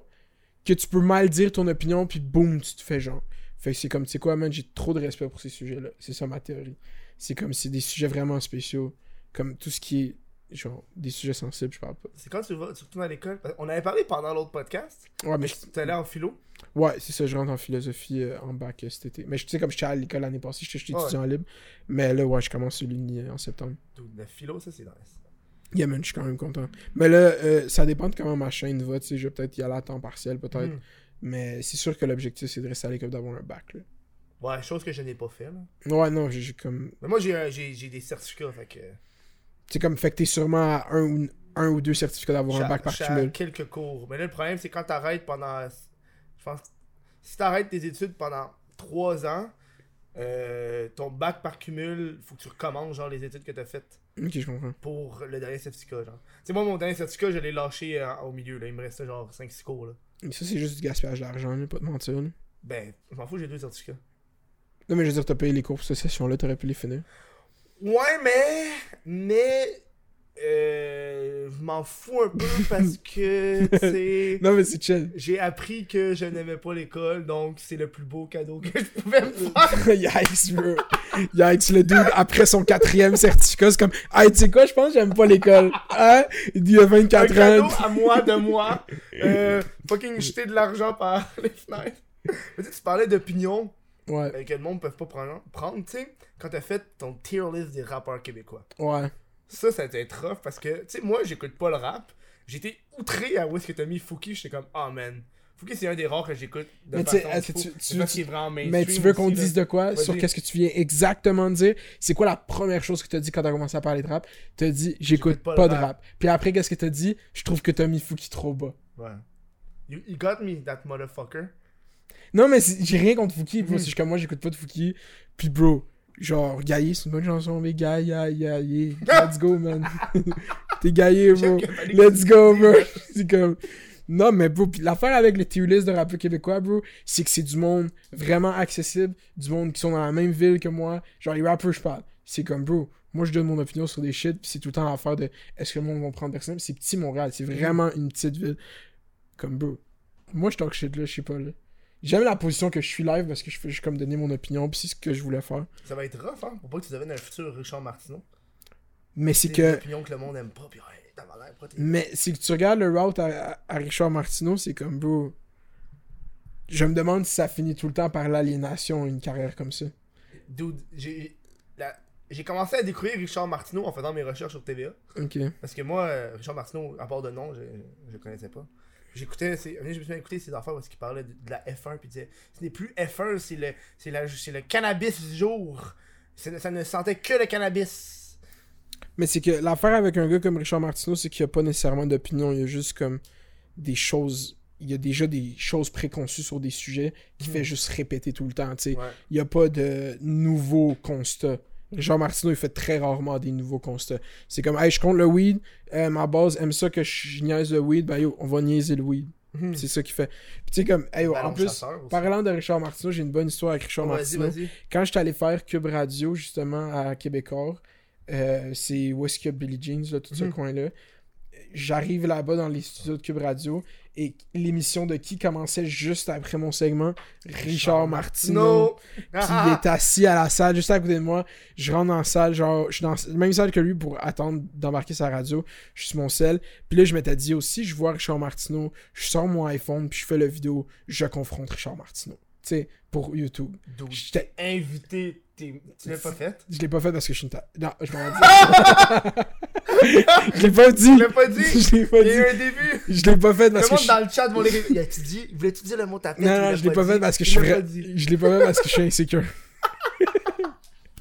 [SPEAKER 2] que tu peux mal dire ton opinion, puis boum, tu te fais genre. Fait que c'est comme, tu sais quoi, man, j'ai trop de respect pour ces sujets-là. C'est ça ma théorie. C'est comme, c'est des sujets vraiment spéciaux. Comme tout ce qui est, genre, des sujets sensibles, je parle pas.
[SPEAKER 1] C'est quand tu vas, tu retournes à l'école. On avait parlé pendant l'autre podcast.
[SPEAKER 2] Ouais, mais
[SPEAKER 1] Tu allé en philo.
[SPEAKER 2] Ouais, c'est ça, je rentre en philosophie euh, en bac euh, cet été. Mais je tu sais, comme j'étais à l'école l'année passée, j'étais j'étais
[SPEAKER 1] Ouais.
[SPEAKER 2] étudiant libre. Mais là, ouais, je commence l'uni euh, en septembre.
[SPEAKER 1] Dude, la philo, ça, c'est nice.
[SPEAKER 2] Yeah, man, je suis quand même content. Mais là, euh, ça dépend de comment ma chaîne va. Tu sais, je vais peut-être y aller à temps partiel, peut-être.
[SPEAKER 1] Mm.
[SPEAKER 2] Mais c'est sûr que l'objectif, c'est de rester à l'école d'avoir un bac. Là.
[SPEAKER 1] Ouais, chose que je n'ai pas fait, là.
[SPEAKER 2] Ouais, non, j'ai j'ai comme.
[SPEAKER 1] Mais moi, j'ai un- j'ai j'ai des certificats, fait que.
[SPEAKER 2] Tu sais, comme, fait que t'es sûrement à un ou, un ou deux certificats d'avoir un
[SPEAKER 1] Cha-
[SPEAKER 2] bac par
[SPEAKER 1] cha-
[SPEAKER 2] cumul.
[SPEAKER 1] quelques cours. Mais là, le problème, c'est quand t'arrêtes pendant. Je pense. Si t'arrêtes tes études pendant 3 ans, euh, ton bac par cumul, faut que tu recommences, genre, les études que t'as faites
[SPEAKER 2] Ok, je comprends.
[SPEAKER 1] pour le dernier certificat, genre. Tu sais, moi, mon dernier certificat, je l'ai lâché euh, au milieu, là. Il me restait, genre, 5-6 cours, là.
[SPEAKER 2] Mais ça, c'est juste du gaspillage d'argent, là, pas de mentir. là.
[SPEAKER 1] Ben, je m'en fous, j'ai deux certificats.
[SPEAKER 2] Non, mais je veux dire, t'as payé les cours pour cette session-là, t'aurais pu les finir.
[SPEAKER 1] Ouais, mais. Mais. euh, je m'en fous un peu parce
[SPEAKER 2] *laughs*
[SPEAKER 1] que, tu sais.
[SPEAKER 2] Non, mais c'est chill.
[SPEAKER 1] J'ai appris que je n'aimais pas l'école, donc c'est le plus beau cadeau que je pouvais me faire.
[SPEAKER 2] Yikes, bro. Yikes, le dude, après son quatrième certificat, c'est comme, hey, tu sais quoi, je pense que j'aime pas l'école. Hein? Il y a
[SPEAKER 1] Un
[SPEAKER 2] 24
[SPEAKER 1] cadeau
[SPEAKER 2] ans.
[SPEAKER 1] à moi de moi. Euh,
[SPEAKER 2] *laughs*
[SPEAKER 1] fucking jeter de l'argent par les fenêtres. Mais tu sais, tu parlais d'opinion
[SPEAKER 2] Ouais,
[SPEAKER 1] euh, que le monde peut pas prendre, prendre tu sais, quand t'as fait ton tier list des rappeurs québécois.
[SPEAKER 2] ouais.
[SPEAKER 1] Ça, ça a été rough parce que, tu sais, moi, j'écoute pas le rap. J'étais outré à où est-ce que t'as mis Fouki. J'étais comme, oh man. Fouki, c'est un des rares que j'écoute de
[SPEAKER 2] Mais tu sais,
[SPEAKER 1] façon
[SPEAKER 2] est-ce que
[SPEAKER 1] fou.
[SPEAKER 2] tu- tu
[SPEAKER 1] C'est
[SPEAKER 2] veux-
[SPEAKER 1] parce qu'il est vraiment
[SPEAKER 2] Mais
[SPEAKER 1] mainstream
[SPEAKER 2] tu veux qu'on
[SPEAKER 1] aussi, là.
[SPEAKER 2] dise de quoi
[SPEAKER 1] Vas-y.
[SPEAKER 2] sur qu'est-ce que tu viens exactement de dire? C'est quoi la première chose que t'as dit quand t'as commencé à parler de rap? T'as dit, j'écoute pas, de rap. Puis après, qu'est-ce que t'as dit? Je trouve que t'as mis Fouki trop bas.
[SPEAKER 1] Ouais. You, you got me, that motherfucker.
[SPEAKER 2] Non, mais c'est- j'ai rien contre Fouki. bro.
[SPEAKER 1] Mhm.
[SPEAKER 2] C'est juste que moi, j'écoute pas de Fouki. Puis, bro, genre, Gaillé, c'est une bonne chanson, mais Gaillé, Gaillé. Let's go, man. *laughs* T'es Gaillé, bro.
[SPEAKER 1] *laughs* J'aime que Malik-
[SPEAKER 2] Let's go, bro. *laughs* c'est comme. Non, mais bro, pis l'affaire avec le tier list de rappeurs québécois, bro, c'est que c'est du monde vraiment accessible, du monde qui sont dans la même ville que moi. Genre, les rappeurs, je parle. C'est comme, bro, moi, je donne mon opinion sur des shit, pis c'est tout le temps l'affaire de est-ce que le monde va me prendre personnel. C'est petit Montréal, c'est vraiment une petite ville. Comme, bro, moi, je talk shit là, je sais pas là. J'aime la position que je suis live parce que je fais juste comme donner mon opinion, pis c'est ce que je voulais faire.
[SPEAKER 1] Ça va être rough, hein, pour pas que tu deviennes un futur Richard Martineau.
[SPEAKER 2] Mais c'est
[SPEAKER 1] Des
[SPEAKER 2] que.
[SPEAKER 1] opinions que le monde aime pas, puis ouais, t'as l'air pas t'es-
[SPEAKER 2] Mais c'est que tu regardes le route à, à- à Richard Martineau, c'est comme, bro. Je me demande si ça finit tout le temps par l'aliénation, une carrière comme ça.
[SPEAKER 1] Dude, j'ai. la- J'ai commencé à découvrir Richard Martineau en faisant mes recherches sur TVA.
[SPEAKER 2] Ok.
[SPEAKER 1] Parce que moi, euh, Richard Martineau, à part de nom, je, je le connaissais pas. J'écoutais, ses- je me suis mis à écouter ses affaires parce qu'il parlait de, de la F1 puis il disait Ce n'est plus F1, c'est le, c'est la- c'est le cannabis du jour. C'est- Ça ne sentait que le cannabis.
[SPEAKER 2] Mais c'est que l'affaire avec un gars comme Richard Martineau, c'est qu'il n'y a pas nécessairement d'opinion, il y a juste comme des choses. Il y a déjà des choses préconçues sur des sujets qu'il
[SPEAKER 1] Mhm.
[SPEAKER 2] fait juste répéter tout le temps, tu sais.
[SPEAKER 1] Ouais.
[SPEAKER 2] il n'y a pas de nouveaux constats. Jean Martineau, il fait très rarement des nouveaux constats. C'est comme, hey, je compte le weed, euh, ma base aime ça que je niaise le weed, ben yo, on va niaiser le weed.
[SPEAKER 1] Mhm.
[SPEAKER 2] C'est ça qu'il fait. Puis tu sais, comme, hey, en
[SPEAKER 1] Ballon
[SPEAKER 2] plus,
[SPEAKER 1] Bah chasseur aussi.
[SPEAKER 2] parlant de Richard Martineau, j'ai une bonne histoire avec Richard
[SPEAKER 1] Vas-y,
[SPEAKER 2] Martineau.
[SPEAKER 1] vas-y.
[SPEAKER 2] Quand j'étais allé faire Cube Radio, justement, à Québécois, euh, c'est où est-ce qu'il y a Billie Jeans, là, tout ce
[SPEAKER 1] Mhm.
[SPEAKER 2] coin-là. J'arrive là-bas dans les studios de Cube Radio et l'émission de qui commençait juste après mon segment Richard Martineau.
[SPEAKER 1] No!
[SPEAKER 2] Puis
[SPEAKER 1] *laughs*
[SPEAKER 2] il est assis à la salle, juste à côté de moi. Je rentre dans la salle, genre, je suis dans la même salle que lui pour attendre d'embarquer sa radio. Je suis sur mon sel. Puis là, je m'étais dit aussi, je vois Richard Martineau, je sors mon iPhone, puis je fais la vidéo, je confronte Richard Martineau. Tu sais, pour YouTube.
[SPEAKER 1] Dude,
[SPEAKER 2] J'étais-
[SPEAKER 1] invité, t'es- tu l'as pas fait?
[SPEAKER 2] Je l'ai pas fait parce que je suis une ta... Non, je m'en
[SPEAKER 1] *laughs*
[SPEAKER 2] dis. je l'ai pas dit.
[SPEAKER 1] Tu l'as pas dit?
[SPEAKER 2] *laughs* Je l'ai pas
[SPEAKER 1] Il y a
[SPEAKER 2] dit.
[SPEAKER 1] eu un début!
[SPEAKER 2] Je l'ai pas fait
[SPEAKER 1] Le monde
[SPEAKER 2] parce que je suis-
[SPEAKER 1] dans le chat vont l'écrire. Il a-tu dit? Voulais-tu dire le mot tapette?
[SPEAKER 2] Non, non, je l'ai pas fait parce que je suis vrai. Je l'ai pas fait parce que je suis insécure. *laughs*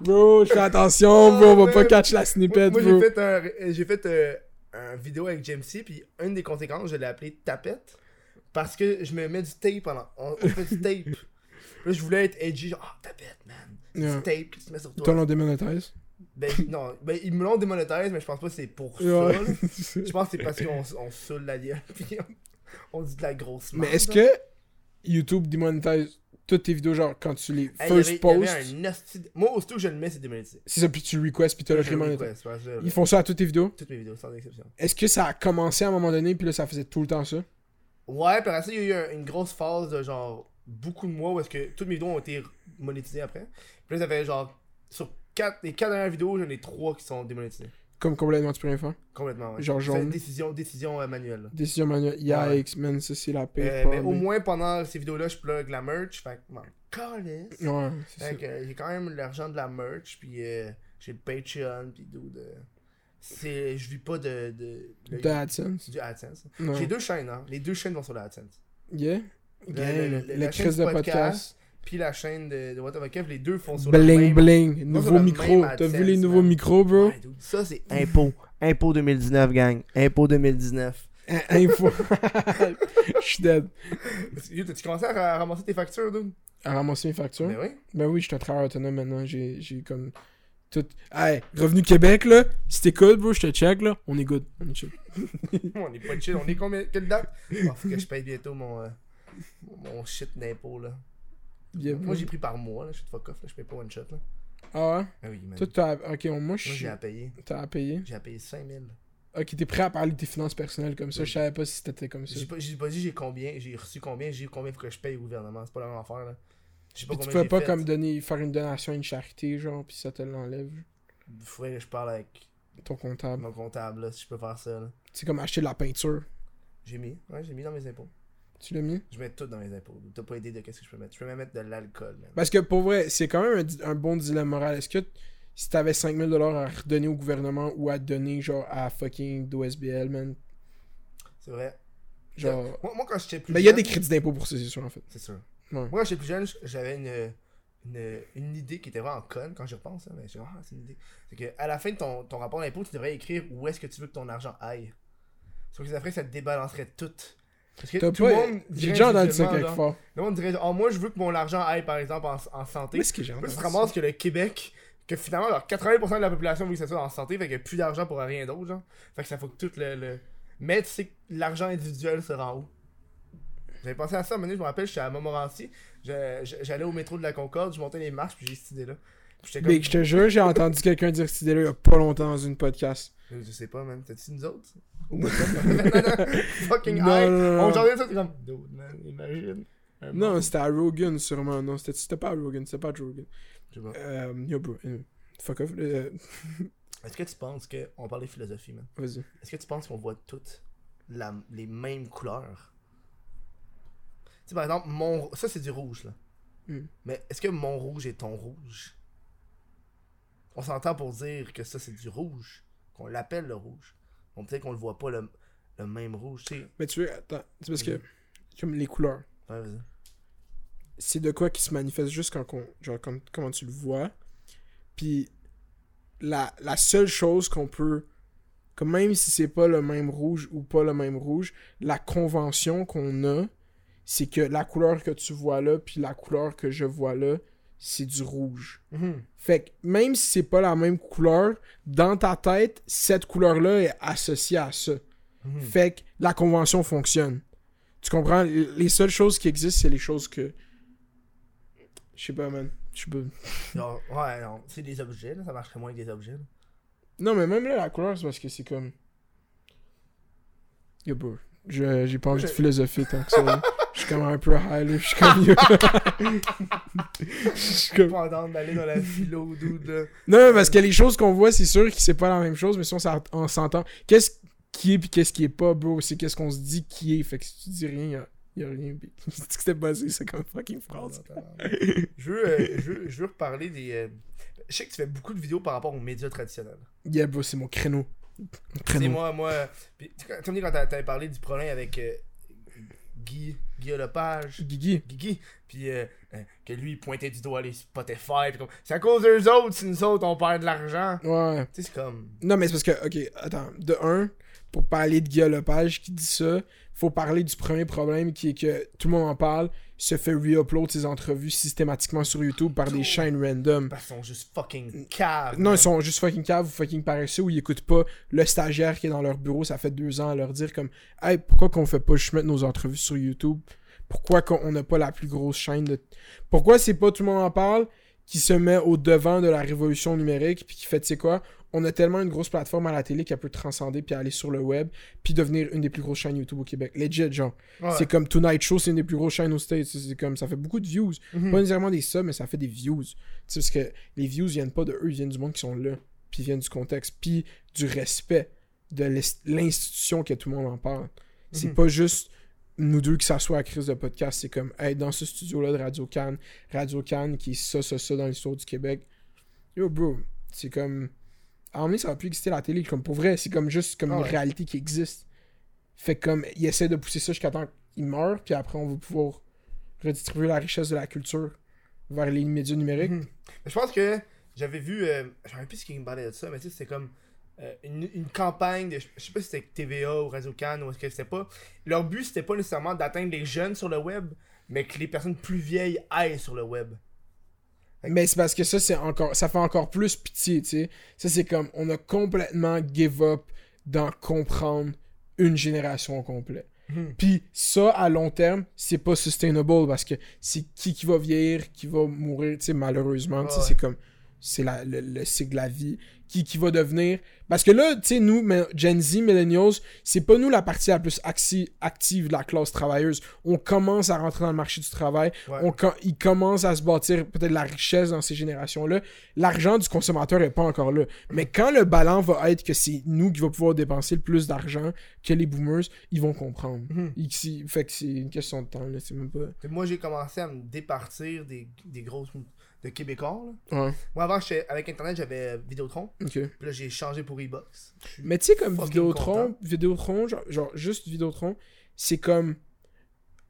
[SPEAKER 2] bro, je fais attention, bro, on va pas
[SPEAKER 1] Ouais.
[SPEAKER 2] catch la
[SPEAKER 1] Moi,
[SPEAKER 2] snippet,
[SPEAKER 1] Ah, moi, j'ai
[SPEAKER 2] bro.
[SPEAKER 1] fait un, euh, j'ai fait euh, un vidéo avec Jamesy, puis une des conséquences, je l'ai appelé tapette. Parce que je me mets du tape pendant. On, on fait du tape. Là, je voulais être edgy, genre, ah, ta bête, man.
[SPEAKER 2] Yeah.
[SPEAKER 1] C'est tape que tu mets sur
[SPEAKER 2] Toi,
[SPEAKER 1] toi.
[SPEAKER 2] l'on démonétise.
[SPEAKER 1] Ben, non, ben, ils me l'ont démonétisé, mais je pense pas que c'est pour ça.
[SPEAKER 2] Ouais. *laughs*
[SPEAKER 1] là. Je pense que c'est parce qu'on s- on saoule la gueule, *laughs* puis on, on dit de la grosse merde.
[SPEAKER 2] Mais est-ce
[SPEAKER 1] là.
[SPEAKER 2] que YouTube démonétise toutes tes vidéos, genre quand tu les
[SPEAKER 1] Hey, il y
[SPEAKER 2] first
[SPEAKER 1] avait- il y avait
[SPEAKER 2] posts
[SPEAKER 1] un asti de- Moi, aussitôt que je le mets, c'est démonétisé.
[SPEAKER 2] C'est ça, puis tu le requests, puis tu le
[SPEAKER 1] Je le
[SPEAKER 2] remonétises.
[SPEAKER 1] request, parce que
[SPEAKER 2] Ils font ça à toutes tes vidéos.
[SPEAKER 1] Toutes mes vidéos, sans exception.
[SPEAKER 2] Est-ce que ça a commencé à un moment donné, puis là, ça faisait tout le temps ça
[SPEAKER 1] Ouais, puis après ça, il y a eu un- une grosse phase de genre beaucoup de mois où est-ce que toutes mes vidéos ont été monétisées après. Puis là, ça fait genre sur quatre, les quatre dernières vidéos, j'en ai trois qui sont démonétisées.
[SPEAKER 2] Comme complètement, tu peux rien faire.
[SPEAKER 1] Complètement. Ouais.
[SPEAKER 2] Genre
[SPEAKER 1] C'est une
[SPEAKER 2] jaune.
[SPEAKER 1] décision, décision euh, manuelle. là.
[SPEAKER 2] Décision manuelle. Yikes, man, ça, c'est la pire.
[SPEAKER 1] Euh, mais au moins pendant ces vidéos-là, je plug la merch. Fait que m'en calisse.
[SPEAKER 2] moins. Ouais, c'est ça.
[SPEAKER 1] Fait que euh, j'ai quand même l'argent de la merch, puis euh, j'ai le Patreon, puis d'où de. C'est, je vis pas de. de, de-
[SPEAKER 2] De AdSense.
[SPEAKER 1] du AdSense.
[SPEAKER 2] Non.
[SPEAKER 1] J'ai deux chaînes, hein. Les deux chaînes vont sur la AdSense.
[SPEAKER 2] Yeah.
[SPEAKER 1] le-
[SPEAKER 2] Yeah,
[SPEAKER 1] le-
[SPEAKER 2] le-
[SPEAKER 1] la
[SPEAKER 2] La
[SPEAKER 1] chaîne
[SPEAKER 2] crise
[SPEAKER 1] du
[SPEAKER 2] de
[SPEAKER 1] podcast,
[SPEAKER 2] podcast.
[SPEAKER 1] Puis la chaîne de, de What the Kev, les deux font sur la
[SPEAKER 2] Bling
[SPEAKER 1] même-
[SPEAKER 2] bling.
[SPEAKER 1] Non, sur la même
[SPEAKER 2] Nouveau micro. T'as
[SPEAKER 1] AdSense,
[SPEAKER 2] vu les nouveaux
[SPEAKER 1] man.
[SPEAKER 2] micros, bro
[SPEAKER 1] Ouais, dude, ça, c'est impôt. Impôt 2019, gang. Impôt 2019.
[SPEAKER 2] Hein, Info. *laughs* Je suis dead.
[SPEAKER 1] Yo, T'as-tu commencé à ra- ramasser tes factures, dude?
[SPEAKER 2] À ramasser mes factures.
[SPEAKER 1] Ben oui.
[SPEAKER 2] Ben oui, je suis un travailleur autonome maintenant. J'ai j'ai comme. Tout. Hey, Revenu Québec, là. Si t'écoutes, bro, je te check, là. On est good. On est chill.
[SPEAKER 1] Hein? on est pas chill. On est combien? Quelle date? Oh, faut que je paye bientôt mon, euh, mon shit d'impôt, là.
[SPEAKER 2] Yeah,
[SPEAKER 1] Moi,
[SPEAKER 2] bro.
[SPEAKER 1] j'ai pris par mois, là. Je suis de fuck off, là. Je paye pas one shot, là.
[SPEAKER 2] Ah ouais?
[SPEAKER 1] Ah oui, man.
[SPEAKER 2] Toi,
[SPEAKER 1] Moi,
[SPEAKER 2] t'as. Ok, moi, je
[SPEAKER 1] j'ai
[SPEAKER 2] suis.
[SPEAKER 1] à payer.
[SPEAKER 2] T'as à payer.
[SPEAKER 1] J'ai à payer 5000.
[SPEAKER 2] Ok, t'es prêt à parler de tes finances personnelles comme ça. Je savais pas si c'était comme ça.
[SPEAKER 1] J'ai pas, j'ai pas dit j'ai combien, j'ai reçu combien, j'ai combien faut que je paye au gouvernement. C'est pas la même affaire, là. Je sais pas
[SPEAKER 2] Puis tu
[SPEAKER 1] combien
[SPEAKER 2] pouvais
[SPEAKER 1] j'ai
[SPEAKER 2] pas
[SPEAKER 1] fait.
[SPEAKER 2] comme donner, faire une donation à une charité, genre, puis ça te l'enlève,
[SPEAKER 1] Faudrait que je parle avec
[SPEAKER 2] ton comptable.
[SPEAKER 1] mon comptable, là, si je peux faire ça, là.
[SPEAKER 2] C'est comme acheter de la peinture.
[SPEAKER 1] J'ai mis, ouais, j'ai mis dans mes impôts.
[SPEAKER 2] Tu l'as mis?
[SPEAKER 1] Je mets tout dans mes impôts. T'as pas idée de qu'est-ce que je peux mettre. Je peux même mettre de l'alcool, man.
[SPEAKER 2] Parce que pour vrai, c'est quand même un, di- un bon dilemme moral. Est-ce que t- si t'avais 5000$ à redonner au gouvernement ou à donner, genre, à fucking d'OSBL, man,
[SPEAKER 1] C'est vrai.
[SPEAKER 2] genre.
[SPEAKER 1] Moi, moi, quand j'étais plus
[SPEAKER 2] Mais il y a
[SPEAKER 1] jeune-
[SPEAKER 2] des crédits d'impôt pour ça, c'est sûr, en fait.
[SPEAKER 1] C'est sûr. Moi,
[SPEAKER 2] Ouais.
[SPEAKER 1] quand j'étais plus jeune, j'avais une, une, une idée qui était vraiment conne quand j'y repense. hein, mais j'ai ah, c'est une idée. C'est que à la fin de ton, ton rapport d'impôt, tu devrais écrire où est-ce que tu veux que ton argent aille. Sauf que après, ça te débalancerait tout. Parce que
[SPEAKER 2] T'as
[SPEAKER 1] tout
[SPEAKER 2] pas.
[SPEAKER 1] le monde
[SPEAKER 2] J'ai
[SPEAKER 1] dirait
[SPEAKER 2] déjà entendu ça
[SPEAKER 1] individuellement,
[SPEAKER 2] quelque
[SPEAKER 1] genre,
[SPEAKER 2] part.
[SPEAKER 1] Le monde dirait, oh, moi, je veux que mon argent aille, par exemple, en, en santé.
[SPEAKER 2] Où est-ce que j'ai
[SPEAKER 1] Puis
[SPEAKER 2] entendu
[SPEAKER 1] tu te
[SPEAKER 2] Ah, ça?
[SPEAKER 1] ramasses que le Québec, que finalement, genre, 80% de la population veut que ça soit en santé, fait qu'il n'y a plus d'argent pour rien d'autre, genre. Fait que ça faut que tout le. le- Mais tu sais que l'argent individuel se rend haut. J'avais pensé à ça, mais je me rappelle, j'étais à Montmorency, je- je- j'allais au métro de la Concorde, je montais les marches, puis j'ai cette idée-là. Puis j'étais comme.
[SPEAKER 2] Big, je te jure, j'ai entendu quelqu'un dire cette idée-là il y a pas longtemps dans une podcast.
[SPEAKER 1] Je sais pas, man, t'as-tu nous
[SPEAKER 2] *laughs*
[SPEAKER 1] autres Au *laughs* bout de ça, Fucking
[SPEAKER 2] Non,
[SPEAKER 1] high.
[SPEAKER 2] non, non,
[SPEAKER 1] On
[SPEAKER 2] non.
[SPEAKER 1] j'en ça, t'es comme. Dude, man, imagine. Un
[SPEAKER 2] Non,
[SPEAKER 1] monde.
[SPEAKER 2] c'était à Rogan, sûrement. Non, c'était c'était pas à Rogan, c'était pas à Joe Rogan.
[SPEAKER 1] Je sais pas.
[SPEAKER 2] Euh, yo, bro. anyway. Fuck off. euh,
[SPEAKER 1] Est-ce que tu penses que. On parlait de philosophie, man.
[SPEAKER 2] Vas-y.
[SPEAKER 1] Est-ce que tu penses qu'on voit toutes la- les mêmes couleurs Tu sais, par exemple, mon. Ça, c'est du rouge, là.
[SPEAKER 2] Mm.
[SPEAKER 1] Mais est-ce que mon rouge est ton rouge On s'entend pour dire que ça, c'est du rouge. Qu'on l'appelle le rouge. Bon, peut-être qu'on le voit pas le, le même rouge, tu sais.
[SPEAKER 2] Mais tu veux, attends. C'est parce que, comme les couleurs,
[SPEAKER 1] Ouais, vas-y.
[SPEAKER 2] c'est de quoi qui se manifeste juste quand, qu'on- genre, comme- comment tu le vois. Puis, la, la seule chose qu'on peut. Comme même si c'est pas le même rouge ou pas le même rouge, la convention qu'on a, c'est que la couleur que tu vois là, puis la couleur que je vois là, c'est du rouge. Fait que même si c'est pas la même couleur, dans ta tête, cette couleur-là est associée à ça.
[SPEAKER 1] Mhm.
[SPEAKER 2] Fait que la convention fonctionne. Tu comprends? L- Les seules choses qui existent, c'est les choses que. Je sais pas, man. Je sais pas.
[SPEAKER 1] Genre, ouais, non. C'est des objets, là. Ça marcherait moins que des objets, là.
[SPEAKER 2] Non, mais même là, la couleur, c'est parce que c'est comme. Yo, bro. Je- J'ai pas envie de
[SPEAKER 1] Je-
[SPEAKER 2] philosopher tant que ça. là. Je suis comme un peu high, là. Je suis comme. yo. *laughs* Je suis
[SPEAKER 1] Je
[SPEAKER 2] comme.
[SPEAKER 1] peux entendre d'aller dans la philo, dude, là.
[SPEAKER 2] Non, non, parce que les choses qu'on voit, c'est sûr que c'est pas la même chose, mais si on s'en- on s'entend. Qu'est-ce qui est puis qu'est-ce qui est pas, bro? C'est qu'est-ce qu'on se dit qui est. Fait que si tu dis rien, y a, y a rien. *laughs* Pis... tu dis que c'était basé, c'est comme fucking France.
[SPEAKER 1] Je veux, euh, je, veux, je veux reparler des. euh, Je sais que tu fais beaucoup de vidéos par rapport aux médias traditionnels.
[SPEAKER 2] Yeah, bro, c'est mon créneau. Mon
[SPEAKER 1] C'est
[SPEAKER 2] créneau.
[SPEAKER 1] moi, moi. Puis, tu sais, quand- tu me dis quand t'as- t'avais parlé du problème avec euh, Guy, Guy Lepage,
[SPEAKER 2] Guigui.
[SPEAKER 1] Guigui, puis euh, euh, que lui il pointait du doigt les Spotify, puis comme c'est à cause d'eux autres si nous autres on perd de l'argent.
[SPEAKER 2] Ouais.
[SPEAKER 1] Tu sais, c'est comme.
[SPEAKER 2] Non, mais c'est parce que, ok, attends. De un, pour parler de Guillaume Lepage qui dit ça, faut parler du premier problème qui est que tout le monde en parle, se fait re-upload ses entrevues systématiquement sur YouTube par des chaînes random.
[SPEAKER 1] Parce qu'ils sont juste fucking caves.
[SPEAKER 2] Non,
[SPEAKER 1] man.
[SPEAKER 2] ils sont juste fucking caves ou fucking paresseux ou ils écoutent pas le stagiaire qui est dans leur bureau, ça fait deux ans, à leur dire comme Hey, pourquoi qu'on fait pas juste mettre nos entrevues sur YouTube Pourquoi qu'on on n'a pas la plus grosse chaîne de. Pourquoi c'est pas tout le monde en parle qui se met au devant de la révolution numérique puis qui fait, tu sais quoi on a tellement une grosse plateforme à la télé qu'elle peut transcender puis aller sur le web puis devenir une des plus grosses chaînes YouTube au Québec. Legit, genre.
[SPEAKER 1] Ouais.
[SPEAKER 2] C'est comme Tonight Show, c'est une des plus grosses chaînes aux States. C'est comme, ça fait beaucoup de views.
[SPEAKER 1] Mhm.
[SPEAKER 2] Pas nécessairement des subs, mais ça fait des views. Tu sais, parce que les views viennent pas de eux, ils viennent du monde qui sont là. Puis ils viennent du contexte, puis du respect de l'est- l'institution que tout le monde en parle. C'est
[SPEAKER 1] Mhm.
[SPEAKER 2] pas juste nous deux qui s'assoient à la crise de podcast. C'est comme, hey, dans ce studio-là de Radio Cannes, Radio Cannes qui est ça, ça, ça dans l'histoire du Québec. Yo, bro, c'est comme. À un moment donné, ça va plus exister la télé. Comme pour vrai, c'est comme juste comme
[SPEAKER 1] Ah
[SPEAKER 2] une
[SPEAKER 1] ouais.
[SPEAKER 2] réalité qui existe. Fait que comme, il essaie de pousser ça jusqu'à temps qu'il meure, puis après, on va pouvoir redistribuer la richesse de la culture vers les médias numériques.
[SPEAKER 1] Mhm. Je pense que j'avais vu, euh, je me rappelle plus ce qui me parlait de ça, mais tu sais, c'était comme euh, une, une campagne, de, je je sais pas si c'était TVA ou Radio-Can ou est-ce que c'était pas. Leur but, c'était pas nécessairement d'atteindre les jeunes sur le web, mais que les personnes plus vieilles aillent sur le web.
[SPEAKER 2] Mais c'est parce que ça, c'est encore, ça fait encore plus pitié, tu sais. Ça, c'est comme, on a complètement give up d'en comprendre une génération au complet.
[SPEAKER 1] Mhm.
[SPEAKER 2] Puis ça, à long terme, c'est pas sustainable parce que c'est qui qui va vieillir, qui va mourir, tu sais, malheureusement, tu sais,
[SPEAKER 1] Ouais.
[SPEAKER 2] c'est comme, c'est la, le, le cycle de la vie, qui, qui va devenir. Parce que là, tu sais, nous, mais- Gen Z, Millennials, c'est pas nous la partie la plus axi- active de la classe travailleuse. On commence à rentrer dans le marché du travail,
[SPEAKER 1] Ouais.
[SPEAKER 2] on com- il commence à se bâtir peut-être la richesse dans ces générations-là. L'argent du consommateur est pas encore là. Mais quand le ballon va être que c'est nous qui va pouvoir dépenser le plus d'argent que les boomers, ils vont comprendre.
[SPEAKER 1] Mhm.
[SPEAKER 2] Ils- si- fait que c'est une question de temps, là. C'est même pas.
[SPEAKER 1] Puis Moi, j'ai commencé à me départir des, des grosses de Québécois. là.
[SPEAKER 2] Ouais,
[SPEAKER 1] Moi, avant, j'étais- avec Internet, j'avais euh, Vidéotron.
[SPEAKER 2] ok.
[SPEAKER 1] Puis là, j'ai changé pour Ebox. Je suis-
[SPEAKER 2] Mais tu sais, comme
[SPEAKER 1] Fucking
[SPEAKER 2] Vidéotron,
[SPEAKER 1] content.
[SPEAKER 2] Vidéotron, genre, genre juste Vidéotron, c'est comme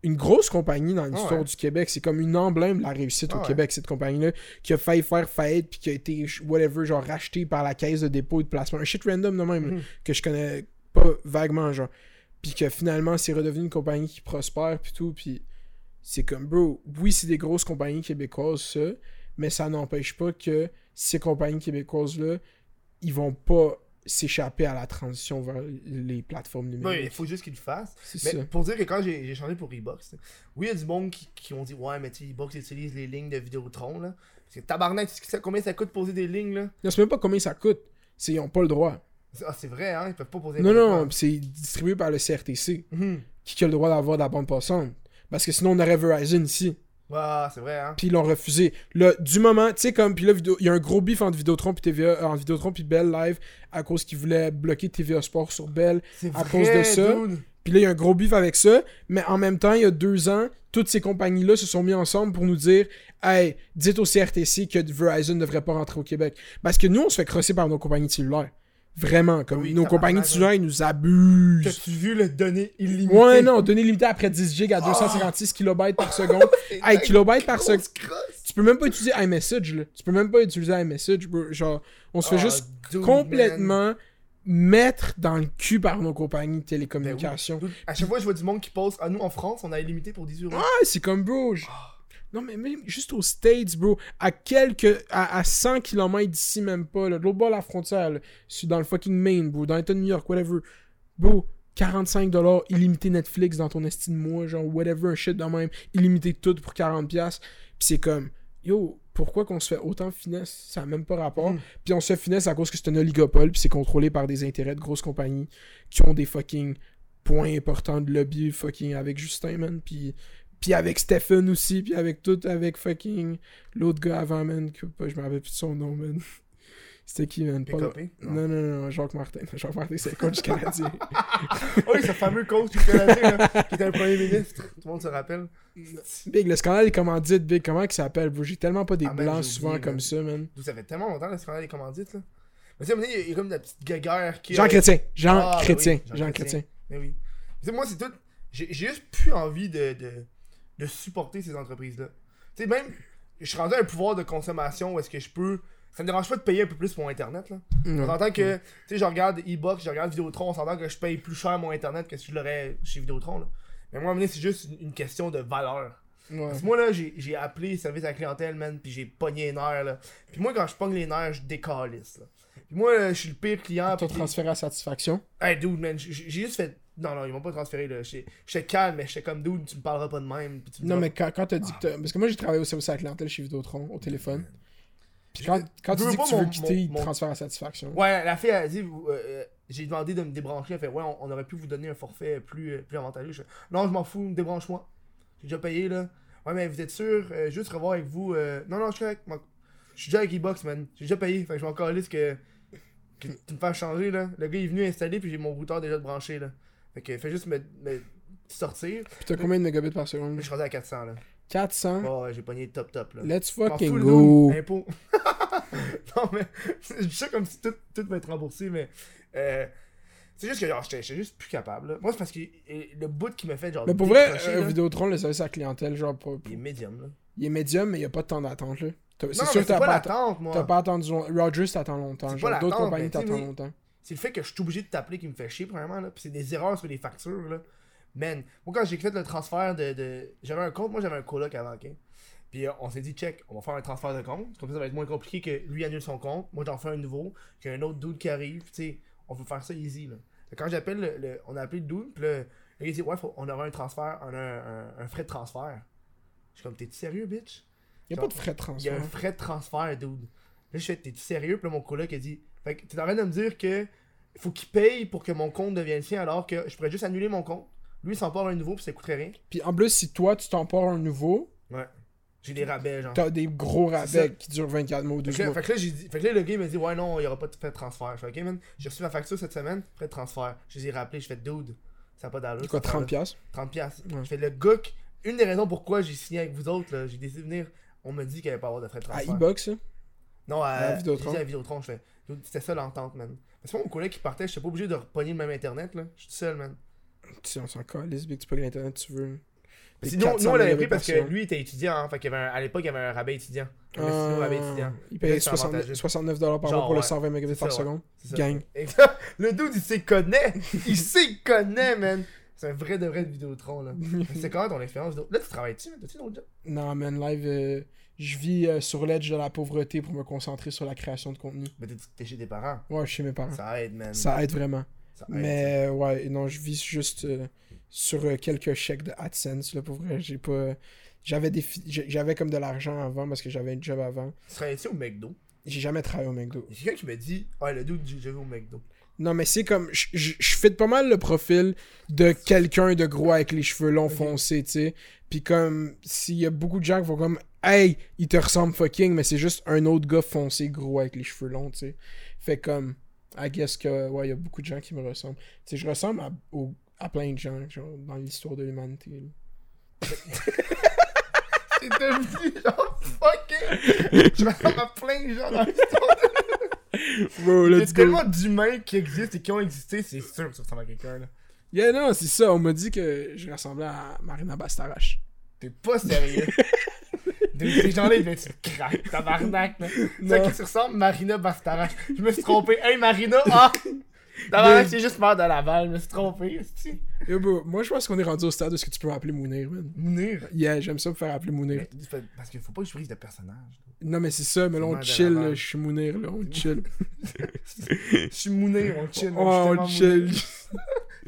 [SPEAKER 2] une grosse compagnie dans l'histoire
[SPEAKER 1] ouais.
[SPEAKER 2] du Québec. C'est comme une emblème de la réussite
[SPEAKER 1] Ah
[SPEAKER 2] au
[SPEAKER 1] ouais.
[SPEAKER 2] Québec, cette compagnie-là, qui a failli faire faillite, puis qui a été, ch- whatever, genre rachetée par la caisse de dépôt et de placement. Un shit random de même, là,
[SPEAKER 1] Mhm.
[SPEAKER 2] que je connais pas vaguement, genre. Puis que finalement, c'est redevenu une compagnie qui prospère, puis tout, puis c'est comme, bro, oui, c'est des grosses compagnies québécoises, ça, mais ça n'empêche pas que ces compagnies québécoises-là, ils vont pas s'échapper à la transition vers les plateformes
[SPEAKER 1] Ouais, il
[SPEAKER 2] numériques.
[SPEAKER 1] faut juste qu'il le fasse.
[SPEAKER 2] c'est
[SPEAKER 1] Mais
[SPEAKER 2] ça.
[SPEAKER 1] pour dire que quand j'ai j'ai changé pour Ebox, oui, il y a du monde qui, qui ont dit Ouais, mais tu sais, Ebox utilise les lignes de Vidéotron. Là. Parce que tabarnak, tu sais que ça- combien ça coûte poser des lignes là
[SPEAKER 2] Non, c'est même pas combien ça coûte. C'est, ils ont pas le droit.
[SPEAKER 1] C'est- Ah, c'est vrai, hein, ils peuvent pas poser
[SPEAKER 2] Non,
[SPEAKER 1] n'importe
[SPEAKER 2] non, c'est distribué par le CRTC,
[SPEAKER 1] quoi. Mhm.
[SPEAKER 2] qui a le droit d'avoir de la bande passante. Parce que sinon, on aurait Verizon ici.
[SPEAKER 1] Ouais, c'est vrai, hein.
[SPEAKER 2] Puis ils l'ont refusé. Là, du moment, tu sais, comme, puis là, vidéo- il y a un gros bif entre Vidéotron puis TVA, euh, entre Vidéotron puis Bell Live, à cause qu'ils voulaient bloquer TVA Sport sur Bell.
[SPEAKER 1] C'est
[SPEAKER 2] à
[SPEAKER 1] vrai,
[SPEAKER 2] cause de ça,
[SPEAKER 1] dude.
[SPEAKER 2] Puis là, il y a un gros bif avec ça, mais en même temps, il y a deux ans, toutes ces compagnies-là se sont mis ensemble pour nous dire Hey, dites au CRTC que Verizon ne devrait pas rentrer au Québec. Parce que nous, on se fait crosser par nos compagnies cellulaires. Vraiment, comme
[SPEAKER 1] Oui,
[SPEAKER 2] nos
[SPEAKER 1] tabarnak,
[SPEAKER 2] compagnies
[SPEAKER 1] hein.
[SPEAKER 2] cellulaires, ils nous abusent.
[SPEAKER 1] T'as-tu vu le données illimitées
[SPEAKER 2] Ouais, non, données limitées après 10 gigs à 256
[SPEAKER 1] *laughs*
[SPEAKER 2] kilobytes par seconde. hey, kilobytes par seconde.
[SPEAKER 1] Ah. Grosse crosse.
[SPEAKER 2] Tu peux même pas utiliser iMessage, là. Tu peux même pas utiliser iMessage, bro. Genre, on se fait
[SPEAKER 1] Ah,
[SPEAKER 2] juste
[SPEAKER 1] dude,
[SPEAKER 2] complètement mettre dans le cul par nos
[SPEAKER 1] Ben
[SPEAKER 2] compagnies de télécommunications.
[SPEAKER 1] Dude, À chaque fois, je vois du monde qui pose Ah, nous en France, on a illimité pour 18 euros.
[SPEAKER 2] Ouais, c'est comme, bro. je- Non, mais même juste aux States, bro. À quelques. À, à 100 km d'ici, même pas. Là, de l'autre bord de la frontière, là, sur- dans le fucking Maine, bro. Dans l'État de New York, whatever. Bro, 45$ illimité Netflix dans ton estime moi, genre whatever, un shit de même. Illimité tout pour 40$. Puis c'est comme. Yo, pourquoi qu'on se fait autant finesse Ça n'a même pas rapport.
[SPEAKER 1] Mhm.
[SPEAKER 2] Puis on se fait finesse à cause que c'est un oligopole, puis c'est contrôlé par des intérêts de grosses compagnies qui ont des fucking points importants de lobby fucking avec Justin, man. Puis, puis avec Stephen aussi, puis avec tout, avec fucking l'autre gars avant, man. Que, pas- je me rappelle plus de son nom, man. *laughs* C'était qui, man Pas-
[SPEAKER 1] Pécopé?
[SPEAKER 2] Non, non, non, Jacques Martin. *laughs* Jacques Martin, c'est le coach canadien. *laughs*
[SPEAKER 1] Oh, Oui, ce fameux coach du Canadien, là, qui était un premier ministre. Tout le monde se rappelle.
[SPEAKER 2] Big, le scandale est commandites, Big, comment il s'appelle, bro? J'ai tellement pas des
[SPEAKER 1] Ah, man,
[SPEAKER 2] blancs
[SPEAKER 1] j'ai oublié,
[SPEAKER 2] souvent
[SPEAKER 1] man.
[SPEAKER 2] comme ça, man.
[SPEAKER 1] D'où ça fait tellement longtemps le scandale des commandites, là. Mais tu sais, à un moment donné, il y a- il y a comme la petite guéguerre qui.
[SPEAKER 2] Jean Chrétien. Jean
[SPEAKER 1] Ah, ben
[SPEAKER 2] Chrétien.
[SPEAKER 1] oui,
[SPEAKER 2] Jean, Chrétien.
[SPEAKER 1] Mais oui. Tu sais, moi, c'est tout. J'ai j'ai juste plus envie de, de, de supporter ces entreprises-là. Tu sais, même, je suis rendu à un pouvoir de consommation où est-ce que je peux Ça me dérange pas de payer un peu plus pour mon internet là.
[SPEAKER 2] Ouais.
[SPEAKER 1] On s'entend que, tu sais, je regarde e-box, je regarde Vidéotron, on s'entend que je paye plus cher mon internet que si je l'aurais chez Vidéotron là. Mais moi, à un moment donné, c'est juste une- une question de valeur.
[SPEAKER 2] Ouais.
[SPEAKER 1] Parce que moi là, j'ai j'ai appelé service à la clientèle, man, puis j'ai pogné les nerfs là. Puis moi, quand je pogne les nerfs, je décalisse là. Puis moi, là, je suis le pire client.
[SPEAKER 2] T'as
[SPEAKER 1] Ah, puis-
[SPEAKER 2] transféré à satisfaction.
[SPEAKER 1] Hey dude, man, j- j- j'ai juste fait. Non, non, ils m'ont pas transféré là. J'étais j'étais calme, mais j'étais comme dude, tu me parleras pas de même. Puis tu me
[SPEAKER 2] Non,
[SPEAKER 1] diras-
[SPEAKER 2] mais quand, quand t'as dit que
[SPEAKER 1] Ah.
[SPEAKER 2] t'as- Parce que moi, j'ai travaillé au service à la clientèle chez Vidéotron, au téléphone. Puis quand, quand tu
[SPEAKER 1] veux
[SPEAKER 2] dis
[SPEAKER 1] pas
[SPEAKER 2] que tu veux
[SPEAKER 1] mon-
[SPEAKER 2] quitter, il
[SPEAKER 1] mon-
[SPEAKER 2] te
[SPEAKER 1] mon-
[SPEAKER 2] transfère à satisfaction.
[SPEAKER 1] Ouais, la fille elle a dit, vous, euh, euh, j'ai demandé de me débrancher. Elle fait, ouais, on, on aurait pu vous donner un forfait plus, euh, plus avantageux. Je fais, non, je m'en fous, débranche-moi. J'ai déjà payé là. Ouais, mais vous êtes sûr, Euh, juste revoir avec vous. euh, Non, non, je suis correct. moi. Je suis déjà avec E-Box, man. J'ai déjà payé. Fait que je m'en calisse que... que tu me fasses changer là. Le gars il est venu installer, puis j'ai mon routeur déjà de branché là. Fait que fais juste me, me sortir.
[SPEAKER 2] Puis t'as combien de mégabits par seconde
[SPEAKER 1] Je suis rendu à 400 là.
[SPEAKER 2] 400.
[SPEAKER 1] Oh, j'ai pogné top top là.
[SPEAKER 2] Let's
[SPEAKER 1] M'en fous,
[SPEAKER 2] fucking
[SPEAKER 1] le
[SPEAKER 2] go.
[SPEAKER 1] dude. Impôt. *laughs* non, mais je dis ça comme si tout, tout va être remboursé, mais euh, c'est juste que genre, j'étais j'étais juste plus capable. là. Moi, c'est parce que euh, le bout qui m'a fait genre.
[SPEAKER 2] Mais pour vrai,
[SPEAKER 1] décrocher,
[SPEAKER 2] euh,
[SPEAKER 1] là,
[SPEAKER 2] Vidéotron, le service à la clientèle, genre, pour- pour-
[SPEAKER 1] il est médium. Là.
[SPEAKER 2] il est médium, mais il n'y a pas de temps d'attente, là. T'as-
[SPEAKER 1] Non,
[SPEAKER 2] C'est
[SPEAKER 1] mais
[SPEAKER 2] sûr
[SPEAKER 1] c'est
[SPEAKER 2] que t'as
[SPEAKER 1] pas
[SPEAKER 2] pas, atta-
[SPEAKER 1] l'attente, moi.
[SPEAKER 2] t'as pas attendu long- Rogers t'attend longtemps.
[SPEAKER 1] C'est
[SPEAKER 2] Genre,
[SPEAKER 1] pas
[SPEAKER 2] d'autres
[SPEAKER 1] l'attente,
[SPEAKER 2] compagnies
[SPEAKER 1] mais tu sais,
[SPEAKER 2] t'attendent
[SPEAKER 1] mais-
[SPEAKER 2] longtemps.
[SPEAKER 1] C'est le fait que je suis obligé de t'appeler qui me fait chier, premièrement. Là. Puis c'est des erreurs sur les factures. Là. Man, moi, quand j'ai fait le transfert de. de- J'avais un compte, moi, j'avais un coloc avant, ok? Puis euh, on s'est dit, check, on va faire un transfert de compte. Comme ça, ça va être moins compliqué que lui annule son compte. Moi, j'en fais un nouveau. Qu'il y a un autre dude qui arrive. Tu sais, on peut faire ça easy. Là. Fait que Quand j'appelle, le, le- on a appelé le dude. Puis le, le gars dit, ouais, faut- on aura un transfert, on a un, un- un frais de transfert. Je suis comme, t'es sérieux, bitch?
[SPEAKER 2] Il n'y a
[SPEAKER 1] Genre,
[SPEAKER 2] pas de frais de
[SPEAKER 1] Il y a
[SPEAKER 2] transfert.
[SPEAKER 1] un frais de transfert, dude. Là, je fais, t'es-tu sérieux? Puis là, mon coloc a dit, fait que t'es en train de me dire que faut qu'il paye pour que mon compte devienne sien alors que je pourrais juste annuler mon compte. Lui, il s'en part un nouveau, puis ça coûterait rien.
[SPEAKER 2] Puis en plus, si toi, tu t'en pars un nouveau,
[SPEAKER 1] Ouais. J'ai des rabais, genre.
[SPEAKER 2] t'as des gros
[SPEAKER 1] Ah. C'est ça.
[SPEAKER 2] rabais qui durent 24 mois ou
[SPEAKER 1] Fait
[SPEAKER 2] 12
[SPEAKER 1] que, là,
[SPEAKER 2] mois.
[SPEAKER 1] fait que là, j'ai dit, fait que là, le gars, il m'a dit, ouais, non, il n'y aura pas de frais de transfert. Je fais, ok, man, j'ai reçu ma facture cette semaine, frais de transfert. Je les ai rappelés, je fais, dude, ça n'a pas d'allure.
[SPEAKER 2] C'est quoi,
[SPEAKER 1] cette affaire-là.
[SPEAKER 2] 30 piastres?
[SPEAKER 1] 30 piastres.
[SPEAKER 2] Ouais.
[SPEAKER 1] Je fais, le gars, qui- une des raisons pourquoi j'ai signé avec vous autres, là, j'ai décidé de venir, on me dit qu'il n'y avait pas avoir de frais de
[SPEAKER 2] À
[SPEAKER 1] transfert.
[SPEAKER 2] e-box, ça?
[SPEAKER 1] Non, à,
[SPEAKER 2] À Vidéotron.
[SPEAKER 1] j'ai dit à Vidéotron, je fais. Dude, C'était ça l'entente, man. Parce que moi, mon collègue qui partait, j'étais pas obligé de repogner le même internet, là. Je suis tout seul, man.
[SPEAKER 2] Tu sais, on s'en calisse, big, tu peux l'internet, tu veux. T'es
[SPEAKER 1] Sinon, nous,
[SPEAKER 2] 400
[SPEAKER 1] on l'avait
[SPEAKER 2] 000
[SPEAKER 1] pris parce que
[SPEAKER 2] personnes.
[SPEAKER 1] lui, il était étudiant, hein. Fait qu'il y avait un- à l'époque, il y avait un rabais étudiant. Un
[SPEAKER 2] Ah,
[SPEAKER 1] Mexico rabais étudiant.
[SPEAKER 2] il
[SPEAKER 1] Là,
[SPEAKER 2] paye
[SPEAKER 1] c'est
[SPEAKER 2] 69
[SPEAKER 1] avantageux.
[SPEAKER 2] 69 dollars par
[SPEAKER 1] Genre,
[SPEAKER 2] mois pour le
[SPEAKER 1] ouais.
[SPEAKER 2] 120 mégabits
[SPEAKER 1] C'est
[SPEAKER 2] par
[SPEAKER 1] ça, ouais.
[SPEAKER 2] seconde.
[SPEAKER 1] C'est ça. *laughs*
[SPEAKER 2] Gang.
[SPEAKER 1] Et- le dude, il s'y connaît. Il s'y connaît, man. C'est un vrai de vrai Vidéotron, là. C'est quand même ton expérience. Vidéo- Là, tu travailles-tu, man? T'as-tu d'autres jobs?
[SPEAKER 2] Non, man, live, euh, je vis euh, sur l'edge de la pauvreté pour me concentrer sur la création de contenu.
[SPEAKER 1] Mais t'es- t'es chez tes parents.
[SPEAKER 2] Ouais, chez mes parents. Ça,
[SPEAKER 1] Ça aide, man.
[SPEAKER 2] aide vraiment.
[SPEAKER 1] Ça aide.
[SPEAKER 2] Mais euh, ouais, non, je vis juste euh, sur euh, quelques chèques de AdSense, là, pour vrai. J'ai pas. J'avais des fi- j'ai- j'avais comme de l'argent avant parce que j'avais un job avant.
[SPEAKER 1] Tu travailles-tu au McDo?
[SPEAKER 2] J'ai jamais travaillé au McDo.
[SPEAKER 1] Il y a quelqu'un qui me dit, ouais, le dude, j'ai déjà vu au McDo.
[SPEAKER 2] Non, mais c'est comme. Je je- je fit pas mal le profil de quelqu'un de gros avec les cheveux longs
[SPEAKER 1] Ok.
[SPEAKER 2] foncés, tu sais. Puis comme. S'il y a beaucoup de gens qui vont comme. Hey, il te ressemble fucking, mais c'est juste un autre gars foncé gros avec les cheveux longs, tu sais. Fait comme. I guess que. Ouais, il y a beaucoup de gens qui me ressemblent. Tu sais, je ressemble à, au- à plein de gens, genre, dans l'histoire de l'humanité. là.
[SPEAKER 1] C'est devenu genre fucking. Je ressemble à plein de gens dans l'histoire.
[SPEAKER 2] Bro,
[SPEAKER 1] Il y a
[SPEAKER 2] let's go.
[SPEAKER 1] tellement d'humains qui existent et qui ont existé, c'est sûr que tu ressembles à quelqu'un là.
[SPEAKER 2] Yeah, non, c'est ça. On m'a dit que je ressemblais à Marina Bastarache.
[SPEAKER 1] T'es pas
[SPEAKER 2] *laughs*
[SPEAKER 1] sérieux. De ces gens-là, ils devaient te craquer, tabarnak. là. C'est à qui tu ressembles, Marina Bastarache. Je me suis trompé. Hey Marina, ah! Tabarnak, j'ai juste peur de Laval, je me suis trompé. esti.
[SPEAKER 2] Yo, bro, moi, je pense qu'on est rendu au stade où est-ce que tu peux m'appeler Mounir, man.
[SPEAKER 1] Mounir.
[SPEAKER 2] Yeah, j'aime ça me faire appeler Mounir.
[SPEAKER 1] Parce qu'il faut pas que je brise de personnage.
[SPEAKER 2] Non, mais c'est ça, mais
[SPEAKER 1] C'est
[SPEAKER 2] là, on
[SPEAKER 1] mal de
[SPEAKER 2] chill,
[SPEAKER 1] l'avant.
[SPEAKER 2] là, je suis Mounir, là,
[SPEAKER 1] *laughs*
[SPEAKER 2] on chill.
[SPEAKER 1] Je suis Mounir, on chill.
[SPEAKER 2] Ouais,
[SPEAKER 1] là, je suis tellement
[SPEAKER 2] on chill.
[SPEAKER 1] Mounir.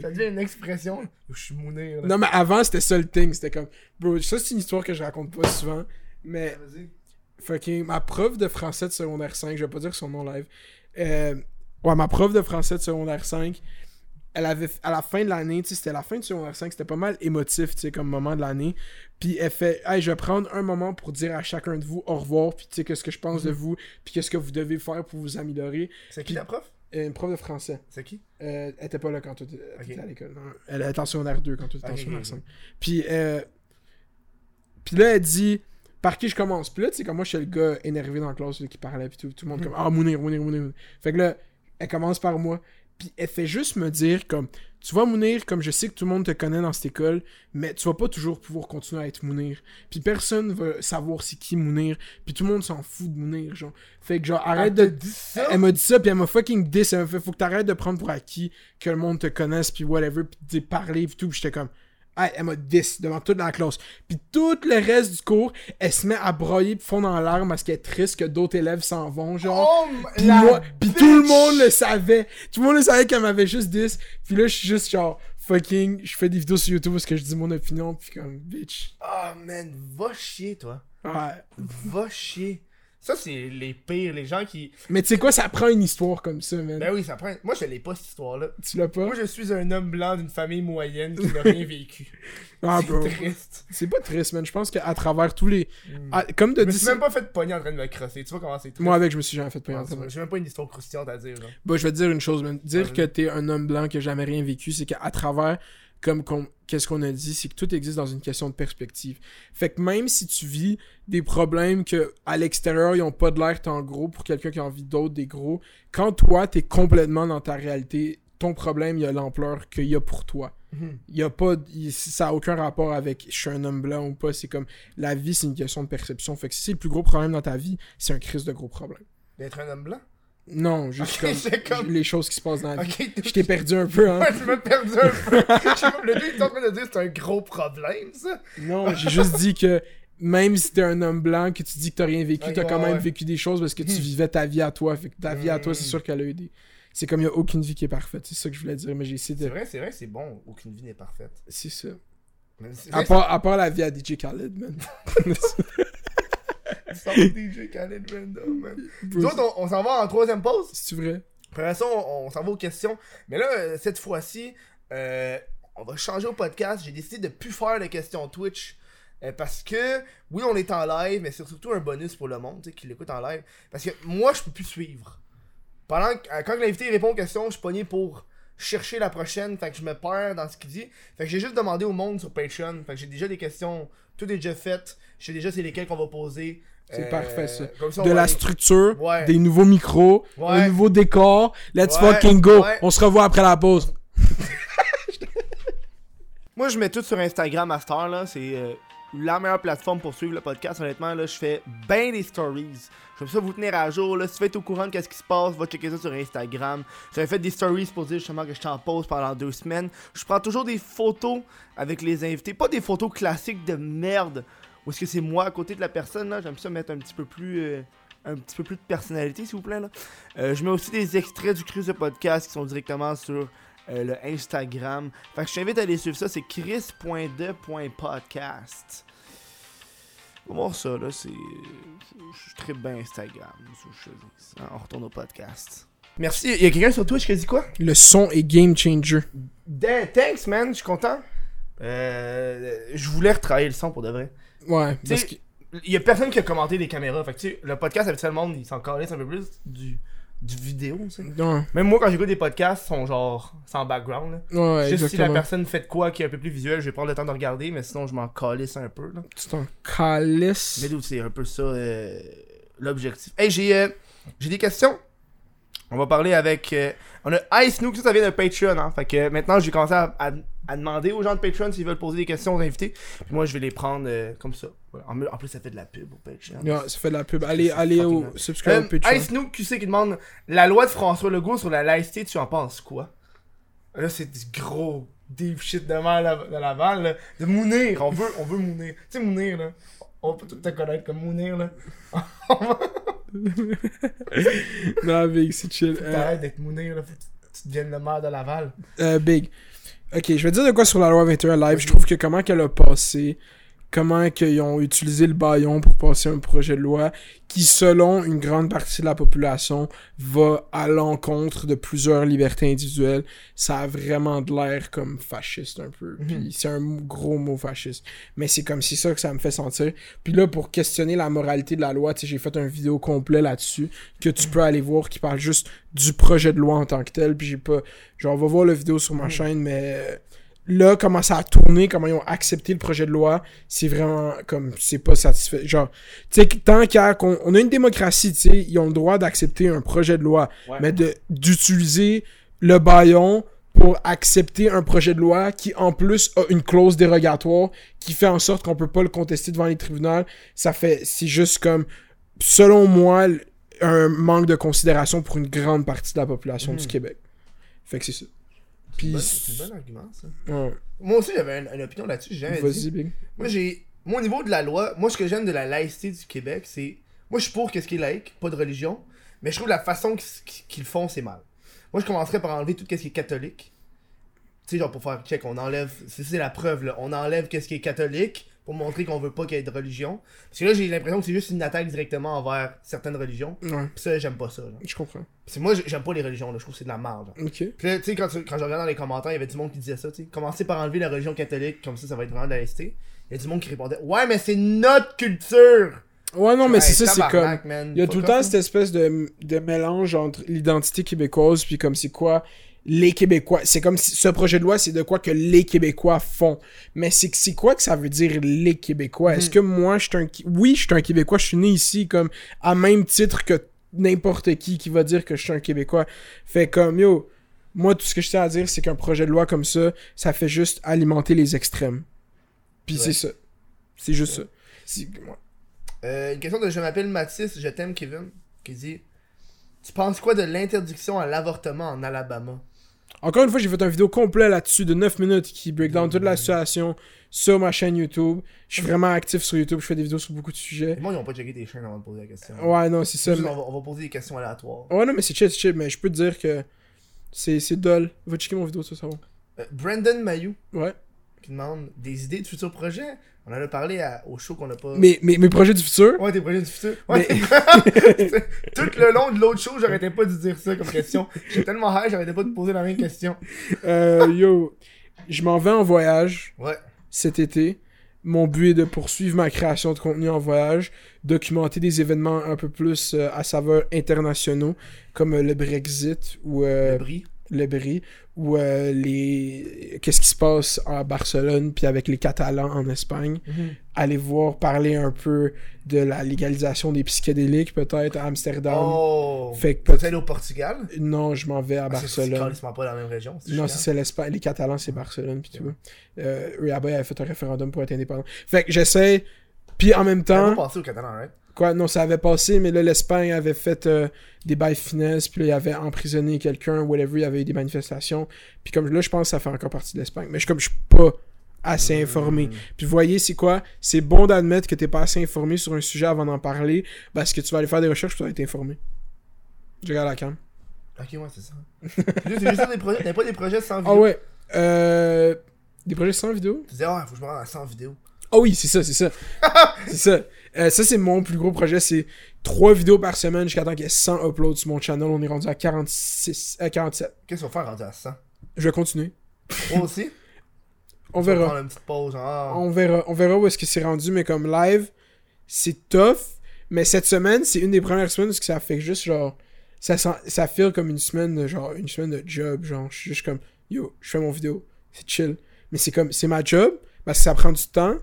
[SPEAKER 1] Ça devient une expression. Je suis Mounir. là.
[SPEAKER 2] Non, mais avant, c'était ça le thing, c'était comme, bro, ça, c'est une histoire que je raconte pas souvent, mais
[SPEAKER 1] Vas-y.
[SPEAKER 2] fucking, ma prof de français de secondaire 5, je vais pas dire son nom live, euh, ouais, ma prof de français de secondaire 5, elle avait, à la fin de l'année, tu sais, c'était la fin de secondaire 5, c'était pas mal émotif, tu sais, comme moment de l'année, puis elle fait, hey, je vais prendre un moment pour dire à chacun de vous au revoir, puis tu sais, qu'est-ce que je pense
[SPEAKER 1] Mhm.
[SPEAKER 2] de vous, puis qu'est-ce que vous devez faire pour vous améliorer,
[SPEAKER 1] C'est qui la prof?
[SPEAKER 2] Et une prof de français.
[SPEAKER 1] C'est qui?
[SPEAKER 2] Euh, elle était pas là quand tu étais
[SPEAKER 1] Ok.
[SPEAKER 2] à l'école. non. Elle était en secondaire 2 quand tu étais en
[SPEAKER 1] Ok, ok,
[SPEAKER 2] secondaire
[SPEAKER 1] ok.
[SPEAKER 2] 5. Puis, euh, puis là, elle dit Par qui je commence Puis là, tu sais, comme moi, je suis le gars
[SPEAKER 1] Mhm.
[SPEAKER 2] énervé dans la classe là, qui parlait. Puis tout, tout le monde comme Ah, Mounir, Mounir, Mounir. Mounir. Fait que là, elle commence par moi. Puis elle fait juste me dire comme tu vas mounir comme je sais que tout le monde te connaît dans cette école, mais tu vas pas toujours pouvoir continuer à être mounir. Puis personne va savoir c'est qui mounir, puis tout le monde s'en fout de mounir genre. Fait que genre
[SPEAKER 1] Ah,
[SPEAKER 2] arrête de
[SPEAKER 1] ça?
[SPEAKER 2] elle m'a dit ça puis elle m'a fucking dit elle m'a fait faut que t'arrêtes de prendre pour acquis que le monde te connaisse puis whatever puis de parler puis tout, puis j'étais comme Hey, elle m'a 10 devant toute la classe. Puis tout le reste du cours, elle se met à broyer puis fondre en larmes parce qu'elle est triste que d'autres élèves s'en vont, genre.
[SPEAKER 1] Oh,
[SPEAKER 2] Pis,
[SPEAKER 1] la
[SPEAKER 2] moi- pis
[SPEAKER 1] bitch!
[SPEAKER 2] tout le monde le savait. Tout le monde le savait qu'elle m'avait juste 10. Puis là, je suis juste genre, fucking, je fais des vidéos sur YouTube parce que je dis mon opinion. Puis comme, bitch.
[SPEAKER 1] Ah, man, va chier, toi.
[SPEAKER 2] Ouais.
[SPEAKER 1] Va chier. Ça, c'est les pires, les gens qui.
[SPEAKER 2] Mais tu sais quoi, ça prend une histoire comme ça, man.
[SPEAKER 1] Ben oui, ça prend. Moi, je l'ai pas, cette histoire-là.
[SPEAKER 2] tu l'as pas?
[SPEAKER 1] Moi, je suis un homme blanc d'une famille moyenne qui n'a
[SPEAKER 2] *laughs*
[SPEAKER 1] rien vécu.
[SPEAKER 2] Ah,
[SPEAKER 1] c'est
[SPEAKER 2] bro.
[SPEAKER 1] triste.
[SPEAKER 2] C'est pas triste, man. Je pense qu'à travers tous les. Ah, comme t'as
[SPEAKER 1] Je me
[SPEAKER 2] dit.
[SPEAKER 1] suis Mm. même pas fait de pogner en train de me crosser. Tu vois comment c'est triste.
[SPEAKER 2] Moi, avec, je me suis jamais fait payer.
[SPEAKER 1] Ah, tu vois, J'ai même pas une histoire croustillante à dire. là.
[SPEAKER 2] Bah, je vais te dire une chose, man. Dire
[SPEAKER 1] Vas-y.
[SPEAKER 2] que t'es un homme blanc qui a jamais rien vécu, c'est qu'à travers, comme qu'on- qu'est-ce qu'on a dit, c'est que tout existe dans une question de perspective. Fait que même si tu vis des problèmes que à l'extérieur ils ont pas de l'air tant gros pour quelqu'un qui en vit d'autres des gros, quand toi t'es complètement dans ta réalité, ton problème il a l'ampleur qu'il y a pour toi.
[SPEAKER 1] Mhm.
[SPEAKER 2] Il y a pas, il- ça a aucun rapport avec je suis un homme blanc ou pas. C'est comme la vie c'est une question de perception. Fait que si c'est le plus gros problème dans ta vie, c'est un crise de gros problème.
[SPEAKER 1] D'être un homme blanc.
[SPEAKER 2] Non, juste
[SPEAKER 1] Ok, *laughs*
[SPEAKER 2] Ah, comme,
[SPEAKER 1] c'est comme-
[SPEAKER 2] les choses qui se passent dans la vie.
[SPEAKER 1] Ok,
[SPEAKER 2] Je t'ai perdu un peu, hein.
[SPEAKER 1] Ouais, *laughs* je me
[SPEAKER 2] *laughs*
[SPEAKER 1] perdu un peu. Je sais pas, le gars, il est en train de dire que c'est un gros problème, ça.
[SPEAKER 2] Non, j'ai juste dit que même si t'es un homme blanc, que tu dis que t'as rien vécu,
[SPEAKER 1] Ouais,
[SPEAKER 2] t'as quand
[SPEAKER 1] ouais, Hmm.
[SPEAKER 2] même
[SPEAKER 1] ouais.
[SPEAKER 2] vécu des choses parce que tu vivais ta vie à toi. Fait que ta vie à toi, c'est
[SPEAKER 1] Mm.
[SPEAKER 2] sûr qu'elle a eu des. C'est comme il y a aucune vie qui est parfaite, c'est ça que je voulais dire, mais j'ai essayé
[SPEAKER 1] C'est
[SPEAKER 2] de.
[SPEAKER 1] vrai, c'est vrai, c'est bon. Aucune vie n'est parfaite.
[SPEAKER 2] C'est ça.
[SPEAKER 1] Mais c'est *laughs*
[SPEAKER 2] À
[SPEAKER 1] vrai,
[SPEAKER 2] part, à part la vie à DJ
[SPEAKER 1] *laughs*
[SPEAKER 2] Khaled, man.
[SPEAKER 1] c'est- sort DJ Khaled Random, man. Nous autres, on, on s'en va en troisième pause.
[SPEAKER 2] C'est vrai.
[SPEAKER 1] Après ça, on, on s'en va aux questions. Mais là, euh, cette fois-ci, euh, on va changer au podcast. J'ai décidé de plus faire les questions Twitch. euh, parce que, oui, on est en live, mais c'est surtout un bonus pour le monde tu sais, qui l'écoute en live. Parce que moi, je peux plus suivre. Pendant que- euh, quand l'invité répond aux questions, je suis pogné pour chercher la prochaine. Fait que je me perds dans ce qu'il dit. Fait que j'ai juste demandé au monde sur Patreon. Fait que j'ai déjà des questions, tout est déjà fait. Je sais déjà c'est lesquelles qu'on va poser.
[SPEAKER 2] C'est
[SPEAKER 1] Euh,
[SPEAKER 2] parfait, ça.
[SPEAKER 1] comme ça, on
[SPEAKER 2] De
[SPEAKER 1] va
[SPEAKER 2] la
[SPEAKER 1] aller-
[SPEAKER 2] structure,
[SPEAKER 1] Ouais.
[SPEAKER 2] des nouveaux micros,
[SPEAKER 1] Ouais.
[SPEAKER 2] un nouveau décor. Let's
[SPEAKER 1] Ouais,
[SPEAKER 2] fucking go.
[SPEAKER 1] ouais.
[SPEAKER 2] On se revoit après la pause.
[SPEAKER 1] Moi, je mets tout sur Instagram à cette heure, là. C'est euh, la meilleure plateforme pour suivre le podcast. Honnêtement, là, je fais bien des stories. J'aime ça vous tenir à jour, là. Si vous êtes au courant de qu'est-ce qui se passe, va checker ça sur Instagram. J'avais fait des stories pour dire justement que je t'en pause pendant deux semaines. Je prends toujours des photos avec les invités. Pas des photos classiques de merde. Ou est-ce que c'est moi à côté de la personne, là. J'aime ça mettre un petit peu plus... euh, Un petit peu plus de personnalité, s'il vous plaît. Là. Euh, je mets aussi des extraits du cruise de podcast qui sont directement sur euh, le Instagram. Fait que je t'invite à aller suivre ça, c'est chris.de.podcast. Va voir ça, là, c'est. Je suis très bien Instagram. c'est ce que je dis. Hein, On retourne au podcast. Merci. Il y a quelqu'un sur Twitch qui a dit quoi
[SPEAKER 2] Le son est game changer.
[SPEAKER 1] Dan, thanks, man, je suis content. Euh, je voulais retravailler le son pour de vrai.
[SPEAKER 2] Ouais,
[SPEAKER 1] Tu
[SPEAKER 2] parce
[SPEAKER 1] sais,
[SPEAKER 2] que.
[SPEAKER 1] Il y a personne qui a commenté les caméras. Fait que, tu sais, le podcast, habituellement, le monde, il s'en calisse un peu plus du, du vidéo, tu sais.
[SPEAKER 2] Ouais,
[SPEAKER 1] Même moi, quand j'écoute des podcasts, ils sont genre sans background. là.
[SPEAKER 2] ouais,
[SPEAKER 1] Juste si la
[SPEAKER 2] exactement.
[SPEAKER 1] personne fait de quoi qui est un peu plus visuel, je vais prendre le temps de regarder, mais sinon je m'en calisse un peu. Là.
[SPEAKER 2] Tu t'en calisses.
[SPEAKER 1] Mais d'où c'est un peu ça euh, l'objectif. Hey, j'ai euh, j'ai des questions. On va parler avec. euh, on a Ice Nook, ça, ça vient de Patreon. Hein, fait que euh, maintenant, j'ai commencé à, à- à demander aux gens de Patreon s'ils veulent poser des questions aux invités. Puis moi, je vais les prendre euh, comme ça. Voilà. En, en plus, ça fait de la pub au Patreon.
[SPEAKER 2] Ouais, ça fait de la pub. Allez, allez
[SPEAKER 1] fucking
[SPEAKER 2] au
[SPEAKER 1] mal.
[SPEAKER 2] subscribe
[SPEAKER 1] Euh,
[SPEAKER 2] au Patreon.
[SPEAKER 1] Ice Noob QC qui demande La loi de François Legault sur la laïcité, tu en penses quoi Là, c'est du gros deep shit de mal à- de Laval. Là. De Mounir, on veut, on veut Mounir. Tu sais, Mounir, là. On peut tout te connaître comme Mounir, là.
[SPEAKER 2] non, Big, c'est chill. Euh,
[SPEAKER 1] T'arrêtes d'être Mounir, là. Faut que tu- tu deviennes le maire de Laval.
[SPEAKER 2] euh, Big. Ok, je vais dire de quoi sur la loi 21 live. Je trouve que comment qu'elle a passé, comment qu'ils ont utilisé le baillon pour passer un projet de loi qui, selon une grande partie de la population, va à l'encontre de plusieurs libertés individuelles. Ça a vraiment de l'air comme fasciste un peu. Puis c'est un gros mot fasciste. mais c'est comme si ça que ça me fait sentir. Puis là, pour questionner la moralité de la loi, tu sais, j'ai fait un vidéo complet là-dessus que tu peux aller voir qui parle juste du projet de loi en tant que tel. Puis j'ai pas. Genre, va voir la vidéo sur ma chaîne, mais euh, là, comment ça a tourné, comment ils ont accepté le projet de loi, c'est vraiment comme. C'est pas satisfait. Genre, tu sais, que tant qu'à. qu'on on a une démocratie, tu sais, ils ont le droit d'accepter un projet de loi, mais de d'utiliser le baillon pour accepter un projet de loi qui, en plus, a une clause dérogatoire qui fait en sorte qu'on peut pas le contester devant les tribunaux. Ça fait, c'est juste comme, selon moi, l- un manque de considération pour une grande partie de la population
[SPEAKER 1] Mhm.
[SPEAKER 2] du Québec. Fait que c'est ça. Puis,
[SPEAKER 1] Bonne- C'est un bon argument, ça.
[SPEAKER 2] ouais.
[SPEAKER 1] Moi aussi, j'avais une, une opinion là-dessus. j'ai jamais dit.
[SPEAKER 2] vas-y, Big.
[SPEAKER 1] Moi, j'ai. Moi, au niveau de la loi, moi, ce que j'aime de la laïcité du Québec, c'est. Moi, je suis pour qu'est-ce qui est laïque, pas de religion, mais je trouve la façon qu'ils qu'ils le font, c'est mal. Moi, je commencerais par enlever tout ce qui est catholique. Tu sais, genre, pour faire check, on enlève. C'est c'est la preuve, là. On enlève qu'est-ce qui est catholique pour montrer qu'on veut pas qu'il y ait de religion. Parce que là, j'ai l'impression que c'est juste une attaque directement envers certaines religions.
[SPEAKER 2] Ouais,
[SPEAKER 1] Pis ça, j'aime pas ça, là.
[SPEAKER 2] je comprends.
[SPEAKER 1] Parce que moi, j'aime pas les religions, là. Je trouve que c'est de la merde, genre.
[SPEAKER 2] Ok.
[SPEAKER 1] Puis là, tu sais, quand, tu- quand je regardais dans les commentaires, il y avait du monde qui disait ça, tu sais. Commencez par enlever la religion catholique, comme ça, ça va être vraiment de la laïcité. Il y a du monde qui répondait, ouais, mais c'est notre culture!
[SPEAKER 2] Ouais, non, mais c'est ça, c'est comme. Il y a tout le temps cette
[SPEAKER 1] c'était.
[SPEAKER 2] espèce de, de mélange entre l'identité québécoise puis comme c'est quoi les Québécois. C'est comme si ce projet de loi, c'est de quoi que les Québécois font. Mais c'est que- c'est quoi que ça veut dire les Québécois? Est-ce que moi, je suis un... Qui- Oui, je suis un Québécois, je suis né ici comme à même titre que n'importe qui qui va dire que je suis un Québécois. Fait comme, yo, moi, tout ce que je tiens à dire, c'est qu'un projet de loi comme ça, ça fait juste alimenter les extrêmes. Puis
[SPEAKER 1] Ouais.
[SPEAKER 2] c'est ça. C'est juste ça. C'est-
[SPEAKER 1] Euh, une question de Je m'appelle Mathis, je t'aime Kevin, qui dit, tu penses quoi de l'interdiction à l'avortement en Alabama?
[SPEAKER 2] Encore une fois, j'ai fait un vidéo complet là-dessus de 9 minutes qui break down toute la situation sur ma chaîne YouTube. Je suis vraiment actif sur YouTube, je fais des vidéos sur beaucoup de sujets.
[SPEAKER 1] Les gens, ils ont pas checké tes chaînes avant de poser la question.
[SPEAKER 2] Ouais, non, c'est ça.
[SPEAKER 1] Juste,
[SPEAKER 2] mais-
[SPEAKER 1] on, va, on va poser des questions aléatoires.
[SPEAKER 2] Ouais, non, mais c'est chill, c'est chill, mais je peux te dire que c'est c'est dull. Va checker mon vidéo, ça, ça va.
[SPEAKER 1] Euh, Brandon Mayou,
[SPEAKER 2] Ouais.
[SPEAKER 1] qui demande des idées de futurs projets. On en a parlé à- au show qu'on a pas.
[SPEAKER 2] Mais, mais mes projets du futur,
[SPEAKER 1] Ouais, tes projets du futur. Ouais, c'est- *laughs* Tout le long de l'autre show, j'arrêtais pas de dire ça comme question. J'étais tellement high, j'arrêtais pas de poser la même question.
[SPEAKER 2] euh, yo, je m'en vais en voyage
[SPEAKER 1] Ouais.
[SPEAKER 2] cet été. Mon but est de poursuivre ma création de contenu en voyage, documenter des événements un peu plus euh, à saveur internationaux, comme euh, le Brexit ou euh,
[SPEAKER 1] Le bris.
[SPEAKER 2] le Brie, ou euh, les qu'est-ce qui se passe à Barcelone puis avec les Catalans en Espagne
[SPEAKER 1] Mhm.
[SPEAKER 2] aller voir parler un peu de la légalisation des psychédéliques peut-être à Amsterdam
[SPEAKER 1] Oh.
[SPEAKER 2] fait que peut-être
[SPEAKER 1] Peut-être au Portugal.
[SPEAKER 2] non je m'en vais à
[SPEAKER 1] Ah, c'est- C'est
[SPEAKER 2] Barcelone
[SPEAKER 1] carrément pas dans la même région.
[SPEAKER 2] non,
[SPEAKER 1] génial.
[SPEAKER 2] c'est ça, l'Espagne. Les Catalans, c'est Barcelone, puis tout. Euh, Riabat avait fait un référendum pour être indépendant. Fait que j'essaie, puis en même
[SPEAKER 1] T'as
[SPEAKER 2] temps...
[SPEAKER 1] pas pensé au Catalan, right?
[SPEAKER 2] Quoi, non, ça avait passé, mais là, l'Espagne avait fait euh, des bails finesse, puis là, il avait emprisonné quelqu'un, whatever, il y avait eu des manifestations. Puis comme là, je pense que ça fait encore partie de l'Espagne. Mais je, comme je suis pas assez informé. Puis vous voyez, c'est quoi? C'est bon d'admettre que t'es pas assez informé sur un sujet avant d'en parler, parce que tu vas aller faire des recherches pour être informé. Je regarde la cam.
[SPEAKER 1] Ok, ouais, c'est ça. C'est juste- c'est juste ça, des projets. T'avais pas des projets sans
[SPEAKER 2] Ah
[SPEAKER 1] vidéo.
[SPEAKER 2] ouais, euh... Des projets sans vidéo?
[SPEAKER 1] Tu disais, ah, faut que je me rende à 100 vidéos.
[SPEAKER 2] Ah oui, c'est ça, c'est ça. c'est ça. Euh, ça, c'est mon plus gros projet. C'est trois vidéos par semaine jusqu'à temps qu'il y ait 100 uploads sur mon channel. On est rendu à 46, à 47.
[SPEAKER 1] Qu'est-ce qu'on va faire rendu à 100?
[SPEAKER 2] Je vais continuer.
[SPEAKER 1] Moi
[SPEAKER 2] *laughs*
[SPEAKER 1] aussi.
[SPEAKER 2] On
[SPEAKER 1] On va
[SPEAKER 2] verra.
[SPEAKER 1] prendre une petite pause, genre. ah,
[SPEAKER 2] On verra. On verra où est-ce que c'est rendu, mais comme live, c'est tough. Mais cette semaine, c'est une des premières semaines où ça fait juste genre. Ça, sent- ça feel comme une semaine de genre une semaine de job. Genre, je suis juste comme yo, je fais mon vidéo. C'est chill. Mais c'est comme c'est ma job parce que ça prend du temps.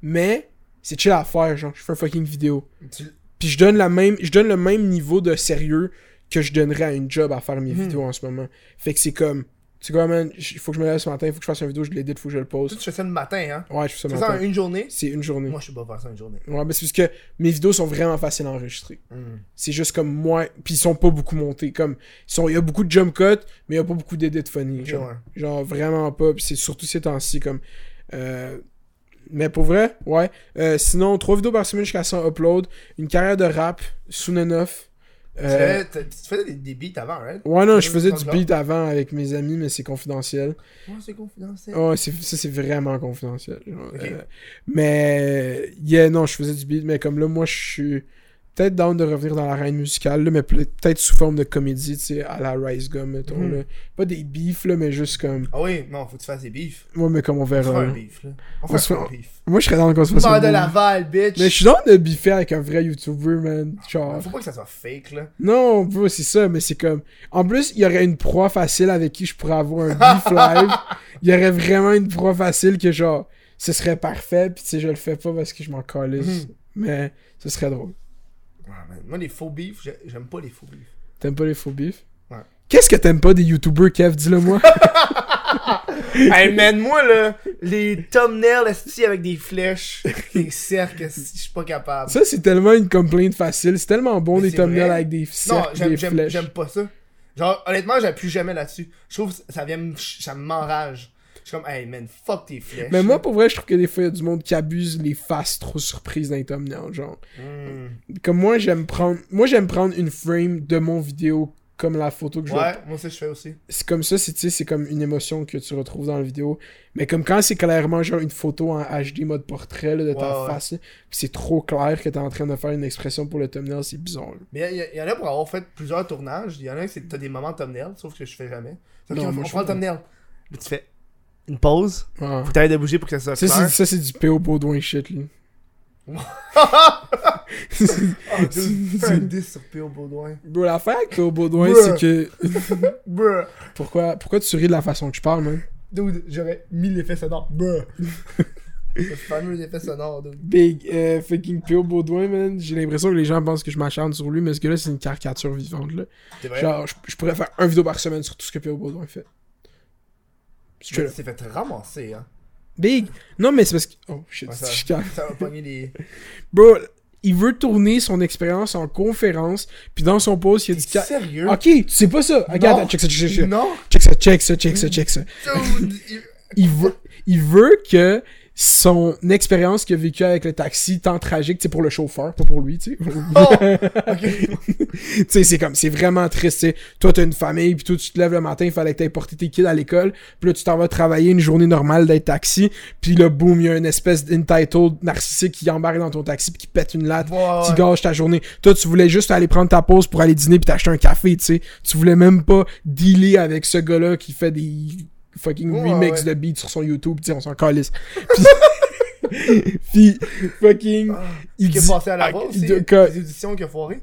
[SPEAKER 2] Mais c'est chill à faire, genre, je fais un fucking vidéo.
[SPEAKER 1] tu-
[SPEAKER 2] Puis je donne la même, je donne le même niveau de sérieux que je donnerais à une job à faire
[SPEAKER 1] Hmm.
[SPEAKER 2] mes vidéos en ce moment. Fait que c'est comme, tu sais quoi, man, il faut que je me lève ce matin, il faut que je fasse une vidéo, je l'édite, faut que je le
[SPEAKER 1] Toi,
[SPEAKER 2] pose.
[SPEAKER 1] tu fais ça le matin, hein?
[SPEAKER 2] Ouais, je fais ça
[SPEAKER 1] Tu
[SPEAKER 2] le
[SPEAKER 1] fais ça en
[SPEAKER 2] matin.
[SPEAKER 1] une journée?
[SPEAKER 2] C'est une journée.
[SPEAKER 1] Moi, je sais pas faire ça en une journée.
[SPEAKER 2] Ouais, mais c'est parce que mes vidéos sont vraiment faciles à enregistrer.
[SPEAKER 1] Hmm.
[SPEAKER 2] C'est juste comme moi, puis ils sont pas beaucoup montés. Comme, ils sont- il y a beaucoup de jump cuts, mais il y a pas beaucoup d'édits funny.
[SPEAKER 1] Ok,
[SPEAKER 2] Genre,
[SPEAKER 1] ouais.
[SPEAKER 2] Genre, vraiment pas. Puis c'est surtout ces temps-ci, comme. euh, Mais pour vrai, ouais. Euh, sinon, trois vidéos par semaine jusqu'à 100 uploads. Une carrière de rap, sous neuf.
[SPEAKER 1] Tu
[SPEAKER 2] Euh,
[SPEAKER 1] faisais- Tu tu faisais des- des beats avant, right?
[SPEAKER 2] ouais, non, je
[SPEAKER 1] tu
[SPEAKER 2] faisais
[SPEAKER 1] fais
[SPEAKER 2] du
[SPEAKER 1] encore?
[SPEAKER 2] beat avant avec mes amis, mais c'est confidentiel.
[SPEAKER 1] Moi, c'est confidentiel.
[SPEAKER 2] Ouais, c'est- ça, c'est vraiment confidentiel. genre,
[SPEAKER 1] Ok.
[SPEAKER 2] euh, mais, yeah, non, je faisais du beat, mais comme là, moi, je suis peut-être down de revenir dans l'arène musicale, là, mais peut- peut-être sous forme de comédie, tu sais, à la Rice Gum, mettons.
[SPEAKER 1] Mhm.
[SPEAKER 2] là. Pas des beefs, là, mais juste comme.
[SPEAKER 1] Ah oui, non, faut que tu fasses des beefs.
[SPEAKER 2] Ah, Ouais, mais comme on
[SPEAKER 1] On fera
[SPEAKER 2] verra.
[SPEAKER 1] un
[SPEAKER 2] là.
[SPEAKER 1] beef, là. On
[SPEAKER 2] On
[SPEAKER 1] fera
[SPEAKER 2] se
[SPEAKER 1] un
[SPEAKER 2] fait-
[SPEAKER 1] beef.
[SPEAKER 2] Moi, je serais dans le qu'on se fasse un
[SPEAKER 1] Barre de
[SPEAKER 2] bon-
[SPEAKER 1] Laval, bitch.
[SPEAKER 2] Mais je suis dans de biffer avec un vrai YouTuber, man. Genre.
[SPEAKER 1] Faut pas que ça soit fake, là.
[SPEAKER 2] Non, bro, c'est ça, mais c'est comme. En plus, il y aurait une proie facile avec qui je pourrais avoir un
[SPEAKER 1] *laughs*
[SPEAKER 2] beef live. Il y aurait vraiment une proie facile que, genre, ce serait parfait, pis tu sais, je le fais pas parce que je m'en calisse.
[SPEAKER 1] Hmm.
[SPEAKER 2] Mais ce serait drôle. *laughs*
[SPEAKER 1] Ouais, man. Moi, les faux beefs, j'ai- j'aime pas les faux beefs.
[SPEAKER 2] T'aimes pas les faux bifs
[SPEAKER 1] Ouais.
[SPEAKER 2] Qu'est-ce que t'aimes pas des YouTubers, Kev Dis-le
[SPEAKER 1] *laughs*
[SPEAKER 2] moi.
[SPEAKER 1] hey man, moi là, les thumbnails esti avec des flèches, des cercles, esti, je suis pas capable.
[SPEAKER 2] ça, c'est tellement une complainte facile. C'est tellement bon
[SPEAKER 1] Mais
[SPEAKER 2] des
[SPEAKER 1] c'est
[SPEAKER 2] thumbnails
[SPEAKER 1] vrai.
[SPEAKER 2] avec des
[SPEAKER 1] Non,
[SPEAKER 2] cercles,
[SPEAKER 1] j'aime-
[SPEAKER 2] des
[SPEAKER 1] j'aime
[SPEAKER 2] flèches.
[SPEAKER 1] j'aime pas ça. Genre, honnêtement, j'appuie jamais là-dessus. Je trouve que ça vient, me- ça m'enrage. Je suis comme, hey man, fuck tes flèches.
[SPEAKER 2] Mais moi, pour vrai, je trouve que des fois, il y a du monde qui abuse les faces trop surprises d'un thumbnail, genre.
[SPEAKER 1] Hmm.
[SPEAKER 2] Comme moi, j'aime prendre... Moi, j'aime prendre une frame de mon vidéo comme la photo que je vais
[SPEAKER 1] Ouais, moi aussi je fais aussi.
[SPEAKER 2] c'est comme ça, c'est tu sais, c'est comme une émotion que tu retrouves dans la vidéo. Mais comme quand c'est clairement genre une photo en HD mode portrait là, de ta
[SPEAKER 1] Ouais, ouais.
[SPEAKER 2] face, là, puis c'est trop clair que t'es en train de faire une expression pour le thumbnail, c'est bizarre. là.
[SPEAKER 1] Mais il y, y en a pour avoir fait plusieurs tournages. Il y en a qui t'as des moments thumbnail, sauf que je fais jamais. Sauf
[SPEAKER 2] Non,
[SPEAKER 1] qu'on-
[SPEAKER 2] moi,
[SPEAKER 1] on
[SPEAKER 2] je
[SPEAKER 1] prend le
[SPEAKER 2] fais-
[SPEAKER 1] thumbnail. Là, tu fais une pause.
[SPEAKER 2] Ah.
[SPEAKER 1] Faut que t'arrêtes de bouger pour que ça soit
[SPEAKER 2] Ça,
[SPEAKER 1] clair. *laughs*
[SPEAKER 2] c'est, ça, c'est du P.O. Baudouin shit, là.
[SPEAKER 1] Ah, dude, fais un 10 sur P.O. Baudouin.
[SPEAKER 2] Bro, l'affaire avec P.O. Baudouin,
[SPEAKER 1] Bruh.
[SPEAKER 2] c'est que.
[SPEAKER 1] Bruh.
[SPEAKER 2] Pourquoi, pourquoi tu ris de la façon que je parle, man?
[SPEAKER 1] Dude, j'aurais mis l'effet sonore. *laughs* Bruh. Le fameux effet sonore, dude.
[SPEAKER 2] Big euh, fucking P.O. Baudouin, man. J'ai l'impression que les gens pensent que je m'acharne sur lui, mais ce gars-là, c'est une caricature vivante, là.
[SPEAKER 1] C'est vrai.
[SPEAKER 2] Genre, je, je pourrais faire un vidéo par semaine sur tout ce que P.O. Baudouin fait. C'est
[SPEAKER 1] Mais
[SPEAKER 2] chill.
[SPEAKER 1] il s'est fait ramasser, hein.
[SPEAKER 2] Big. Non, mais c'est parce que. Oh shit,
[SPEAKER 1] Ouais,
[SPEAKER 2] c'est chican.
[SPEAKER 1] Ça va pogner les.
[SPEAKER 2] Bro, il veut tourner son expérience en conférence, puis dans son post, il a
[SPEAKER 1] T'es
[SPEAKER 2] dit. ca-
[SPEAKER 1] sérieux?
[SPEAKER 2] Ok, tu sais pas ça. Regarde,
[SPEAKER 1] Non.
[SPEAKER 2] check ça, check ça, check ça.
[SPEAKER 1] Non, Mm.
[SPEAKER 2] Check ça, check ça, check ça, check ça.
[SPEAKER 1] dude. *laughs* il-
[SPEAKER 2] Il veut, il veut que son expérience qu'il a vécue avec le taxi, tant tragique, c'est pour le chauffeur, pas pour lui, tu sais.
[SPEAKER 1] Oh! Ok.
[SPEAKER 2] tu sais, c'est comme, c'est vraiment triste, tu sais. Toi, t'as une famille, puis toi, tu te lèves le matin, il fallait que t'aies porté tes kids à l'école, puis là, tu t'en vas travailler une journée normale d'être taxi, puis là, boum, il y a une espèce d'entitled narcissique qui embarque dans ton taxi, puis qui pète une latte,
[SPEAKER 1] Ouais,
[SPEAKER 2] qui
[SPEAKER 1] ouais.
[SPEAKER 2] gâche ta journée. Toi, tu voulais juste aller prendre ta pause pour aller dîner, puis t'acheter un café, tu sais. Tu voulais même pas dealer avec ce gars-là qui fait des fucking
[SPEAKER 1] Ouais,
[SPEAKER 2] remix
[SPEAKER 1] ouais.
[SPEAKER 2] de beats sur son YouTube, tu sais, on s'en calisse. Puis, *laughs* puis fucking,
[SPEAKER 1] Ah,
[SPEAKER 2] il
[SPEAKER 1] Qui est
[SPEAKER 2] dit-
[SPEAKER 1] passé à la
[SPEAKER 2] Ah,
[SPEAKER 1] voix
[SPEAKER 2] il
[SPEAKER 1] aussi.
[SPEAKER 2] dit
[SPEAKER 1] Les
[SPEAKER 2] que-
[SPEAKER 1] auditions qu'il a foirées.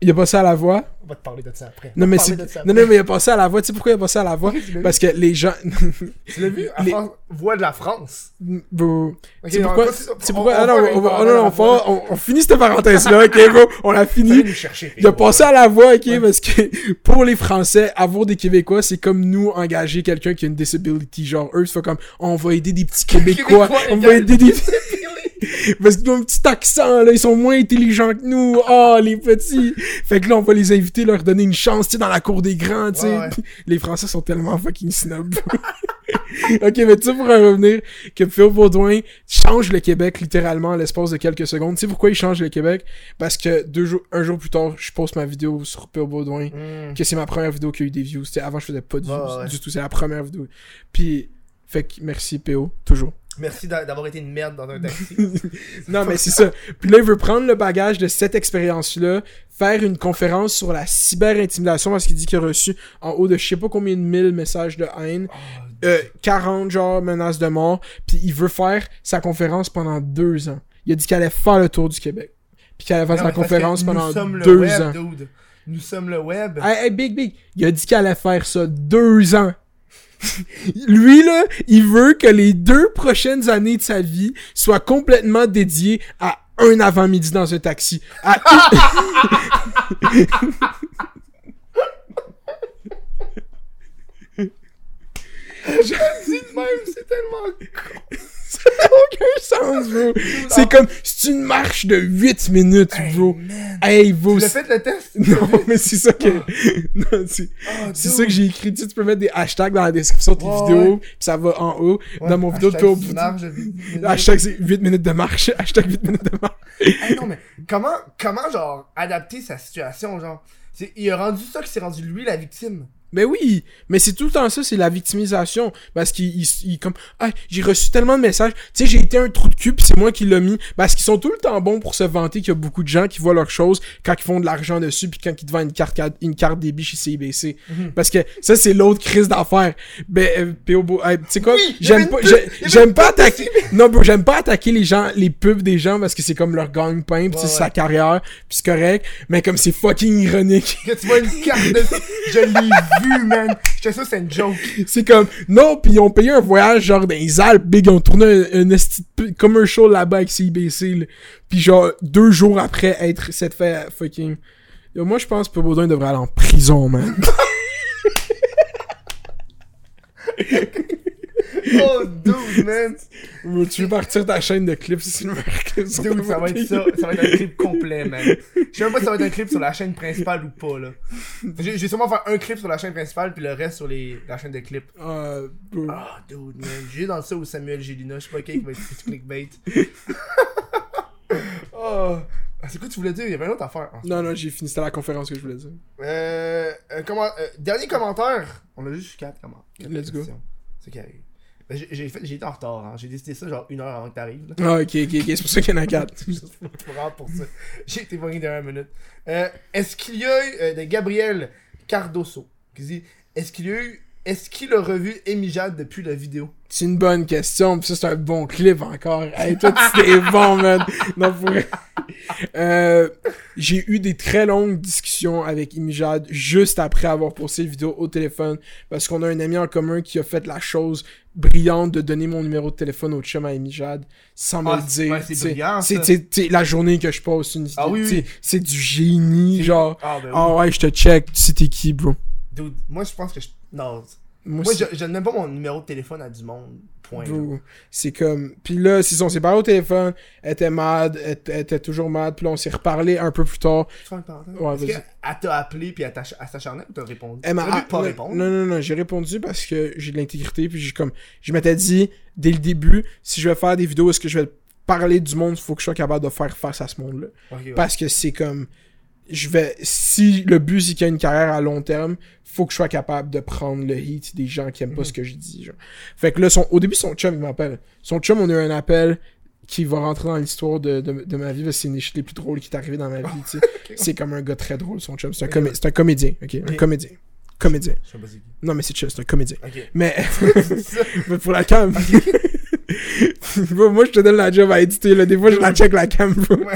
[SPEAKER 2] il a passé à la voix,
[SPEAKER 1] On va te parler de ça après.
[SPEAKER 2] Non, mais
[SPEAKER 1] On va
[SPEAKER 2] c'est.
[SPEAKER 1] parler de ça
[SPEAKER 2] Non, non, mais il a passé à la voix. Tu sais pourquoi il a passé à
[SPEAKER 1] *laughs*
[SPEAKER 2] la voix?
[SPEAKER 1] tu l'as vu.
[SPEAKER 2] Parce que les gens. *laughs*
[SPEAKER 1] Tu l'as vu? À
[SPEAKER 2] Les-
[SPEAKER 1] France- Voix de la France.
[SPEAKER 2] Bro.
[SPEAKER 1] Ok,
[SPEAKER 2] C'est
[SPEAKER 1] on
[SPEAKER 2] pourquoi.
[SPEAKER 1] va-
[SPEAKER 2] C'est
[SPEAKER 1] on-
[SPEAKER 2] pourquoi.
[SPEAKER 1] on
[SPEAKER 2] Ah non,
[SPEAKER 1] va-
[SPEAKER 2] on va-
[SPEAKER 1] on
[SPEAKER 2] non,
[SPEAKER 1] va-
[SPEAKER 2] non, on
[SPEAKER 1] on
[SPEAKER 2] va- on- on finit cette parenthèse-là, ok, bro? On l'a
[SPEAKER 1] Allez
[SPEAKER 2] fini.
[SPEAKER 1] nous chercher.
[SPEAKER 2] Il a
[SPEAKER 1] Pedro.
[SPEAKER 2] passé à la voix, ok, parce que *laughs* pour les Français, avoir des Québécois, c'est comme nous engager quelqu'un qui a une disability. Genre, eux, c'est comme, on va aider des petits Québécois, on va aider des... parce qu'ils ont un petit accent, là, ils sont moins intelligents que nous, oh, les petits. Fait que là, on va les inviter, leur donner une chance, tu sais, dans la cour des grands, tu sais.
[SPEAKER 1] Ouais, ouais.
[SPEAKER 2] *laughs* Les Français sont tellement fucking snobs. ok, mais tu sais, pour en revenir, que Phil Baudouin change le Québec littéralement en l'espace de quelques secondes. Tu sais pourquoi il change le Québec? Parce que deux jours, un jour plus tard, je poste ma vidéo sur Phil Baudouin,
[SPEAKER 1] Hmm.
[SPEAKER 2] que c'est ma première vidéo qui a eu des views. Tu sais, avant, je faisais pas de views
[SPEAKER 1] Ouais, ouais.
[SPEAKER 2] du tout. C'est la première vidéo. Puis, fait que merci PO,
[SPEAKER 1] *laughs*
[SPEAKER 2] toujours.
[SPEAKER 1] Merci d'a- d'avoir été une merde dans un taxi.
[SPEAKER 2] Non, mais c'est ça. Puis là, il veut prendre le bagage de cette expérience-là, faire une conférence sur la cyber-intimidation parce qu'il dit qu'il a reçu en haut de je sais pas combien de mille messages de haine, euh, 40 genre menaces de mort, puis il veut faire sa conférence pendant deux ans. Il a dit qu'il allait faire le tour du Québec, puis qu'il allait faire
[SPEAKER 1] Non,
[SPEAKER 2] sa
[SPEAKER 1] mais parce
[SPEAKER 2] conférence
[SPEAKER 1] que
[SPEAKER 2] pendant
[SPEAKER 1] nous sommes le
[SPEAKER 2] deux
[SPEAKER 1] web,
[SPEAKER 2] ans.
[SPEAKER 1] dude. Nous sommes le web.
[SPEAKER 2] Hey, hey, Big Big, il a dit qu'il allait faire ça deux ans. *laughs* Lui, là, il veut que les deux prochaines années de sa vie soient complètement dédiées à un avant-midi dans un taxi.
[SPEAKER 1] *laughs*
[SPEAKER 2] À une-
[SPEAKER 1] Même, *laughs* c'est tellement
[SPEAKER 2] Ça *laughs* n'a aucun sens, bro. C'est comme, c'est une marche de 8 minutes, bro. Hey, bro.
[SPEAKER 1] Tu l'as
[SPEAKER 2] c'est-
[SPEAKER 1] fait le test?
[SPEAKER 2] *laughs*
[SPEAKER 1] Oh,
[SPEAKER 2] Non, mais c'est ça que.
[SPEAKER 1] Ah.
[SPEAKER 2] Non, c'est c'est ça que j'ai écrit. Tu sais, tu peux mettre des hashtags dans la description de tes
[SPEAKER 1] Ouais,
[SPEAKER 2] vidéos,
[SPEAKER 1] ouais.
[SPEAKER 2] pis ça va en haut. dans mon vidéo de
[SPEAKER 1] vidéo
[SPEAKER 2] Claude- Hashtag c'est 8 minutes de marche. *laughs* Hashtag 8 minutes de marche.
[SPEAKER 1] non, mais comment, comment, genre, adapter sa situation, genre? C'est- Il a rendu ça que c'est rendu lui la victime.
[SPEAKER 2] Mais oui, mais c'est tout le temps ça, c'est la victimisation. Parce qu'il il, il- comme Ah, j'ai reçu tellement de messages. Tu sais, j'ai été un trou de cul, puis c'est moi qui l'ai mis. Parce qu'ils sont tout le temps bons pour se vanter qu'il y a beaucoup de gens qui voient leurs choses quand ils font de l'argent dessus, puis quand ils te vendent une carte, cad- une carte débit chez CIBC.
[SPEAKER 1] Mhm.
[SPEAKER 2] Parce que ça, c'est l'autre crise d'affaires. Ben, euh, P.O. Bo- hey, tu sais quoi?
[SPEAKER 1] Oui, il y avait
[SPEAKER 2] j'aime
[SPEAKER 1] une
[SPEAKER 2] pas,
[SPEAKER 1] pub-
[SPEAKER 2] j'ai-
[SPEAKER 1] il y avait
[SPEAKER 2] j'aime pas attaquer. Non, bro, j'aime pas attaquer les gens, les pubs des gens parce que c'est comme leur gagne-pain, puis
[SPEAKER 1] Ouais,
[SPEAKER 2] c'est
[SPEAKER 1] ouais.
[SPEAKER 2] sa carrière, puis c'est correct. Mais comme c'est fucking ironique.
[SPEAKER 1] Que tu vois une carte de... Je l'ai vu, man. J'étais sûr que c'est une joke.
[SPEAKER 2] C'est comme, non, puis ils ont payé un voyage genre dans les Alpes, big, ils ont tourné un, un esti de p- commercial là-bas avec CIBC, là. Puis genre, deux jours après
[SPEAKER 1] *laughs*
[SPEAKER 2] être cette fait fucking... Yo, moi, je pense que Baudouin devrait aller en prison, man.
[SPEAKER 1] Oh, *laughs* dude, man.
[SPEAKER 2] Ou tu veux partir ta chaîne de clips Silver Clips sur
[SPEAKER 1] Dude,
[SPEAKER 2] ta
[SPEAKER 1] ça va être
[SPEAKER 2] bouteille?
[SPEAKER 1] ça. Ça va être un clip complet, man. Je sais même pas si ça va être un clip sur la chaîne principale ou pas, là. Je je vais sûrement faire un clip sur la chaîne principale, puis le reste sur les, la chaîne de clips.
[SPEAKER 2] *laughs* Ah, bro.
[SPEAKER 1] Oh, dude, man. J'ai dans ça ou Samuel Gélina. Je sais pas qui va être plus clickbait. *laughs* oh. Ah, C'est quoi tu voulais dire? Il y avait une autre affaire. Ah.
[SPEAKER 2] Non, non, j'ai fini. C'était la conférence que je voulais dire.
[SPEAKER 1] Euh, un comment- euh, dernier commentaire. On a juste 4 commentaires.
[SPEAKER 2] Let's go.
[SPEAKER 1] C'est qui arrive. Ben, j'ai- J'ai fait- j'ai été en retard, hein. j'ai décidé ça genre une heure avant que t'arrives. là.
[SPEAKER 2] Ah, ok, ok, ok. C'est pour ça qu'il y en a
[SPEAKER 1] *laughs*
[SPEAKER 2] quatre.
[SPEAKER 1] Vraiment pour ça. J'ai été pogné dernière minute. Euh, est-ce qu'il y a eu, euh, de Gabriel Cardoso qui dit Est-ce qu'il y a eu. Est-ce qu'il a revu Amy Jade depuis la vidéo
[SPEAKER 2] C'est une bonne question, pis ça c'est un bon clip encore. *laughs* Hey, toi c'était bon, man. Non, pour vrai. Euh, j'ai eu des très longues discussions avec Imijad juste après avoir posté la vidéo au téléphone parce qu'on a un ami en commun qui a fait la chose brillante de donner mon numéro de téléphone au chum à Imijad sans
[SPEAKER 1] Ah,
[SPEAKER 2] me le
[SPEAKER 1] c'est-
[SPEAKER 2] dire.
[SPEAKER 1] ouais, c'est
[SPEAKER 2] T'sais,
[SPEAKER 1] brillant,
[SPEAKER 2] C'est
[SPEAKER 1] ça.
[SPEAKER 2] c'est- c'est la journée que je poste une vidéo.
[SPEAKER 1] Ah oui, oui.
[SPEAKER 2] t'sais, C'est du génie, genre.
[SPEAKER 1] Ah, ben oui.
[SPEAKER 2] Ah ouais, je te check, tu sais t'es qui, bro.
[SPEAKER 1] Dude, moi je pense que je. Non. Moi
[SPEAKER 2] Moi, c'est-
[SPEAKER 1] je, je donne même pas mon numéro de téléphone à du monde. Point. là.
[SPEAKER 2] Bro, C'est comme. Puis là, c'est ça, on s'est parlé au téléphone, elle était mad, elle, elle était toujours mad, puis là, on s'est reparlé un peu plus tard.
[SPEAKER 1] Tu fais un parenthèse?
[SPEAKER 2] Ouais,
[SPEAKER 1] Est-ce
[SPEAKER 2] vas-y.
[SPEAKER 1] qu'elle t'a appelé puis elle t'a- elle s'acharnait ou t'as répondu
[SPEAKER 2] Elle m'a.
[SPEAKER 1] T'aurais pu
[SPEAKER 2] ah,
[SPEAKER 1] pas
[SPEAKER 2] non,
[SPEAKER 1] répondre.
[SPEAKER 2] non, non, non, j'ai répondu parce que j'ai de l'intégrité, puis j'ai comme. Je m'étais dit, dès le début, si je vais faire des vidéos, est-ce que je vais parler du monde, faut que je sois capable de faire face à ce monde-là.
[SPEAKER 1] Ok, ouais.
[SPEAKER 2] Parce que c'est comme. Je vais. Si le but c'est qu'il y a une carrière à long terme, faut que je sois capable de prendre le hit des gens qui aiment
[SPEAKER 1] Mm.
[SPEAKER 2] pas ce que je dis. Genre. Fait que là, son, au début, son chum, il m'appelle. Son chum, on a eu un appel qui va rentrer dans l'histoire de, de, de ma vie parce que c'est une des shit les plus drôles qui est arrivée dans ma vie.
[SPEAKER 1] *laughs*
[SPEAKER 2] tu sais. C'est comme un gars très drôle, son chum. C'est un, comé- c'est un comédien, ok? Un
[SPEAKER 1] Ok.
[SPEAKER 2] comédien. Comédien.
[SPEAKER 1] Je sais pas c'est qui.
[SPEAKER 2] Non, mais c'est chill, c'est un comédien.
[SPEAKER 1] Ok. *laughs*
[SPEAKER 2] Mais. *laughs*
[SPEAKER 1] C'est ça.
[SPEAKER 2] Mais pour la cam. Bro, *laughs* moi, je te donne la job à éditer, là. Des fois, je la check la cam, bro.
[SPEAKER 1] Ouais,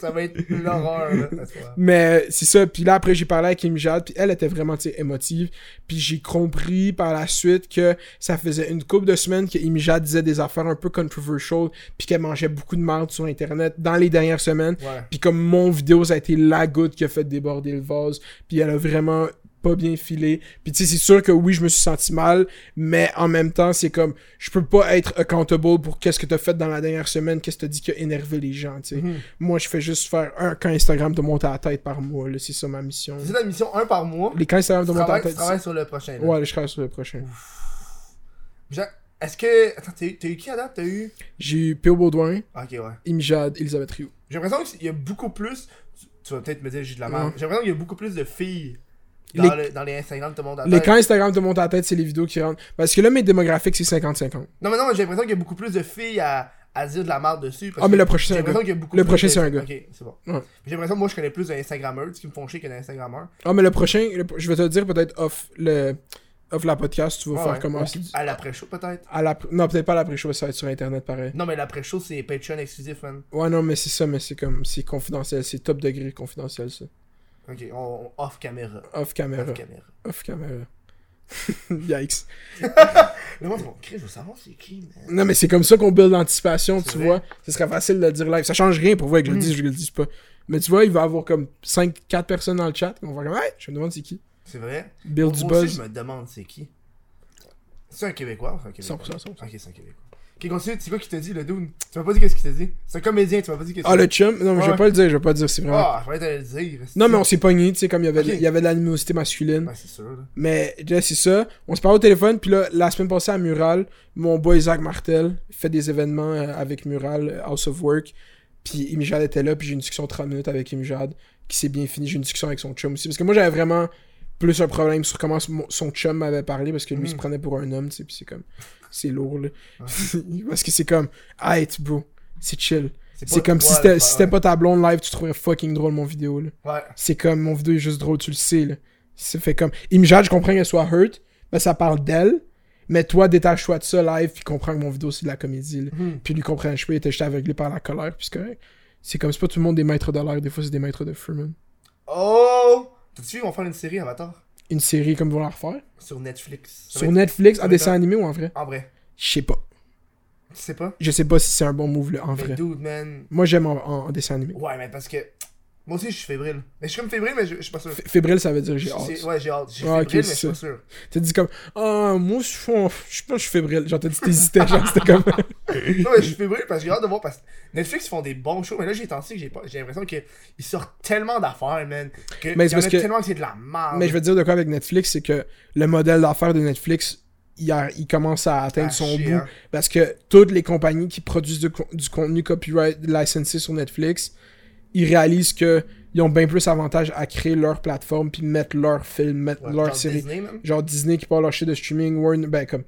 [SPEAKER 1] ça va être l'horreur, là. ça se voit.
[SPEAKER 2] Mais c'est ça. Puis là, après, j'ai parlé avec Kim Jade, puis elle était vraiment, tu sais, émotive. Puis j'ai compris par la suite que ça faisait une couple de semaines que Kim Jade disait des affaires un peu controversial, puis qu'elle mangeait beaucoup de merde sur Internet dans les dernières semaines.
[SPEAKER 1] Ouais.
[SPEAKER 2] Puis comme mon vidéo, ça a été la goutte qui a fait déborder le vase. Puis elle a vraiment pas bien filé. Puis tu sais, c'est sûr que oui, je me suis senti mal, mais en même temps, c'est comme, je peux pas être accountable pour qu'est-ce que t'as fait dans la dernière semaine, qu'est-ce que t'as dit qui a énervé les gens, tu sais.
[SPEAKER 1] Mhm.
[SPEAKER 2] Moi, je fais juste faire un camp Instagram de monter à la tête par mois, là, c'est ça ma mission.
[SPEAKER 1] C'est la mission un par mois.
[SPEAKER 2] Les camps Instagram de
[SPEAKER 1] Tu
[SPEAKER 2] monter à la
[SPEAKER 1] travailles, tu
[SPEAKER 2] tête.
[SPEAKER 1] travailles sur le prochain. là.
[SPEAKER 2] Ouais, là, je travaille sur le prochain.
[SPEAKER 1] Jean- Est-ce que. Attends, t'as eu, t'as eu qui à date T'as eu.
[SPEAKER 2] J'ai eu P.O. Baudouin,
[SPEAKER 1] Ah, Ok, ouais.
[SPEAKER 2] Imi Jade, Elisabeth Rioux.
[SPEAKER 1] J'ai l'impression qu'il y a beaucoup plus. Tu, tu vas peut-être me dire, j'ai de la merde.
[SPEAKER 2] Ouais.
[SPEAKER 1] J'ai l'impression qu'il y a beaucoup plus de filles dans,
[SPEAKER 2] Mm. Les-
[SPEAKER 1] le- dans les Instagram de tout le monde. à
[SPEAKER 2] Les
[SPEAKER 1] terre.
[SPEAKER 2] camps Instagram de monte à la tête, c'est les vidéos qui rentrent. Parce que là, mes démographiques, c'est 50-50.
[SPEAKER 1] Non, mais non, j'ai l'impression qu'il y a beaucoup plus de filles à, à dire de la merde dessus. parce
[SPEAKER 2] Ah, mais
[SPEAKER 1] que
[SPEAKER 2] le prochain, c'est
[SPEAKER 1] j'ai
[SPEAKER 2] un
[SPEAKER 1] l'impression
[SPEAKER 2] gars.
[SPEAKER 1] qu'il y a beaucoup
[SPEAKER 2] Le
[SPEAKER 1] plus
[SPEAKER 2] prochain,
[SPEAKER 1] de-
[SPEAKER 2] c'est un gars.
[SPEAKER 1] Ok, c'est bon.
[SPEAKER 2] Ouais.
[SPEAKER 1] J'ai l'impression que moi, je connais plus d'Instagrammeurs, ce qui me font chier que d'Instagrammeurs.
[SPEAKER 2] Ah, mais le prochain, le- je vais te le dire peut-être off, le, off la podcast, tu vas
[SPEAKER 1] Ouais,
[SPEAKER 2] faire
[SPEAKER 1] Ah ouais.
[SPEAKER 2] comment
[SPEAKER 1] Ou À l'après-show, peut-être.
[SPEAKER 2] à la, Non, peut-être pas à l'après-show, ça va être sur Internet pareil.
[SPEAKER 1] Non, mais l'après-show, c'est Patreon exclusif, man.
[SPEAKER 2] Ouais, non, mais c'est ça, mais c'est comme, c'est confidentiel, c'est top degré confidentiel, ça.
[SPEAKER 1] Ok, on, on off caméra.
[SPEAKER 2] Off caméra,
[SPEAKER 1] Off caméra.
[SPEAKER 2] off caméra. *laughs* Yikes.
[SPEAKER 1] Mais moi, c'est mon cri, je veux savoir c'est qui, man.
[SPEAKER 2] Non, mais c'est comme ça qu'on build l'anticipation,
[SPEAKER 1] C'est
[SPEAKER 2] tu
[SPEAKER 1] vrai.
[SPEAKER 2] vois. Ce serait facile de le dire live. Ça change rien pour voir que je le
[SPEAKER 1] Mm.
[SPEAKER 2] dise, je le dis pas. Mais tu vois, il va y avoir comme 5-4 personnes dans le chat. On va comme, hey, je me demande c'est qui.
[SPEAKER 1] C'est vrai.
[SPEAKER 2] Build
[SPEAKER 1] Moi
[SPEAKER 2] du
[SPEAKER 1] aussi,
[SPEAKER 2] buzz.
[SPEAKER 1] je me demande c'est qui. C'est un Québécois ou c'est un Québécois
[SPEAKER 2] 100%, 100%.
[SPEAKER 1] Ok, c'est un Québécois. Ok, continue, c'est quoi qui t'a dit le dude Tu m'as pas dit qu'est-ce qu'il t'a dit C'est un comédien, tu m'as pas dit qu'est-ce
[SPEAKER 2] Ah, le chum. Non, mais je
[SPEAKER 1] Ouais.
[SPEAKER 2] vais pas le dire, je vais pas le dire, c'est vraiment.
[SPEAKER 1] Ah, je voulais te le dire.
[SPEAKER 2] Non, mais on s'est pogné, tu sais, comme il y avait,
[SPEAKER 1] Ok.
[SPEAKER 2] il y avait de l'animosité masculine.
[SPEAKER 1] Ouais, c'est sûr, là.
[SPEAKER 2] Mais là, c'est ça. On se parle au téléphone, puis là, la semaine passée à Mural, mon boy Zach Martel fait des événements euh, avec Mural, euh, House of Work. Puis Imjad était là, puis j'ai eu une discussion de 30 minutes avec Imjad, qui s'est bien fini. J'ai eu une discussion avec son chum aussi. Parce que moi, j'avais vraiment plus un problème sur comment son- son chum m'avait parlé, parce que lui
[SPEAKER 1] Mm.
[SPEAKER 2] se prenait pour un homme, tu sais, puis c'est comme. C'est lourd, là. *laughs* parce que c'est comme. Hey, tu- bro, c'est chill.
[SPEAKER 1] pas
[SPEAKER 2] C'est comme
[SPEAKER 1] toi,
[SPEAKER 2] si
[SPEAKER 1] là,
[SPEAKER 2] c'était
[SPEAKER 1] ouais,
[SPEAKER 2] si c'était pas ta blonde live, tu trouverais fucking drôle mon vidéo, là
[SPEAKER 1] Ouais.
[SPEAKER 2] c'est comme mon vidéo est juste drôle, tu le sais. Là. C'est fait comme. Imjad, je comprends qu'elle soit hurt, mais ça parle d'elle. Mais toi, détache-toi de ça live, puis comprends que mon vidéo c'est de la comédie. là.
[SPEAKER 1] Mhm.
[SPEAKER 2] Puis lui comprend, je peux, il était juste aveuglé par la colère, puis c'est correct. C'est comme, c'est pas tout le monde des maîtres de l'air, des fois c'est des maîtres de feu, man.
[SPEAKER 1] Oh T'as-tu vu, ils vont faire une série Avatar
[SPEAKER 2] Une série comme ils vont la refaire.
[SPEAKER 1] Sur Netflix. Ça va
[SPEAKER 2] Sur
[SPEAKER 1] être-
[SPEAKER 2] Netflix,
[SPEAKER 1] ça
[SPEAKER 2] en
[SPEAKER 1] va être
[SPEAKER 2] dessin
[SPEAKER 1] un-
[SPEAKER 2] animé ou en vrai
[SPEAKER 1] En vrai.
[SPEAKER 2] Je sais pas.
[SPEAKER 1] Tu sais pas
[SPEAKER 2] Je sais pas si c'est un bon move, là, en
[SPEAKER 1] Mais
[SPEAKER 2] vrai.
[SPEAKER 1] dude, man.
[SPEAKER 2] Moi, j'aime en, en- en dessin animé.
[SPEAKER 1] Ouais, mais parce que. Moi aussi, je suis fébrile. Mais je suis comme fébrile, mais je, je suis pas sûr.
[SPEAKER 2] F- Fébrile, ça veut dire j'ai
[SPEAKER 1] C'est-
[SPEAKER 2] hâte.
[SPEAKER 1] Ouais, j'ai hâte. Je suis
[SPEAKER 2] Ah, ok,
[SPEAKER 1] fébrile, mais je
[SPEAKER 2] c'est
[SPEAKER 1] suis pas
[SPEAKER 2] ça.
[SPEAKER 1] sûr.
[SPEAKER 2] T'as dit comme, ah, moi, je suis je sais pas, je suis fébrile. Genre, t'as dit, t'hésitais, genre, c'était
[SPEAKER 1] *laughs*
[SPEAKER 2] comme.
[SPEAKER 1] Non, mais je suis fébrile parce que j'ai hâte de voir. Parce que Netflix font des bons shows, mais là, j'ai tenté que j'ai pas- j'ai l'impression qu'ils sortent tellement d'affaires, man. Que
[SPEAKER 2] Mais
[SPEAKER 1] mais
[SPEAKER 2] c'est
[SPEAKER 1] y en
[SPEAKER 2] parce
[SPEAKER 1] a
[SPEAKER 2] que-
[SPEAKER 1] tellement que c'est de la merde.
[SPEAKER 2] Mais je veux te dire de quoi avec Netflix, c'est que le modèle d'affaires de Netflix, il, a- il commence à atteindre
[SPEAKER 1] Ah,
[SPEAKER 2] son
[SPEAKER 1] chier,
[SPEAKER 2] bout.
[SPEAKER 1] hein.
[SPEAKER 2] Parce que toutes les compagnies qui produisent du, con- du contenu copyright licensé sur Netflix, ils réalisent que ils ont bien plus avantage à créer leur plateforme puis mettre leur film, mettre
[SPEAKER 1] Ouais,
[SPEAKER 2] leur
[SPEAKER 1] genre
[SPEAKER 2] série.
[SPEAKER 1] Disney, man.
[SPEAKER 2] Genre Disney qui part leur shit de streaming, Warner, ben comme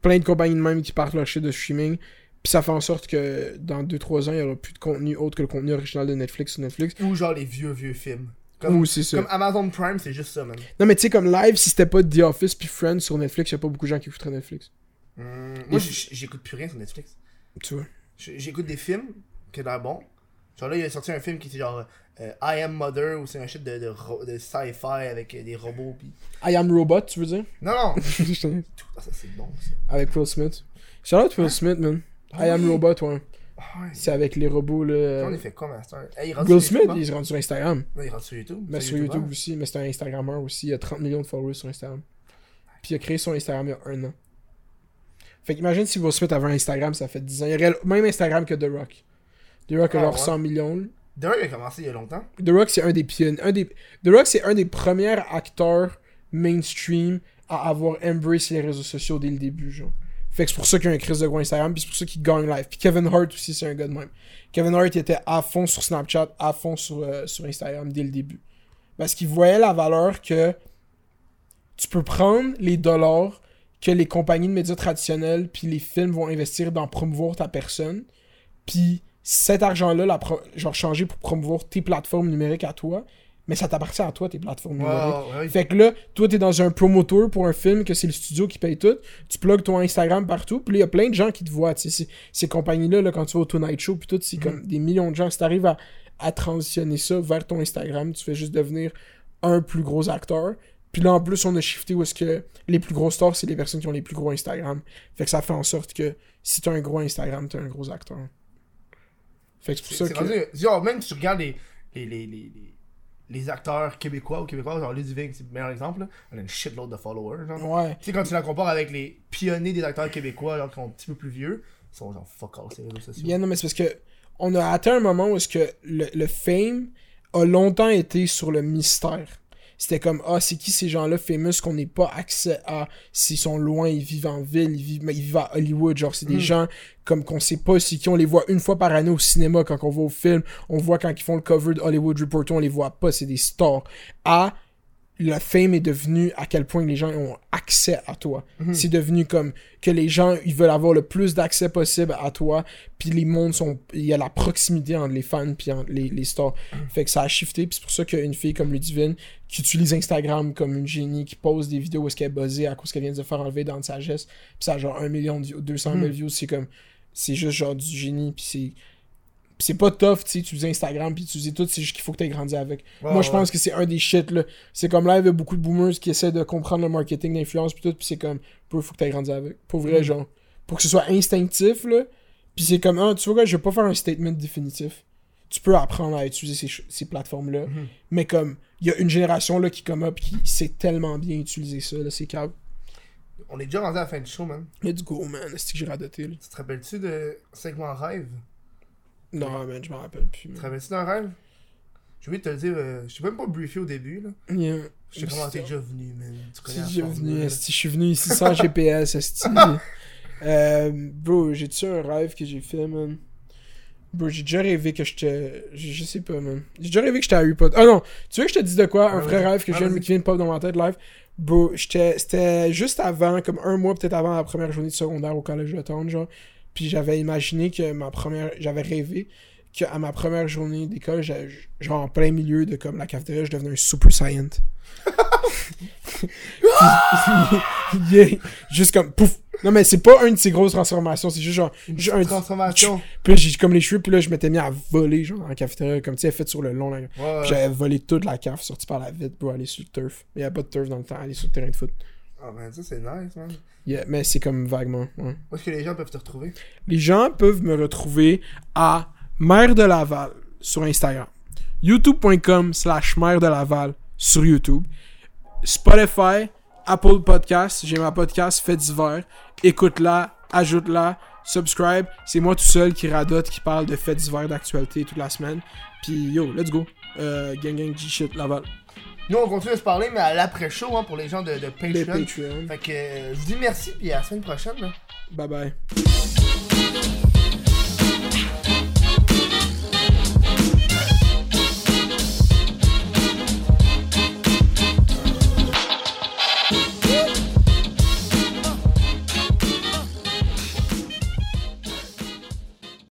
[SPEAKER 2] plein de compagnies de même qui partent leur shit de streaming. Puis ça fait en sorte que dans 2-3 ans, il n'y aura plus de contenu autre que le contenu original de Netflix sur Netflix.
[SPEAKER 1] Ou genre les vieux, vieux films. Comme,
[SPEAKER 2] Ou c'est ça.
[SPEAKER 1] comme Amazon Prime, c'est juste ça, man.
[SPEAKER 2] Non, mais tu sais, comme live, si c'était pas The Office puis Friends sur Netflix, y a pas beaucoup de gens qui écouteraient Netflix.
[SPEAKER 1] Hum, moi, j- j'écoute plus rien sur Netflix.
[SPEAKER 2] Tu vois.
[SPEAKER 1] J- J'écoute des films qui ont l'air bons. Genre là, il a sorti un film qui était genre euh, I Am Mother, ou c'est un shit de, de, ro- de sci-fi avec euh, des robots. Pis...
[SPEAKER 2] I Am Robot, tu veux dire
[SPEAKER 1] Non, non!
[SPEAKER 2] *laughs* Je t'en ai-
[SPEAKER 1] Ah, ça, c'est bon, ça.
[SPEAKER 2] Avec Will Smith. Shout out Will Smith, man. I Am
[SPEAKER 1] Oui.
[SPEAKER 2] Robot, ouais.
[SPEAKER 1] Ah ouais.
[SPEAKER 2] C'est avec les robots, là.
[SPEAKER 1] On est fait quoi, Master? Hey, il rentre
[SPEAKER 2] Will
[SPEAKER 1] sur
[SPEAKER 2] Smith,
[SPEAKER 1] YouTube, hein?
[SPEAKER 2] il se rend sur Instagram.
[SPEAKER 1] Non, il rentre sur YouTube.
[SPEAKER 2] Mais
[SPEAKER 1] C'est
[SPEAKER 2] sur YouTube
[SPEAKER 1] hein?
[SPEAKER 2] aussi. Mais c'est un Instagrammeur aussi. Il a 30 millions de followers sur Instagram. Puis il a créé son Instagram il y a un an. Fait qu'imagine si Will Smith avait un Instagram, ça fait 10 ans. Il aurait le même Instagram que The Rock. The Rock a
[SPEAKER 1] Ah,
[SPEAKER 2] genre
[SPEAKER 1] ouais.
[SPEAKER 2] 100 millions, là.
[SPEAKER 1] D'ailleurs, il a commencé il y a longtemps.
[SPEAKER 2] The Rock, c'est un des pionniers. Un des... The Rock, c'est un des premiers acteurs mainstream à avoir embrace les réseaux sociaux dès le début, genre. Fait que c'est pour ça qu'il y a un crise de gros Instagram, puis c'est pour ça qu'il gagne live. Puis Kevin Hart aussi, c'est un gars de même. Kevin Hart il était à fond sur Snapchat, à fond sur, euh, sur Instagram dès le début. Parce qu'il voyait la valeur que tu peux prendre les dollars que les compagnies de médias traditionnels puis les films vont investir dans promouvoir ta personne. Puis cet argent-là, la pro- genre changer pour promouvoir tes plateformes numériques à toi, mais ça t'appartient à toi, tes plateformes
[SPEAKER 1] Ouais,
[SPEAKER 2] numériques.
[SPEAKER 1] ouais, ouais.
[SPEAKER 2] Fait que là, toi, t'es dans un promo tour pour un film que c'est le studio qui paye tout. Tu plugues ton Instagram partout. Puis là, il y a plein de gens qui te voient. tu sais, Ces, ces compagnies-là, là, quand tu vas au Tonight Show, puis tout, c'est
[SPEAKER 1] Mm.
[SPEAKER 2] comme des millions de gens. Si t'arrives à, à transitionner ça vers ton Instagram, tu fais juste devenir un plus gros acteur. Puis là, en plus, on a shifté où est-ce que les plus gros stars, c'est les personnes qui ont les plus gros Instagram. Fait que ça fait en sorte que si t'as un gros Instagram, t'es un gros acteur. Fait que c'est pour ça
[SPEAKER 1] C'est
[SPEAKER 2] que...
[SPEAKER 1] rendu- genre, même si tu regardes les, les, les, les, les, les acteurs québécois ou québécois, genre Ludovic, c'est le meilleur exemple. là. On a une shitload de followers. Genre.
[SPEAKER 2] Ouais.
[SPEAKER 1] Tu sais, quand tu la compares avec les pionniers des acteurs québécois, genre qui sont un petit peu plus vieux, ils sont genre fuck all ces réseaux sociaux.
[SPEAKER 2] Bien, non, mais c'est parce que on a atteint un moment où est-ce que le, le fame a longtemps été sur le mystère. C'était comme, ah, c'est qui ces gens-là famous qu'on n'ait pas accès à s'ils sont loin, ils vivent en ville, ils vivent, mais ils vivent à Hollywood. Genre, c'est des
[SPEAKER 1] Mm.
[SPEAKER 2] gens comme qu'on sait pas c'est qui, on les voit une fois par année au cinéma quand on va au film, on voit quand ils font le cover de Hollywood Reporter, on les voit pas, c'est des stars. À la fame est devenue à quel point les gens ont accès à toi. C'est devenu comme que les gens ils veulent avoir le plus d'accès possible à toi, puis les mondes sont il y a la proximité entre les fans puis entre les, les stars. Fait que ça a shifté, puis c'est pour ça qu'une fille comme Ludivine qui utilise Instagram comme une génie, qui pose des vidéos où est-ce qu'elle est buzzée à cause qu'elle vient de se faire enlever dans de sagesse, puis ça a genre 1 million de views, 200 000 views, c'est comme c'est juste genre du génie puis c'est puis c'est pas tough, tu sais, utiliser Instagram puis utiliser tout, c'est juste qu'il faut que tu grandi avec.
[SPEAKER 1] Ouais,
[SPEAKER 2] Moi, je
[SPEAKER 1] ouais.
[SPEAKER 2] pense que c'est un des shit, là. C'est comme là, il y a beaucoup de boomers qui essaient de comprendre le marketing, l'influence puis tout, puis c'est comme, bro, faut que tu grandi avec. Pour vrai,
[SPEAKER 1] Mm.
[SPEAKER 2] genre, pour que ce soit instinctif, là. Puis c'est comme, ah, tu vois quoi, je vais pas faire un statement définitif. Tu peux apprendre à utiliser ces, ch- ces plateformes-là,
[SPEAKER 1] Mm-hmm.
[SPEAKER 2] mais comme, il y a une génération, là, qui comme up, qui sait tellement bien utiliser ça, là, c'est câble.
[SPEAKER 1] On est déjà rendu à la fin du show, man.
[SPEAKER 2] Let's go, man, est-ce que j'ai radoté, là?
[SPEAKER 1] Tu te rappelles-tu de segment rêve
[SPEAKER 2] Non, man, je m'en rappelle plus,
[SPEAKER 1] Tu te
[SPEAKER 2] man.
[SPEAKER 1] rappelles-tu d'un rêve J'ai oublié de te le dire, euh, je t'ai même pas briefé au début, là.
[SPEAKER 2] Yeah.
[SPEAKER 1] Je sais comment t'es déjà venu, man. Tu connais la
[SPEAKER 2] Si je suis
[SPEAKER 1] formule,
[SPEAKER 2] venu,
[SPEAKER 1] là.
[SPEAKER 2] esti, je suis venu ici
[SPEAKER 1] *laughs*
[SPEAKER 2] sans GPS, esti. Euh, bro, j'ai-tu un rêve que j'ai fait, man? Bro, j'ai déjà rêvé que j'étais... Je je sais pas, man. J'ai déjà rêvé que j'étais à Harry Potter. Ah non! Tu veux que je te dise de quoi? Un
[SPEAKER 1] Ah,
[SPEAKER 2] vrai
[SPEAKER 1] vas-y.
[SPEAKER 2] rêve que
[SPEAKER 1] Ah,
[SPEAKER 2] je viens de-
[SPEAKER 1] vas-y.
[SPEAKER 2] qui vient de pop dans ma tête live. Bro, j'étais... C'était juste avant, comme un mois peut-être avant la première journée de secondaire au collège de Town, genre. Puis j'avais imaginé que ma première... J'avais rêvé qu'à ma première journée d'école, j'a- genre en plein milieu de comme la cafétéria, je devenais un super saiyan.
[SPEAKER 1] *laughs*
[SPEAKER 2] Yeah. Juste comme pouf. Non, mais c'est pas une de ces grosses transformations, c'est juste genre. j'ai un-
[SPEAKER 1] Transformation.
[SPEAKER 2] Puis là, j'ai comme les cheveux, puis là, je m'étais mis à voler, genre, en cafétéria, comme tu sais, fait sur le long. là. Puis
[SPEAKER 1] Ouais, ouais.
[SPEAKER 2] J'avais volé toute la cave, sorti par la vitre pour aller sur le turf. Mais y avait pas de turf dans le temps, aller sur le terrain de foot.
[SPEAKER 1] Ah, ben ça, c'est nice, man.
[SPEAKER 2] Yeah, mais c'est comme vaguement. ouais.
[SPEAKER 1] Où est-ce que les gens peuvent te retrouver
[SPEAKER 2] Les gens peuvent me retrouver à Mère de Laval sur Instagram. youtube.com slash mère de Laval sur YouTube. Spotify, Apple Podcast, j'ai ma podcast fait divers. Écoute-la, ajoute-la, subscribe. C'est moi tout seul qui radote, qui parle de faits divers d'actualité toute la semaine. Puis yo, let's go. Euh, gang gang G-shit Laval.
[SPEAKER 1] Nous, on continue à se parler, mais à l'après-show, hein, pour les gens de, de
[SPEAKER 2] Les
[SPEAKER 1] Patreon.
[SPEAKER 2] Patreon.
[SPEAKER 1] Fait que euh, je vous dis merci, puis à la semaine prochaine. là.
[SPEAKER 2] Bye bye.